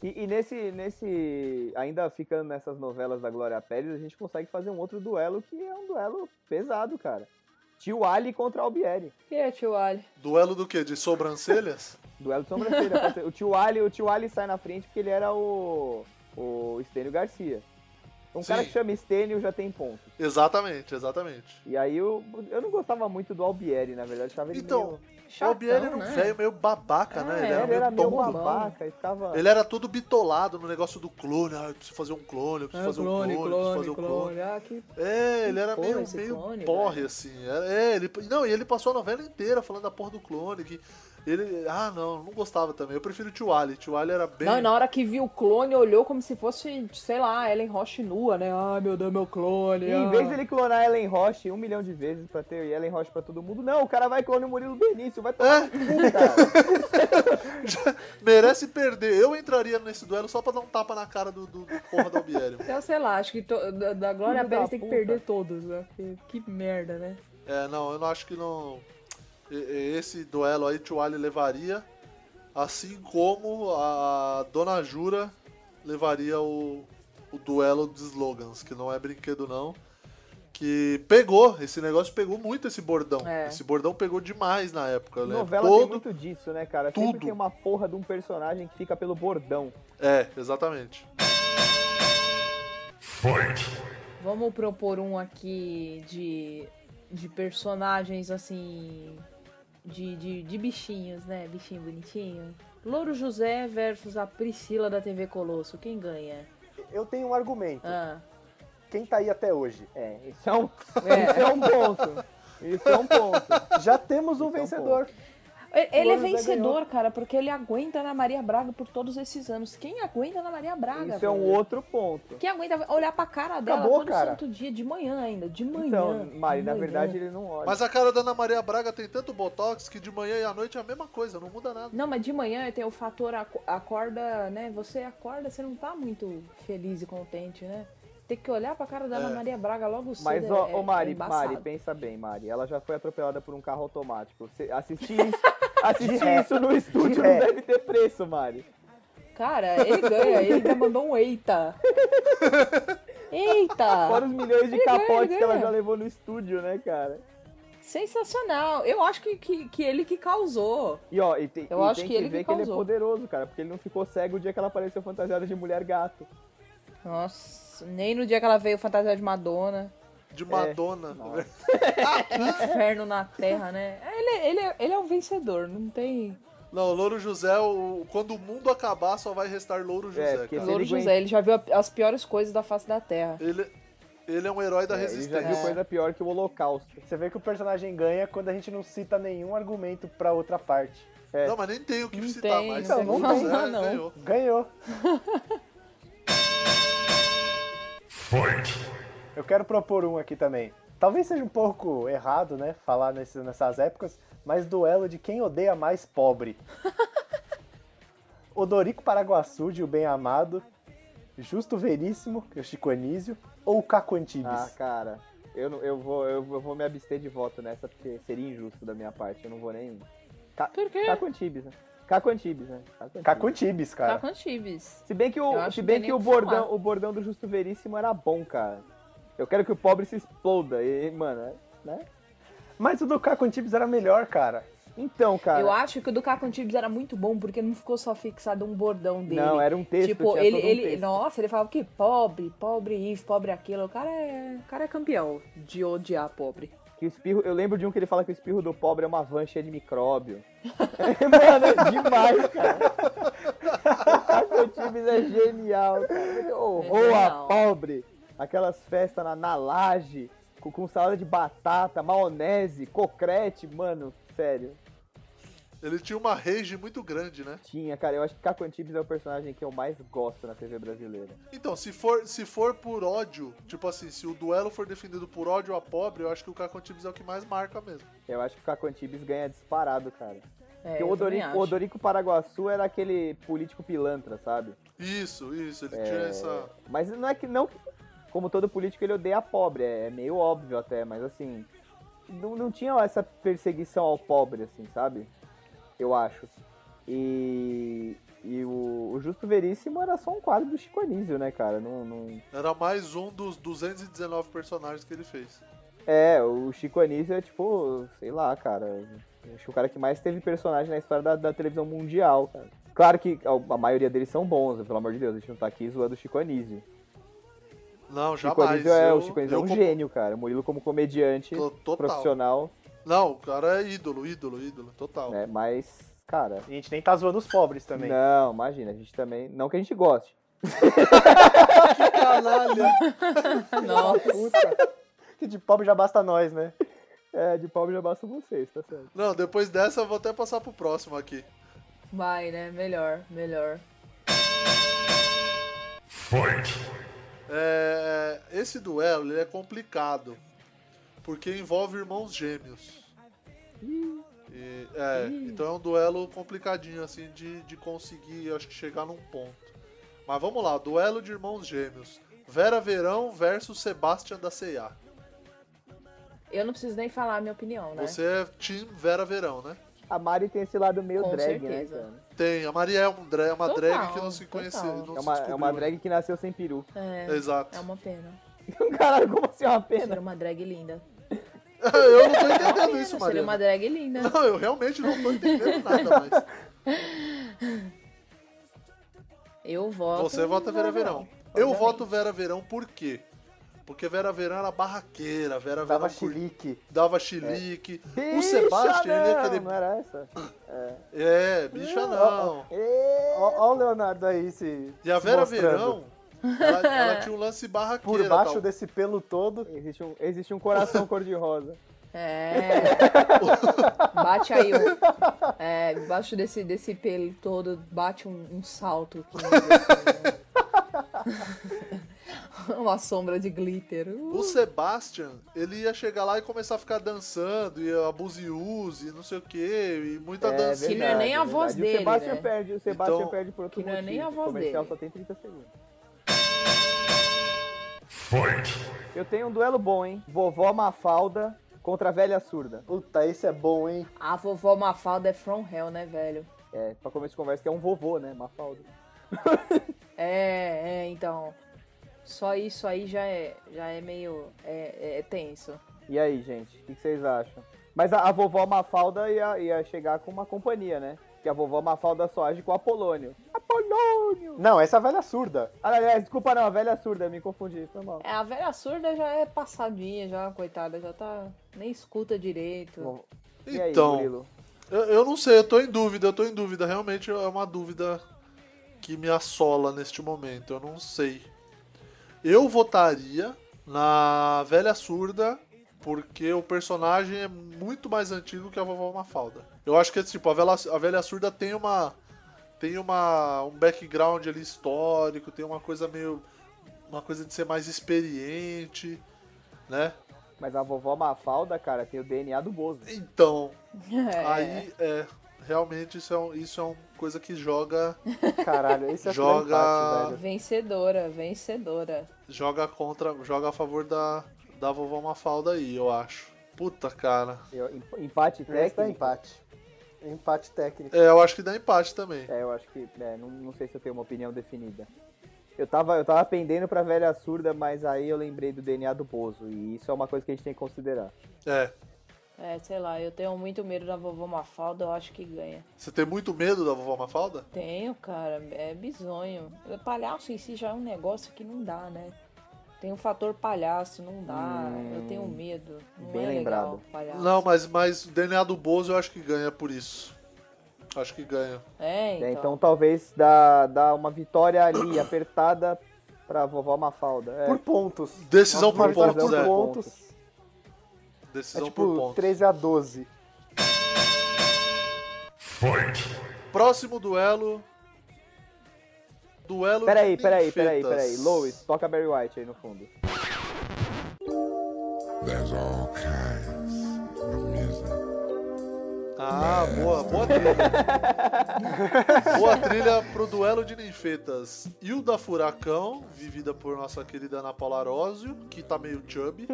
Speaker 4: E, e nesse, nesse. Ainda ficando nessas novelas da Glória Pérez, a gente consegue fazer um outro duelo que é um duelo pesado, cara. Tio Ali contra Albieri.
Speaker 3: E é, tio Ali?
Speaker 1: Duelo do quê? De sobrancelhas?
Speaker 4: Duelo de sobrancelha. pode ser. o, tio Ali, o tio Ali sai na frente porque ele era o. o Estênio Garcia. Um cara
Speaker 1: tá Sim.
Speaker 4: que chama Estênio já tem ponto.
Speaker 1: Exatamente, exatamente.
Speaker 4: E aí eu, eu não gostava muito do Albieri, na verdade. Achava ele é
Speaker 1: Então,
Speaker 4: meio-
Speaker 1: O Albieri era
Speaker 3: Chatão,
Speaker 1: um
Speaker 3: né?
Speaker 1: velho meio babaca, né?
Speaker 3: Ah,
Speaker 1: Ele
Speaker 3: é,
Speaker 1: era
Speaker 4: ele
Speaker 1: meio
Speaker 4: era meio
Speaker 1: tonto.
Speaker 4: babaca e
Speaker 2: é,
Speaker 4: tava.
Speaker 1: Ele era todo bitolado no negócio do clone. Ah, eu preciso fazer um clone, eu preciso
Speaker 3: Ah,
Speaker 1: fazer
Speaker 3: clone,
Speaker 1: um clone, eu preciso
Speaker 3: clone,
Speaker 1: fazer um
Speaker 3: clone,
Speaker 1: clone.
Speaker 3: Ah, que
Speaker 1: É, ele era
Speaker 3: Porra,
Speaker 1: meio,
Speaker 3: esse
Speaker 1: meio
Speaker 3: clone,
Speaker 1: porre,
Speaker 3: velho.
Speaker 1: assim. Era- é, ele, não, e ele passou a novela inteira falando da porra do clone. Que ele, ah, não, não gostava também. Eu prefiro o Tio Ali. Tio Ali era bem.
Speaker 3: Não, e na hora que viu o clone, olhou como se fosse, sei lá, Ellen Roche nua, né? Ai, meu Deus, meu clone. ah.
Speaker 4: E em vez dele clonar Ellen Roche um milhão de vezes pra ter Ellen Roche pra todo mundo, não, o cara vai clonar o Murilo Benício, vai
Speaker 1: É?
Speaker 4: tomar no cu, cara.
Speaker 1: Merece perder. Eu entraria nesse duelo só pra dar um tapa na cara do, do, do porra do Albieri. mano.
Speaker 3: Eu Então, sei lá, acho que to- da, da Glória
Speaker 4: Filho da
Speaker 3: Pérez tem que
Speaker 4: puta.
Speaker 3: perder todos, né? Que, que merda, né?
Speaker 1: É, não, eu não acho que não. e- e- Esse duelo aí Tio Ali levaria. Assim como a Dona Jura levaria o, o duelo de slogans, que não é brinquedo não. Que pegou, esse negócio pegou muito esse bordão.
Speaker 3: É.
Speaker 1: Esse bordão pegou demais na época. Eu lembro.
Speaker 4: Novela
Speaker 1: Todo...
Speaker 4: tem muito disso, né, cara?
Speaker 1: tudo.
Speaker 4: Sempre tem uma porra de um personagem que fica pelo bordão.
Speaker 1: É, exatamente.
Speaker 3: Vamos propor um aqui de, de personagens, assim, de, de, de bichinhos, né? Bichinho bonitinho. Louro José versus a Priscila da TV Colosso. Quem ganha?
Speaker 2: Eu tenho um argumento.
Speaker 3: Ah,
Speaker 2: Quem tá aí até hoje?
Speaker 4: É, isso é um, isso
Speaker 3: é.
Speaker 4: é um ponto. Isso é um ponto.
Speaker 2: Já temos um
Speaker 4: Então,
Speaker 2: vencedor.
Speaker 3: Ele- Ele é
Speaker 2: Louro José
Speaker 3: vencedor, cara, porque ele aguenta Ana Maria Braga por todos esses anos. Quem aguenta Ana Maria Braga?
Speaker 4: Isso é um
Speaker 3: velho?
Speaker 4: outro ponto.
Speaker 3: Quem aguenta olhar pra cara dela
Speaker 2: Acabou,
Speaker 3: todo
Speaker 2: cara.
Speaker 3: santo dia, de manhã ainda, de manhã.
Speaker 4: Então, Mari,
Speaker 3: de
Speaker 4: na
Speaker 3: manhã.
Speaker 4: verdade ele não olha.
Speaker 1: Mas a cara da Ana Maria Braga tem tanto botox que de manhã e à noite é a mesma coisa, não muda nada.
Speaker 3: Não, mas de manhã tem o fator aco- acorda, né? Você acorda, você não tá muito feliz e contente, né? Tem que olhar pra cara da Ana
Speaker 1: É.
Speaker 3: Maria Braga logo cedo.
Speaker 4: Mas,
Speaker 3: é-
Speaker 4: ó,
Speaker 3: é-
Speaker 4: ô Mari,
Speaker 3: é embaçado.
Speaker 4: Mari, pensa bem, Mari. Ela já foi atropelada por um carro automático. Você assistir isso, assistir
Speaker 3: É.
Speaker 2: ré.
Speaker 4: isso no estúdio
Speaker 2: ré.
Speaker 4: não deve ter preço, Mari.
Speaker 3: Cara, ele ganha, ele ainda mandou um eita.
Speaker 4: Fora
Speaker 3: Eita!
Speaker 4: os milhões de
Speaker 3: Ele ganha,
Speaker 4: capotes que ela
Speaker 3: ganha.
Speaker 4: já levou no estúdio, né, cara?
Speaker 3: Sensacional! Eu acho que, que, que ele que causou.
Speaker 4: E ó, e tem,
Speaker 3: Eu
Speaker 4: e
Speaker 3: acho
Speaker 4: tem
Speaker 3: que
Speaker 4: que
Speaker 3: ele
Speaker 4: ver
Speaker 3: que
Speaker 4: que ele é
Speaker 3: causou.
Speaker 4: poderoso, cara, porque ele não ficou cego o dia que ela apareceu fantasiada de mulher gato.
Speaker 3: Nossa, nem no dia que ela veio fantasiada de Madonna.
Speaker 1: De Madonna.
Speaker 4: É. Nossa.
Speaker 3: Inferno na Terra, né? Ele, é- ele, é- ele é um vencedor, não tem.
Speaker 1: Não, Louro José, o- quando o mundo acabar, só vai restar Louro José,
Speaker 4: É, porque
Speaker 1: cara.
Speaker 4: ele
Speaker 3: Louro
Speaker 4: aguenta.
Speaker 3: José, ele já viu a- as piores coisas da face da Terra.
Speaker 1: Ele, ele é um herói da
Speaker 4: É, ele já
Speaker 1: resistência.
Speaker 4: viu coisa pior que o holocausto.
Speaker 2: Você vê que o personagem ganha quando a gente não cita nenhum argumento pra outra parte.
Speaker 1: Não, mas nem tem o que
Speaker 3: Não
Speaker 1: citar
Speaker 3: tem,
Speaker 1: mais.
Speaker 4: Então,
Speaker 2: não tem
Speaker 1: Louro
Speaker 2: como
Speaker 1: José
Speaker 3: falar, não.
Speaker 1: ganhou.
Speaker 2: Ganhou. Eu quero propor um aqui também. Talvez seja um pouco errado, né, falar nesse- nessas épocas, mas duelo de quem odeia mais pobre. Odorico Paraguaçu de O Bem Amado, Justo Veríssimo, que é o Chico Anísio, ou o Caco Antibes?
Speaker 4: Ah, cara, eu, não- eu, vou, eu, eu vou me abster de voto nessa, porque seria injusto da minha parte. Eu não vou nem. Ca...
Speaker 3: Por quê?
Speaker 4: Caco Antibes, né? Caco Antibes, né? Caco Antibes.
Speaker 2: Caco Antibes,
Speaker 3: Tá
Speaker 2: cara.
Speaker 3: com Antibes.
Speaker 4: Se bem que
Speaker 3: Eu
Speaker 4: o,
Speaker 3: acho
Speaker 4: se
Speaker 3: que
Speaker 4: bem
Speaker 3: tem
Speaker 4: que
Speaker 3: nem
Speaker 4: o
Speaker 3: o que falar.
Speaker 4: bordão, o bordão do Justo Veríssimo era bom, cara. Eu quero que o pobre se exploda. E, mano, né?
Speaker 2: Mas o do Caco Antibes era melhor, cara.
Speaker 4: Então, cara.
Speaker 3: Eu acho que o do Caco Antibes era muito bom, porque não ficou só fixado um bordão dele.
Speaker 4: Não, era um texto.
Speaker 3: Tipo,
Speaker 4: tinha
Speaker 3: ele,
Speaker 4: todo um
Speaker 3: ele,
Speaker 4: texto.
Speaker 3: nossa, ele falava que pobre, pobre isso, pobre aquilo. O cara é, o cara é campeão de odiar pobre.
Speaker 4: Que o espirro, eu lembro de um que ele fala que o espirro do pobre é uma van cheia de micróbio. Mano, é demais, cara. O Caco Times é genial, cara. O
Speaker 3: É
Speaker 4: horror a
Speaker 3: genial.
Speaker 4: pobre. Aquelas festas na, na laje, com, com salada de batata, maionese, cocrete, mano. Sério,
Speaker 1: Ele tinha uma rage muito grande, né?
Speaker 4: tinha, cara. Eu acho que Caco Antibes é o personagem que eu mais gosto na TV brasileira.
Speaker 1: Então, se for, se for por ódio, tipo assim, se o duelo for defendido por ódio a pobre, eu acho que o Caco Antibes é o que mais marca mesmo.
Speaker 4: Eu acho que o Caco Antibes ganha disparado, cara.
Speaker 3: É,
Speaker 4: Porque o
Speaker 3: eu também
Speaker 4: Odorico,
Speaker 3: acho.
Speaker 4: o Odorico Paraguaçu era aquele político pilantra, sabe?
Speaker 1: Isso, isso, ele tinha essa.
Speaker 4: Mas não é que não. Como todo político, ele odeia pobre. É, é meio óbvio até, mas assim. Não, não tinha essa perseguição ao pobre, assim, sabe? Eu acho. E. E o, o Justo Veríssimo era só um quadro do Chico Anísio, né, cara? Não, não-
Speaker 1: Era mais um dos 219 personagens que ele fez.
Speaker 4: É, o Chico Anísio é tipo, sei lá, cara. Acho que o cara que mais teve personagem na história da, da televisão mundial, cara. Claro que a, a maioria deles são bons, pelo amor de Deus. A gente não tá aqui zoando o Chico Anísio.
Speaker 1: Não,
Speaker 4: Chico
Speaker 1: jamais.
Speaker 4: Anísio é,
Speaker 1: eu,
Speaker 4: o Chico Anísio é
Speaker 1: eu
Speaker 4: um
Speaker 1: com-
Speaker 4: gênio, cara. O Murilo como comediante
Speaker 1: to- Total.
Speaker 4: profissional,
Speaker 1: Não, o cara é ídolo, ídolo, ídolo. Total.
Speaker 4: né? Mas, cara,
Speaker 2: E a gente nem tá zoando os pobres também.
Speaker 4: não, imagina, a gente também, não que a gente goste.
Speaker 1: Caralho!
Speaker 3: Nossa.
Speaker 2: Puta. Que de pobre já basta nós, né?
Speaker 4: É, de pobre já basta vocês, tá certo?
Speaker 1: Não, depois dessa eu vou até passar pro próximo aqui.
Speaker 3: Vai, né? Melhor, melhor.
Speaker 1: É, esse duelo ele é complicado porque envolve irmãos gêmeos. E, é, então é um duelo complicadinho assim de, de conseguir, acho que chegar num ponto. Mas vamos lá, duelo de irmãos gêmeos. Vera Verão versus Sebastian da C&A.
Speaker 3: Eu não preciso nem falar a minha opinião, né?
Speaker 1: Você é Team Vera Verão, né?
Speaker 4: A Mari tem esse lado meio
Speaker 3: Com
Speaker 4: drag,
Speaker 3: certeza.
Speaker 4: né, cara?
Speaker 1: Tem, a Maria é um dra- é uma
Speaker 3: Total,
Speaker 1: drag que não se conheceu.
Speaker 3: total.
Speaker 1: não se
Speaker 4: É uma, é
Speaker 1: descobriu,
Speaker 4: uma
Speaker 1: né?
Speaker 4: drag que nasceu sem peru.
Speaker 3: É,
Speaker 1: Exato.
Speaker 3: é uma pena.
Speaker 4: Caralho, como assim é uma pena?
Speaker 3: Seria uma drag linda.
Speaker 1: Eu não tô
Speaker 3: Uma
Speaker 1: entendendo
Speaker 3: pena,
Speaker 1: É isso,
Speaker 3: Seria
Speaker 1: Maria.
Speaker 3: uma drag linda.
Speaker 1: Não, eu realmente não tô entendendo nada, mas.
Speaker 3: Eu voto.
Speaker 1: Você vota Vera Verão. Eu
Speaker 3: Obviamente.
Speaker 1: voto Vera Verão por quê? Porque Vera Verão era barraqueira, Vera
Speaker 2: Dava
Speaker 1: Verão cur-
Speaker 2: chilique. né?
Speaker 1: dava chilique.
Speaker 4: Bicha,
Speaker 1: O Sebastian, ele ia
Speaker 4: não,
Speaker 1: querer.
Speaker 4: não era essa?
Speaker 1: É, bicha não.
Speaker 4: Ê,
Speaker 2: Ó, ó o Leonardo aí se.
Speaker 1: E a
Speaker 2: se
Speaker 1: Vera
Speaker 2: mostrando.
Speaker 1: Verão, ela, ela tinha um lance barraqueira.
Speaker 2: Por baixo
Speaker 1: tal.
Speaker 2: desse pelo todo.
Speaker 4: Existe um, existe um coração cor-de-rosa.
Speaker 3: É. bate aí. um- É, embaixo desse, desse pelo todo, bate um, um salto. que nem desse- Uma sombra de glitter. Uh,
Speaker 1: O Sebastian, ele ia chegar lá e começar a ficar dançando, e abusiuse, e não sei o quê, e muita dancinha.
Speaker 3: Que não é nem a voz
Speaker 4: verdade.
Speaker 3: dele,
Speaker 4: O Sebastian
Speaker 3: né?
Speaker 4: perde, o Sebastian
Speaker 1: Então-
Speaker 4: perde por outro
Speaker 3: Que não é
Speaker 4: motivo.
Speaker 3: nem a voz
Speaker 4: o comercial
Speaker 3: dele.
Speaker 4: só tem 30 segundos. Eu tenho um duelo bom, hein? Vovó Mafalda contra a velha surda.
Speaker 2: Puta, esse é bom, hein?
Speaker 3: A vovó Mafalda é from hell, né, velho?
Speaker 4: É, pra começo de conversa, que é um vovô, né? Mafalda.
Speaker 3: É, é, então. Só isso aí já é, já é meio é, é tenso.
Speaker 4: E aí, gente, o que que vocês acham? Mas a, a vovó Mafalda ia, ia chegar com uma companhia, né? Que a vovó Mafalda só age com o Apolônio. Apolônio!
Speaker 2: Não, essa é a velha surda.
Speaker 4: Ah, aliás, desculpa não, a velha surda, me confundi, foi mal.
Speaker 3: É, a velha surda já é passadinha, já, coitada, já tá. Nem escuta direito.
Speaker 4: Bom, e aí,
Speaker 1: Então,
Speaker 4: Murilo?
Speaker 1: eu, eu não sei, eu tô em dúvida, eu tô em dúvida. Realmente é uma dúvida que me assola neste momento, eu não sei. Eu votaria na Velha Surda, porque o personagem é muito mais antigo que a Vovó Mafalda. Eu acho que, tipo, a Velha, a Velha Surda tem uma... Tem uma, um background ali histórico, tem uma coisa meio... Uma coisa de ser mais experiente, né?
Speaker 4: Mas a vovó Mafalda, cara, tem o DNA do Bozo.
Speaker 1: Então,
Speaker 3: É.
Speaker 1: Aí, é, realmente isso é, um, isso é uma coisa que joga,
Speaker 2: Caralho, esse é
Speaker 1: Joga-
Speaker 2: empate, velho.
Speaker 3: Vencedora, vencedora.
Speaker 1: joga contra, joga a favor da, da vovó Mafalda aí, eu acho. Puta, cara.
Speaker 4: Eu- em- é empate
Speaker 2: Esse tá
Speaker 4: técnico.
Speaker 2: empate. Empate técnico.
Speaker 1: É, eu acho que dá empate também.
Speaker 4: É, eu acho que. é, não, não sei se eu tenho uma opinião definida. Eu tava, eu tava pendendo pra velha surda, mas aí eu lembrei do DNA do Bozo. E isso é uma coisa que a gente tem que considerar.
Speaker 1: É.
Speaker 3: É, sei lá, eu tenho muito medo da vovó Mafalda, eu acho que ganha.
Speaker 1: Você tem muito medo da vovó Mafalda?
Speaker 3: Tenho, cara, é bizonho. O palhaço em si já é um negócio que não dá, né? Tem o fator palhaço, não dá.
Speaker 4: Hum,
Speaker 3: eu tenho medo. Não
Speaker 4: bem
Speaker 3: é legal,
Speaker 4: lembrado.
Speaker 3: palhaço.
Speaker 1: Não, mas, mas o DNA do Bozo eu acho que ganha por isso. Acho que ganha.
Speaker 3: É,
Speaker 4: É, Então,
Speaker 3: então.
Speaker 4: talvez dá, dá uma vitória ali, apertada, pra vovó Mafalda. É,
Speaker 2: Por pontos.
Speaker 1: Decisão
Speaker 2: Uma
Speaker 1: por
Speaker 2: vitória
Speaker 1: pontos,
Speaker 2: por
Speaker 1: é.
Speaker 2: pontos. É
Speaker 1: Decisão
Speaker 4: É
Speaker 1: por
Speaker 2: tipo
Speaker 1: pontos.
Speaker 2: 13 a 12.
Speaker 1: Próximo duelo. Duelo
Speaker 4: Peraí,
Speaker 1: de
Speaker 4: peraí, peraí,
Speaker 1: ninfetas.
Speaker 4: peraí. Lois, toca Barry White aí no fundo.
Speaker 5: There's all kinds of music.
Speaker 1: Ah, boa, boa trilha. boa trilha pro duelo de ninfetas. Hilda Furacão, vivida por nossa querida Ana Paula Arósio, que tá meio chubby.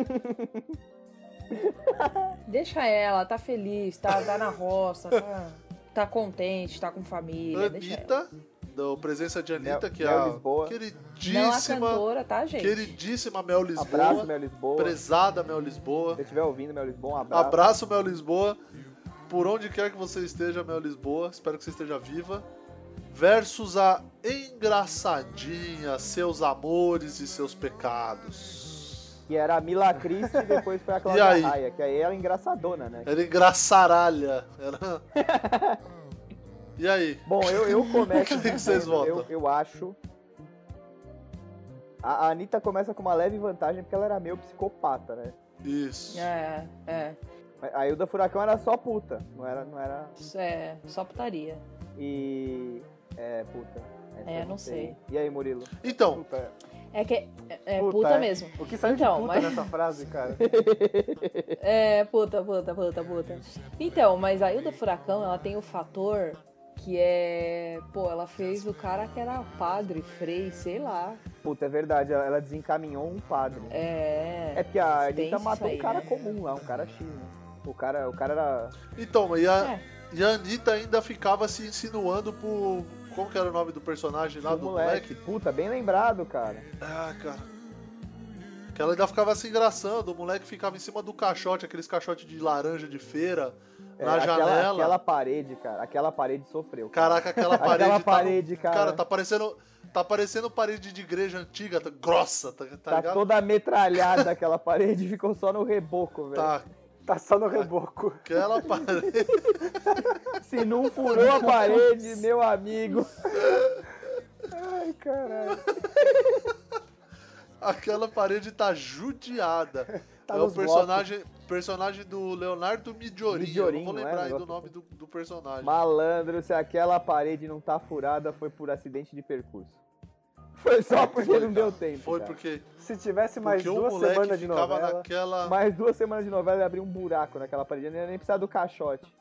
Speaker 3: Deixa ela, tá feliz, tá, tá na roça, tá, tá contente, tá com família. Deixa ela.
Speaker 1: Anitta, da presença de Anitta,
Speaker 4: Mel-
Speaker 1: que é
Speaker 4: Mel
Speaker 1: a
Speaker 4: Lisboa.
Speaker 3: Não a
Speaker 1: queridíssima,
Speaker 3: cantora, tá, gente?
Speaker 1: queridíssima Mel
Speaker 4: Abraço,
Speaker 1: Lisboa.
Speaker 4: Mel Lisboa. Se
Speaker 1: Prezada Mel Lisboa.
Speaker 4: você estiver ouvindo, Mel Lisboa, um abraço.
Speaker 1: Abraço, Mel Lisboa. Por onde quer que você esteja, Mel Lisboa, espero que você esteja viva. Versus a engraçadinha, seus amores e seus pecados.
Speaker 4: Que era a Mila Cristi e depois foi a Cláudia
Speaker 1: E aí?
Speaker 4: Raia, que aí ela é engraçadona, né?
Speaker 1: Era engraçaralha. Era... e aí?
Speaker 4: Bom, eu, eu começo. né?
Speaker 1: O que que vocês votam?
Speaker 4: Eu, eu acho. A a Anitta começa com uma leve vantagem porque ela era meio psicopata, né?
Speaker 1: Isso.
Speaker 3: É, é,
Speaker 4: A Ilda Furacão era só puta, não era. Não era
Speaker 3: isso é, só putaria.
Speaker 4: e. É, puta. Essa
Speaker 3: É,
Speaker 4: eu
Speaker 3: não sei.
Speaker 4: E aí, Murilo?
Speaker 1: Então,
Speaker 2: Puta, é.
Speaker 3: É que é, é
Speaker 2: Puta,
Speaker 3: puta,
Speaker 2: é.
Speaker 3: mesmo.
Speaker 2: O que saiu
Speaker 3: Então,
Speaker 2: de puta
Speaker 4: né?
Speaker 3: mas-
Speaker 2: nessa frase, cara?
Speaker 3: É, puta, puta, puta, puta. Então, mas a Ilda Furacão, ela tem o fator que é. Pô, ela fez o cara que era padre, frei, sei lá.
Speaker 4: Puta, é verdade, ela ela desencaminhou um padre.
Speaker 3: É.
Speaker 4: É porque a
Speaker 3: Tem
Speaker 4: Anitta
Speaker 3: isso
Speaker 4: matou
Speaker 3: aí,
Speaker 4: um cara
Speaker 3: né?
Speaker 4: comum lá, um cara X, né? O cara, o cara era.
Speaker 1: então e,
Speaker 4: É.
Speaker 1: a, e a Anitta ainda ficava se insinuando por. Como que era o nome do personagem lá
Speaker 4: um
Speaker 1: do moleque?
Speaker 4: moleque. Puta, bem lembrado, cara.
Speaker 1: Ah, cara. Que ela ainda ficava se engraçando, o moleque ficava em cima do caixote, aqueles caixotes de laranja de feira,
Speaker 4: É,
Speaker 1: na
Speaker 4: aquela,
Speaker 1: janela.
Speaker 4: Aquela parede, cara. Aquela parede sofreu.
Speaker 1: Caraca, aquela
Speaker 4: Aquela
Speaker 1: parede. tá no-
Speaker 4: parede, cara.
Speaker 1: Cara, tá parecendo. Tá parecendo parede de igreja antiga, tá- grossa, tá, tá
Speaker 4: Tá
Speaker 1: ligado?
Speaker 4: toda metralhada aquela parede, ficou só no reboco, velho.
Speaker 1: Tá,
Speaker 2: Tá só no reboco.
Speaker 1: aquela parede. Tá.
Speaker 4: Se não furou a parede, meu amigo.
Speaker 2: Ai, caralho.
Speaker 1: Aquela parede tá judiada.
Speaker 2: Tá
Speaker 1: é o
Speaker 2: nos
Speaker 1: personagem, personagem do Leonardo Midiori. eu
Speaker 4: Migliorin,
Speaker 1: não vou
Speaker 4: não é?
Speaker 1: lembrar aí do
Speaker 4: Negócio
Speaker 1: nome do, do personagem.
Speaker 4: Malandro, se aquela parede não tá furada, foi por acidente de percurso. Foi só porque
Speaker 1: É, Foi,
Speaker 4: não
Speaker 1: cara.
Speaker 4: deu tempo.
Speaker 1: Foi
Speaker 4: cara.
Speaker 1: porque,
Speaker 2: Se tivesse mais
Speaker 1: porque o
Speaker 2: duas
Speaker 1: moleque
Speaker 2: semanas de
Speaker 1: ficava
Speaker 2: novela...
Speaker 1: naquela.
Speaker 4: Mais duas semanas de novela ele abriu um buraco naquela parede, ele nem precisava do caixote.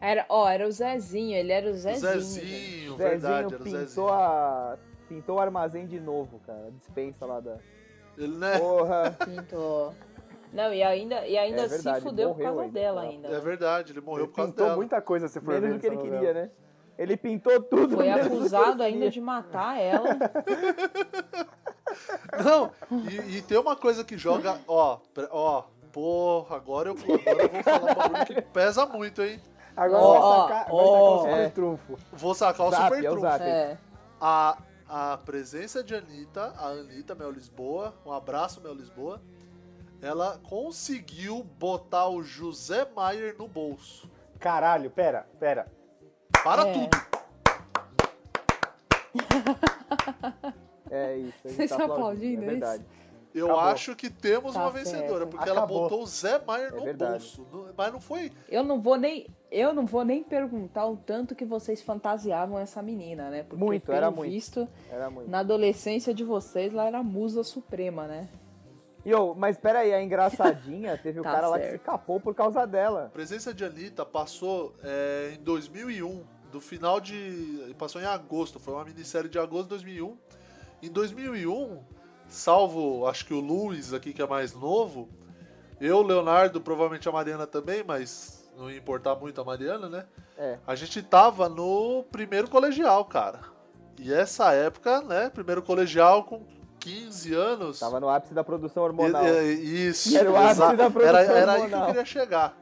Speaker 3: Era, ó, era o Zezinho, ele era o Zezinho. gente.
Speaker 1: Zezinho, verdade, era o
Speaker 4: pintou
Speaker 1: Zezinho.
Speaker 4: a. Pintou o armazém de novo, cara. A dispensa lá da.
Speaker 1: Ele, né?
Speaker 4: Porra!
Speaker 3: Pintou. Não, e ainda, e ainda
Speaker 4: É
Speaker 3: se
Speaker 4: verdade,
Speaker 3: fudeu por
Speaker 4: morreu
Speaker 3: causa
Speaker 4: ainda.
Speaker 3: dela ainda.
Speaker 1: É verdade, ele morreu
Speaker 2: Ele
Speaker 1: por causa
Speaker 2: pintou
Speaker 1: dela.
Speaker 2: muita coisa, se for
Speaker 4: Menos
Speaker 2: ver
Speaker 4: do que ele
Speaker 2: nessa
Speaker 4: queria,
Speaker 2: novela.
Speaker 4: né? Ele pintou tudo.
Speaker 3: Foi
Speaker 4: menos do que
Speaker 3: acusado
Speaker 4: ele
Speaker 3: ainda
Speaker 4: queria.
Speaker 3: de matar ela.
Speaker 1: Não, e, e tem uma coisa que joga, ó, pre- ó, porra, agora eu, agora eu vou falar um bagulho que pesa muito, hein?
Speaker 4: né?
Speaker 2: Agora
Speaker 6: Ó,
Speaker 2: vai sacar, agora vai sacar
Speaker 6: ó,
Speaker 2: o super
Speaker 4: é.
Speaker 2: trunfo.
Speaker 1: Vou sacar o
Speaker 4: Zap,
Speaker 1: super
Speaker 4: é o
Speaker 1: trunfo.
Speaker 4: zap.
Speaker 6: É.
Speaker 1: A, a presença de Anitta, a Anitta Mel Lisboa, um abraço Mel Lisboa, ela conseguiu botar o José Maier no bolso.
Speaker 2: Caralho, pera, pera.
Speaker 1: Para
Speaker 6: É.
Speaker 1: tudo!
Speaker 4: É isso. a gente
Speaker 6: Vocês
Speaker 4: tá
Speaker 6: estão aplaudindo
Speaker 4: é
Speaker 6: isso?
Speaker 4: verdade.
Speaker 1: Eu
Speaker 2: Acabou.
Speaker 1: acho que temos
Speaker 6: Tá
Speaker 1: uma vencedora,
Speaker 6: certo.
Speaker 1: porque
Speaker 2: Acabou.
Speaker 1: ela botou o Zé Maier
Speaker 4: É
Speaker 1: no
Speaker 4: verdade.
Speaker 1: bolso. Não- Mas não foi.
Speaker 6: Eu não vou nem eu não vou nem perguntar o tanto que vocês fantasiavam essa menina, né? Porque
Speaker 4: Muito,
Speaker 6: pelo
Speaker 4: era muito.
Speaker 6: visto,
Speaker 4: Era muito.
Speaker 6: na adolescência de vocês, lá era a musa suprema, né?
Speaker 4: E ô, mas pera aí, a engraçadinha teve o
Speaker 6: Tá
Speaker 4: cara lá que se
Speaker 6: certo.
Speaker 4: capou por causa dela.
Speaker 1: A presença de Anitta passou é, em 2001, do final de. Passou em agosto, foi uma minissérie de agosto de 2001. Em 2001, salvo acho que o Luiz aqui que é mais novo, eu, Leonardo, provavelmente a Mariana também, mas não ia importar muito a Mariana, né?
Speaker 4: É.
Speaker 1: A gente tava no primeiro colegial, cara. E essa época, né? Primeiro colegial com 15 anos.
Speaker 4: Tava no ápice da produção hormonal.
Speaker 1: E- e- É, Isso.
Speaker 4: Era o ápice
Speaker 1: exato.
Speaker 4: da produção
Speaker 1: Era, era aí que eu
Speaker 4: hormonal.
Speaker 1: queria chegar.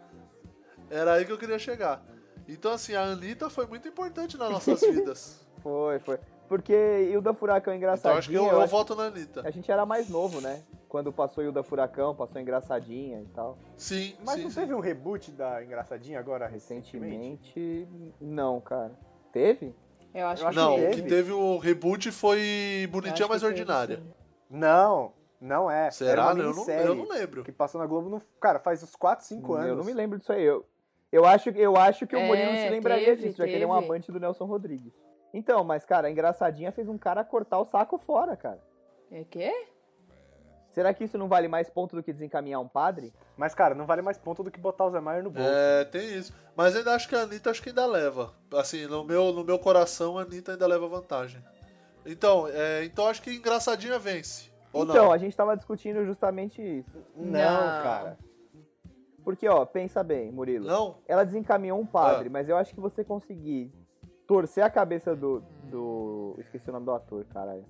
Speaker 1: Era aí que eu queria chegar. Então, assim, a Anitta foi muito importante nas nossas vidas.
Speaker 4: Foi, foi. Porque Hilda Furacão é
Speaker 1: Então,
Speaker 4: engraçadinha.
Speaker 1: acho que eu,
Speaker 4: eu
Speaker 1: eu
Speaker 4: acho
Speaker 1: voto na Anitta.
Speaker 4: que A gente era mais novo, né? Quando passou Hilda Furacão, passou engraçadinha e tal.
Speaker 1: Sim,
Speaker 2: Mas
Speaker 1: sim.
Speaker 2: não
Speaker 1: sim.
Speaker 2: teve um reboot da Engraçadinha agora recentemente?
Speaker 4: Recentemente. Não, cara. Teve?
Speaker 6: Eu acho
Speaker 2: Eu
Speaker 6: que
Speaker 2: acho
Speaker 1: Não,
Speaker 6: teve.
Speaker 1: o que
Speaker 2: teve.
Speaker 1: teve o reboot foi
Speaker 6: Eu
Speaker 1: Bonitinha
Speaker 6: acho
Speaker 1: Mais
Speaker 6: que teve,
Speaker 1: Ordinária.
Speaker 6: sim.
Speaker 2: Não, não é.
Speaker 1: Será?
Speaker 2: Era uma
Speaker 1: Eu não,
Speaker 2: minissérie
Speaker 1: eu não lembro.
Speaker 2: Que passou na Globo, no, cara, faz uns 4, 5 anos.
Speaker 4: Eu não me lembro disso aí. Eu, eu, acho, eu acho que o
Speaker 6: É,
Speaker 4: Murilo se lembraria
Speaker 6: teve,
Speaker 4: disso, já que ele é um
Speaker 6: teve.
Speaker 4: amante do Nelson Rodrigues. Então, mas, cara, a engraçadinha fez um cara cortar o saco fora, cara.
Speaker 6: É quê?
Speaker 4: Será que isso não vale mais ponto do que desencaminhar um padre?
Speaker 2: Mas, cara, não vale mais ponto do que botar o Zé Maier no bolso.
Speaker 1: É, tem isso. Mas ainda acho que a Anitta acho que ainda leva. Assim, no meu, no meu coração, a Anitta ainda leva vantagem. Então, é, então acho que engraçadinha vence. Ou
Speaker 4: então,
Speaker 1: não?
Speaker 4: a gente tava discutindo justamente isso.
Speaker 2: Não,
Speaker 6: Não.
Speaker 2: cara.
Speaker 4: Porque, ó, pensa bem, Murilo.
Speaker 1: Não? Ah.
Speaker 4: Ela desencaminhou um padre, mas eu acho que você conseguir torcer a cabeça do. do. Esqueci o nome do ator, caralho.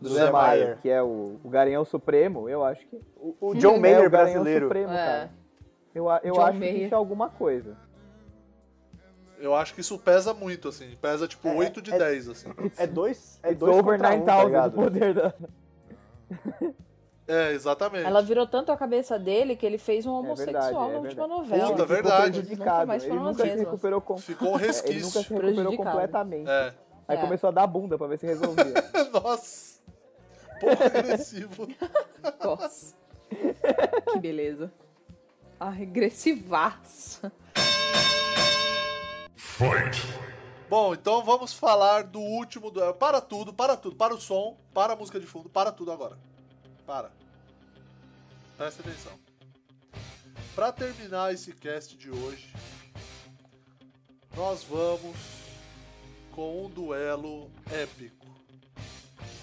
Speaker 4: Do
Speaker 1: Zé
Speaker 4: Zé
Speaker 1: Maier.
Speaker 4: Maier, que é o, o Garanhão Supremo, eu acho que.
Speaker 2: O, o John Mayer
Speaker 4: é, o Garanhão
Speaker 2: brasileiro.
Speaker 4: Supremo,
Speaker 6: É.
Speaker 4: cara. Eu, a- eu
Speaker 6: John
Speaker 4: acho que
Speaker 6: Mayer.
Speaker 4: isso é alguma coisa.
Speaker 1: Eu acho que isso pesa muito, assim. Pesa tipo
Speaker 2: É,
Speaker 1: 8 de
Speaker 2: é-
Speaker 1: 10, assim.
Speaker 2: É dois, é
Speaker 4: It's
Speaker 2: dois
Speaker 4: over
Speaker 2: contra um, tá
Speaker 4: 9000 do
Speaker 2: ligado?
Speaker 4: poder da.
Speaker 1: É, exatamente.
Speaker 6: Ela virou tanto a cabeça dele que ele fez um
Speaker 4: verdade,
Speaker 6: homossexual
Speaker 4: é
Speaker 6: na última
Speaker 4: verdade.
Speaker 6: novela.
Speaker 1: Puta,
Speaker 4: Ele ficou
Speaker 1: verdade.
Speaker 6: Nunca
Speaker 4: Prejudicado.
Speaker 6: mais
Speaker 4: Ele
Speaker 6: foram as
Speaker 4: nunca se
Speaker 6: mesmas.
Speaker 4: recuperou com... É,
Speaker 1: Ficou um
Speaker 4: Ele nunca se
Speaker 1: resquício.
Speaker 4: recuperou
Speaker 6: Prejudicado.
Speaker 4: completamente.
Speaker 1: É.
Speaker 4: Aí
Speaker 6: É.
Speaker 4: começou a dar bunda pra ver se resolvia.
Speaker 1: Nossa. Pouco agressivo.
Speaker 6: Nossa. que beleza. Ah, regressivaço.
Speaker 1: Bom, então vamos falar do último duelo. Para tudo, para tudo, para o som, para a música de fundo, para tudo agora. Para. Presta atenção. Para terminar esse cast de hoje, nós vamos com um duelo épico.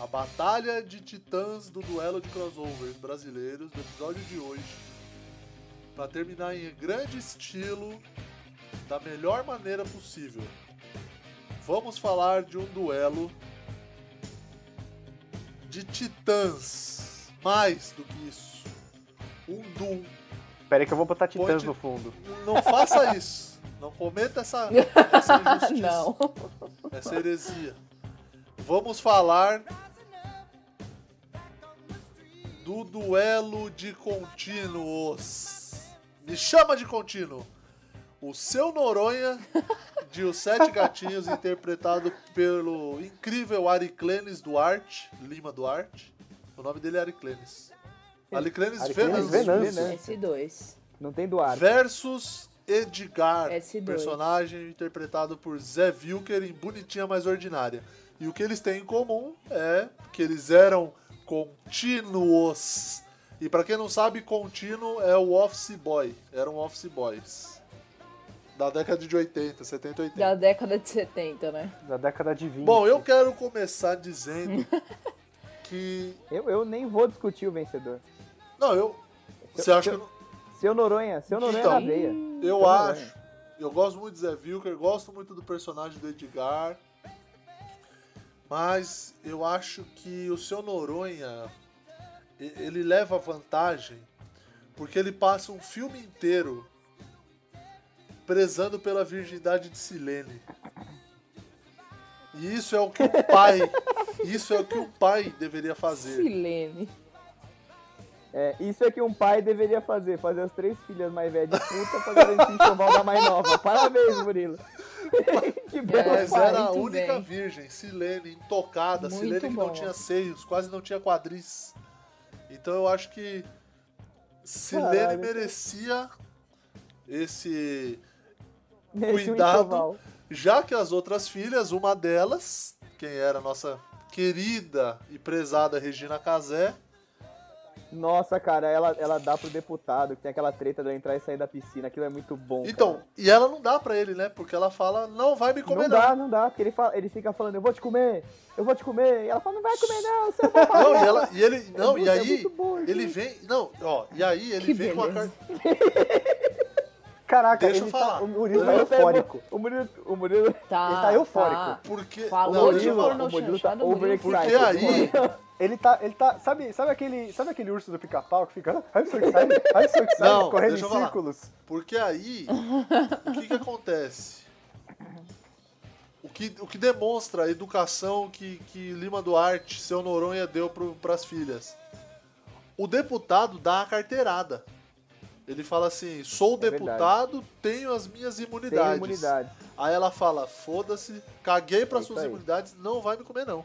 Speaker 1: A Batalha de Titãs do Duelo de Crossovers Brasileiros do episódio de hoje. Para terminar em grande estilo, da melhor maneira possível. Vamos falar de um duelo de titãs. Mais do que isso. Um duo.
Speaker 2: Pera aí que eu vou botar Titãs
Speaker 1: Pode-
Speaker 2: no fundo.
Speaker 1: Não faça isso. Não cometa essa, essa injustiça.
Speaker 6: Não.
Speaker 1: Essa é heresia. Vamos falar do duelo de contínuos. Me chama de contínuo. O seu Noronha de Os Sete Gatinhos, interpretado pelo incrível Ariclenes Duarte, Lima Duarte. O nome dele é Ariclenes. Ariclenes
Speaker 2: Ariclenes
Speaker 1: Venâncio.
Speaker 2: Venâncio.
Speaker 6: S2.
Speaker 4: Não tem Duarte.
Speaker 1: Versus Edgar,
Speaker 6: S2.
Speaker 1: personagem interpretado por Zé Vilker em Bonitinha Mais Ordinária. E o que eles têm em comum é que eles eram contínuos. E pra quem não sabe, contínuo é o office boy. Eram office boys. Da década de 80, 70, 80.
Speaker 6: Da década de 70, né?
Speaker 2: Da década de 20.
Speaker 1: Bom, eu quero começar dizendo que.
Speaker 4: Eu, eu nem vou discutir o vencedor.
Speaker 1: Não, eu. Você acha que. eu não-
Speaker 4: Seu Noronha, seu Noronha
Speaker 1: Então.
Speaker 4: na veia.
Speaker 1: Eu
Speaker 4: Tudo
Speaker 1: acho.
Speaker 4: bem.
Speaker 1: Eu gosto muito do Zé Vilker, gosto muito do personagem do Edgar. Mas eu acho que o seu Noronha e- ele leva vantagem porque ele passa um filme inteiro prezando pela virgindade de Silene. E isso é o que um pai, isso é o que um pai deveria fazer.
Speaker 3: Silene.
Speaker 4: É, isso é que um pai deveria fazer, fazer as três filhas mais velhas de puta pra garantir o enxoval da mais nova. Parabéns, Murilo.
Speaker 2: É,
Speaker 4: que belo
Speaker 1: Mas
Speaker 3: Muito
Speaker 4: pai.
Speaker 1: era a
Speaker 3: bem.
Speaker 1: única virgem, Silene, intocada,
Speaker 3: Muito
Speaker 1: Silene que não
Speaker 3: bom.
Speaker 1: tinha seios, quase não tinha quadris. Então eu acho que Silene
Speaker 4: Caralho.
Speaker 1: merecia esse.
Speaker 4: Merecia um
Speaker 1: cuidado.
Speaker 4: enxoval.
Speaker 1: Já que as outras filhas, uma delas, quem era a nossa querida e prezada Regina Casé,
Speaker 4: Nossa, cara, ela, ela dá pro deputado, que tem aquela treta de entrar e sair da piscina, aquilo é muito bom.
Speaker 1: então, e ela não dá pra ele, né? Porque ela fala, não vai me
Speaker 4: cara.
Speaker 1: comer,
Speaker 4: não
Speaker 1: não.
Speaker 4: dá, não dá, porque ele, fala, ele fica falando, eu vou te comer, eu vou te comer, e ela fala, não vai comer não, seu babado.
Speaker 1: Não, e, ela, e ele. Não,
Speaker 4: muito-
Speaker 1: e
Speaker 4: é
Speaker 1: aí.
Speaker 4: muito bom,
Speaker 1: Ele
Speaker 4: gente.
Speaker 1: vem. Não, ó, e aí ele
Speaker 3: Que
Speaker 1: vem com a
Speaker 3: beleza.
Speaker 1: carta.
Speaker 2: Caraca,
Speaker 1: Deixa eu
Speaker 2: ele
Speaker 1: falar.
Speaker 2: Tá, o Murilo tá
Speaker 4: Murilo tá emo-
Speaker 2: eufórico.
Speaker 4: O Murilo, o Murilo,
Speaker 3: Tá.
Speaker 2: Ele tá eufórico.
Speaker 1: Porque.
Speaker 3: Falou
Speaker 1: não,
Speaker 3: de
Speaker 1: deixa eu falar.
Speaker 3: porno
Speaker 4: o Murilo tá
Speaker 3: chanchado, Murilo
Speaker 4: overexcited.
Speaker 3: fica
Speaker 1: Porque aí.
Speaker 2: Ele tá, ele tá, sabe, sabe aquele, sabe aquele urso do pica-pau que fica, I'm so excited, I'm so excited",
Speaker 1: Não,
Speaker 2: correndo
Speaker 1: deixa
Speaker 2: em
Speaker 1: eu falar.
Speaker 2: círculos?
Speaker 1: Porque aí, o que que acontece? O que, o que demonstra a educação que, que Lima Duarte, seu Noronha, deu para as filhas. O deputado dá a carteirada. Ele fala assim: sou
Speaker 4: É verdade.
Speaker 1: deputado, tenho as minhas
Speaker 4: tem
Speaker 1: imunidades.
Speaker 4: imunidade.
Speaker 1: Aí ela fala: foda-se, caguei para
Speaker 4: É isso
Speaker 1: suas
Speaker 4: aí.
Speaker 1: imunidades, não vai me comer, não.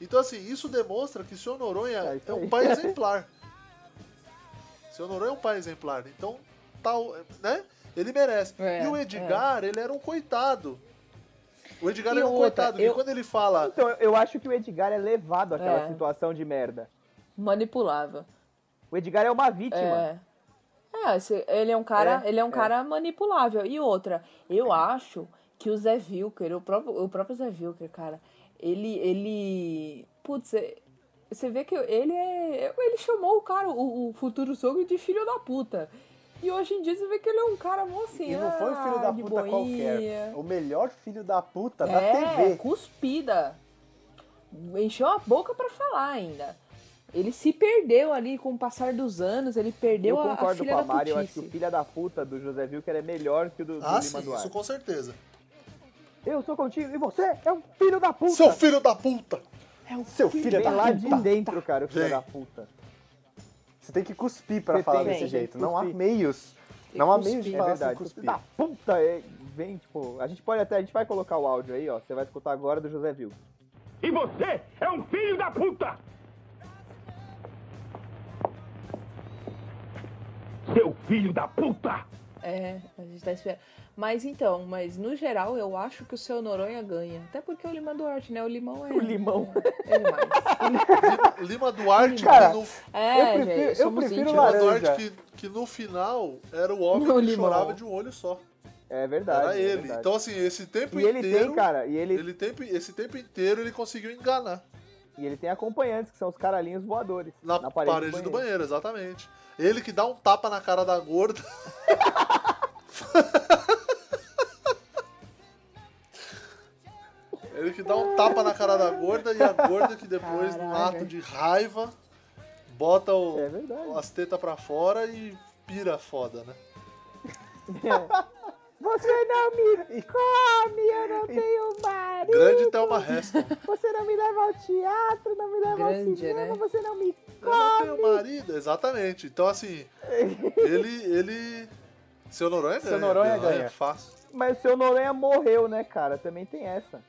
Speaker 1: Então, assim, isso demonstra que seu Noronha
Speaker 4: É
Speaker 1: é,
Speaker 4: isso
Speaker 1: um
Speaker 4: aí.
Speaker 1: pai exemplar. seu Noronha é um pai exemplar. Então, tal, né? Ele merece.
Speaker 3: É,
Speaker 1: e o Edgar, ele era um coitado. O Edgar
Speaker 3: E
Speaker 1: era um
Speaker 3: outra,
Speaker 1: coitado,
Speaker 3: eu-
Speaker 1: porque quando ele fala.
Speaker 4: Então, eu- eu acho que o Edgar é levado àquela
Speaker 3: É.
Speaker 4: situação de merda.
Speaker 3: Manipulável.
Speaker 4: O Edgar é uma vítima.
Speaker 3: É. É, esse- ele é um cara,
Speaker 4: É,
Speaker 3: ele é um
Speaker 4: é.
Speaker 3: cara manipulável. E outra, eu acho que o Zé Vilker, o próprio, o próprio Zé Vilker, cara, ele, ele, putz, é- você vê que ele é, ele chamou o cara, o, o futuro sogro de filho da puta. E hoje em dia você vê que ele é um cara mó assim,
Speaker 2: E não foi um filho
Speaker 3: ah,
Speaker 2: da
Speaker 3: de
Speaker 2: puta qualquer,
Speaker 3: boinha.
Speaker 2: o melhor filho da puta da
Speaker 3: é,
Speaker 2: TV.
Speaker 3: cuspida. Encheu a boca pra falar ainda. Ele se perdeu ali com o passar dos anos, ele perdeu
Speaker 4: eu
Speaker 3: a- a,
Speaker 4: concordo
Speaker 3: filha
Speaker 4: com a
Speaker 3: da
Speaker 4: Mari, eu acho que o
Speaker 3: putice.
Speaker 4: filho da puta do José Wilker é melhor que o do, do
Speaker 1: Ah,
Speaker 4: Lima
Speaker 1: sim,
Speaker 4: Duarte.
Speaker 1: isso com certeza.
Speaker 4: Eu sou contigo e você é um filho da puta.
Speaker 1: Seu filho da puta!
Speaker 2: Seu filho
Speaker 4: Vem
Speaker 2: da
Speaker 4: lá
Speaker 2: puta.
Speaker 4: de dentro, cara, o filho
Speaker 1: Vem.
Speaker 4: da puta.
Speaker 2: Você tem que cuspir pra
Speaker 4: Você
Speaker 2: falar
Speaker 4: tem,
Speaker 2: desse
Speaker 4: tem,
Speaker 2: jeito.
Speaker 4: tem que
Speaker 2: Não há
Speaker 4: cuspir.
Speaker 2: meios.
Speaker 3: Tem
Speaker 2: Não há
Speaker 3: cuspir.
Speaker 2: meios de
Speaker 3: É
Speaker 4: É
Speaker 2: falar sem
Speaker 4: verdade.
Speaker 2: cuspir.
Speaker 4: Da puta, é, vem, tipo, a gente pode até, a gente vai colocar o áudio aí, ó, você vai escutar agora do José Vil.
Speaker 7: E você é um filho da puta! Seu filho da puta!
Speaker 3: É, a gente tá esperando. Mas então, mas no geral eu acho que o seu Noronha ganha. Até porque o Lima Duarte, né? O limão é.
Speaker 4: O limão.
Speaker 3: É, é demais.
Speaker 1: Lima, Lima Duarte,
Speaker 2: Cara,
Speaker 1: que no,
Speaker 3: É,
Speaker 2: Eu prefiro-
Speaker 3: gente,
Speaker 2: eu
Speaker 3: somos
Speaker 2: prefiro
Speaker 3: íntimos.
Speaker 1: Lima
Speaker 2: laranja.
Speaker 1: Duarte que, que no final era o homem
Speaker 3: No
Speaker 1: que
Speaker 3: limão.
Speaker 1: chorava de um olho só.
Speaker 4: É verdade.
Speaker 1: Era
Speaker 4: é
Speaker 1: ele.
Speaker 4: verdade.
Speaker 1: Então, assim, esse tempo
Speaker 4: e ele
Speaker 1: inteiro.
Speaker 4: tem, cara, e ele,
Speaker 1: Ele tempo, esse tempo inteiro ele conseguiu enganar
Speaker 4: e ele tem acompanhantes, que são os caralhinhos voadores.
Speaker 1: na, parede, do, banheiro. exatamente. Ele que dá um tapa na cara da gorda. ele que dá um tapa na cara da gorda e a gorda que depois, num
Speaker 3: Caralho.
Speaker 1: ato de raiva, bota o-
Speaker 4: É verdade.
Speaker 1: as tetas pra fora e pira foda, né?
Speaker 4: Você não me come, eu não tenho marido.
Speaker 1: Grande Thelma Heston.
Speaker 4: Você não me leva ao teatro, não me leva ao
Speaker 3: Grande,
Speaker 4: cinema,
Speaker 3: né?
Speaker 4: você não me
Speaker 1: Eu não tenho marido, exatamente. Então, assim, ele. ele... Seu Noronha ganha.
Speaker 2: Seu Noronha ganha.
Speaker 1: Fácil.
Speaker 4: Mas o seu Noronha morreu, né, cara? Também tem essa.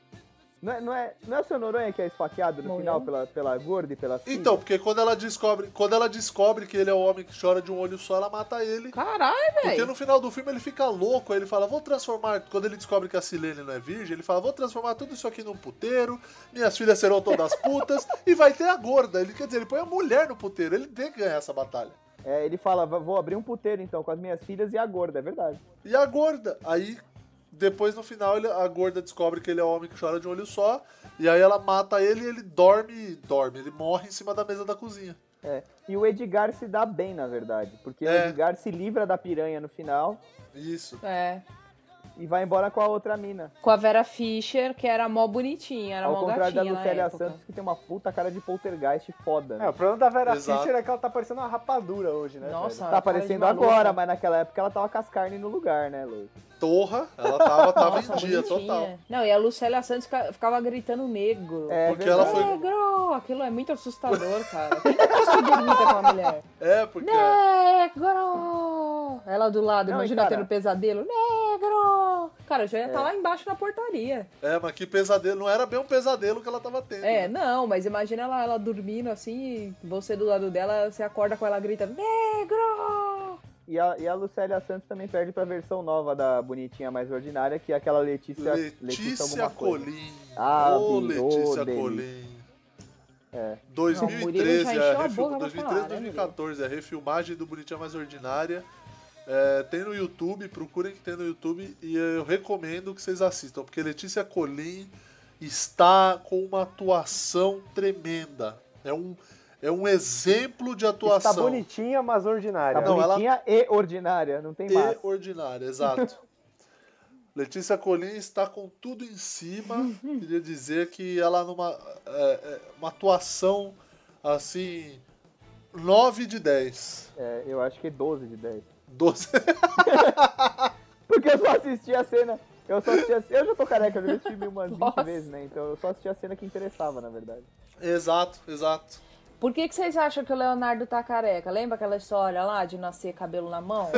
Speaker 4: Não é, não é, não é o seu Noronha que é esfaqueado no
Speaker 3: Morreu?
Speaker 4: final pela, pela gorda e pela filha?
Speaker 1: Então, porque quando ela descobre, quando ela descobre que ele é o homem que chora de um olho só, ela mata ele.
Speaker 3: Caralho,
Speaker 1: Porque
Speaker 3: velho.
Speaker 1: no final do filme ele fica louco, aí ele fala, vou transformar. Quando ele descobre que a Silene não é virgem, ele fala, vou transformar tudo isso aqui num puteiro, minhas filhas serão todas putas, e vai ter a gorda. Ele quer dizer, ele põe a mulher no puteiro, ele tem que ganhar essa batalha.
Speaker 4: É, ele fala, "Va- vou abrir um puteiro então com as minhas filhas e a gorda, é verdade.
Speaker 1: E a gorda. Aí, depois no final, ele- a gorda descobre que ele é o homem que chora de um olho só. E aí ela mata ele e ele dorme, dorme. Ele morre em cima da mesa da cozinha.
Speaker 4: É. E o Edgar se dá bem, na verdade, porque o
Speaker 1: É.
Speaker 4: Edgar se livra da piranha no final
Speaker 1: Isso.
Speaker 3: É.
Speaker 4: e vai embora com a outra mina.
Speaker 3: Com a Vera Fischer, que era mó bonitinha, era
Speaker 4: Ao
Speaker 3: mó
Speaker 4: contrário da
Speaker 3: gatinha na
Speaker 4: Lucélia
Speaker 3: época.
Speaker 4: Santos, que tem uma puta cara de poltergeist foda. né? Tá
Speaker 2: É, o problema da Vera
Speaker 1: Exato.
Speaker 2: Fischer é que ela tá parecendo uma rapadura hoje, né?
Speaker 3: Nossa,
Speaker 2: velho?
Speaker 4: Tá
Speaker 3: cara de
Speaker 4: aparecendo
Speaker 3: maluca.
Speaker 4: agora, mas naquela época ela tava com as carnes no lugar, né, Lu?
Speaker 1: Torra, ela tava, tava
Speaker 3: Nossa,
Speaker 1: em dia
Speaker 3: bonitinha.
Speaker 1: total.
Speaker 3: Não, e a Lucélia Santos fica- ficava gritando negro.
Speaker 4: É
Speaker 1: Porque ela
Speaker 4: verdade.
Speaker 1: foi-
Speaker 3: Negro! Aquilo é muito assustador, cara. Quem não conseguiu dormir com aquela mulher?
Speaker 1: É, porque.
Speaker 3: Negro! Ela do lado,
Speaker 4: Não,
Speaker 3: imagina
Speaker 4: e, cara-
Speaker 3: tendo pesadelo. Negro! Cara, eu já ia estar lá embaixo na portaria.
Speaker 1: É, mas que pesadelo. Não era bem um pesadelo que ela tava tendo.
Speaker 3: É,
Speaker 1: né?
Speaker 3: não, mas imagina ela, ela dormindo assim, e você do lado dela, você acorda com ela grita "Né?" Negro!
Speaker 4: E a, e a Lucélia Santos também perde pra versão nova da Bonitinha Mais Ordinária, que é aquela Letícia...
Speaker 1: Letícia
Speaker 4: alguma coisa.
Speaker 1: Colim.
Speaker 4: Ah,
Speaker 1: Ô,
Speaker 4: vi, ô,
Speaker 1: Letícia
Speaker 4: dele.
Speaker 1: Colim.
Speaker 4: É.
Speaker 3: Não, o Murilo
Speaker 1: 2013,
Speaker 3: já
Speaker 1: é,
Speaker 3: encheu a
Speaker 1: refil...
Speaker 3: boca pra
Speaker 1: 2013,
Speaker 3: falar, né,
Speaker 1: 2014, a é refilmagem do Bonitinha Mais Ordinária. É, tem no YouTube, procurem que tem no YouTube e eu recomendo que vocês assistam, porque Letícia Colim está com uma atuação tremenda. É um, é um exemplo de
Speaker 2: Tá
Speaker 1: atuação.
Speaker 2: bonitinha, mas ordinária.
Speaker 4: Tá
Speaker 1: Não, ela-
Speaker 4: bonitinha e ordinária, não tem mais.
Speaker 1: e ordinária, exato. Letícia Colin está com tudo em cima.
Speaker 4: Uhum.
Speaker 1: Queria dizer que ela numa é, é, uma atuação assim 9 de 10.
Speaker 4: É, eu acho que 12 de 10.
Speaker 1: 12.
Speaker 4: Porque eu só assisti a cena. Eu só assisti a Eu já tô careca, eu já vi esse filme umas 20 vezes, né? Então eu só assisti a cena que interessava, na verdade.
Speaker 1: exato, exato.
Speaker 3: Por que, que vocês acham que o Leonardo tá careca? Lembra aquela história lá de nascer cabelo na mão?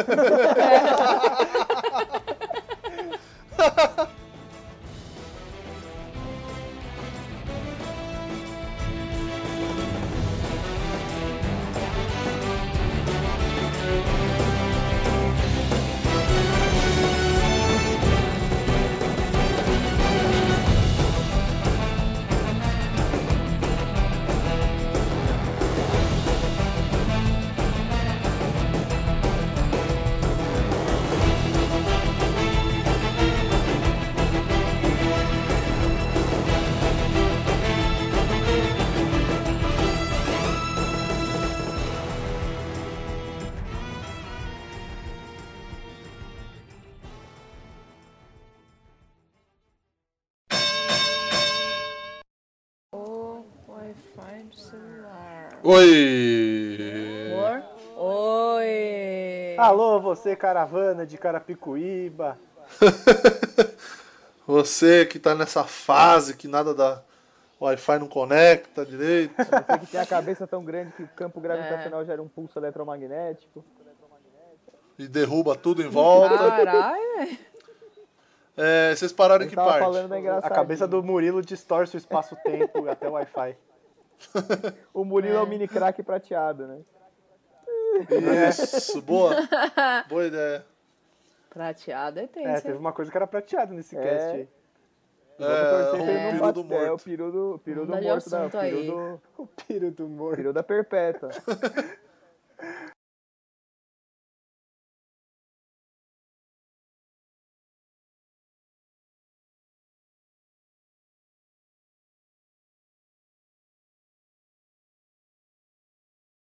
Speaker 3: o Wi-Fi do celular.
Speaker 1: Oi.
Speaker 3: Amor? Oi!
Speaker 2: Alô, você caravana de Carapicuíba.
Speaker 1: Você que tá nessa fase que nada dá Wi-Fi não conecta direito.
Speaker 4: Você que tem a cabeça tão grande que o campo gravitacional gera um pulso eletromagnético.
Speaker 1: e derruba tudo em volta.
Speaker 3: Caralho!
Speaker 1: É, vocês pararam em
Speaker 4: Ah. Eu
Speaker 1: que
Speaker 4: tava
Speaker 1: parte?
Speaker 4: falando da
Speaker 2: A
Speaker 4: engraçadinha.
Speaker 2: cabeça do Murilo distorce o espaço-tempo até o Wi-Fi.
Speaker 4: O Murilo é o mini craque prateado, né?
Speaker 1: Isso, boa. Boa ideia.
Speaker 3: Prateado é
Speaker 2: É,
Speaker 3: tenso.
Speaker 2: teve
Speaker 3: hein?
Speaker 2: uma coisa que era prateada nesse
Speaker 4: É.
Speaker 2: cast aí.
Speaker 1: É,
Speaker 4: Torcer pra ele
Speaker 1: o
Speaker 4: não
Speaker 1: peru do
Speaker 4: bater. É o
Speaker 1: morto.
Speaker 4: peru do, peru do
Speaker 3: Mudar de
Speaker 4: morto. da-
Speaker 3: assunto
Speaker 4: peru
Speaker 3: aí.
Speaker 4: do-
Speaker 2: O piro do morro.
Speaker 4: peru da perpétua.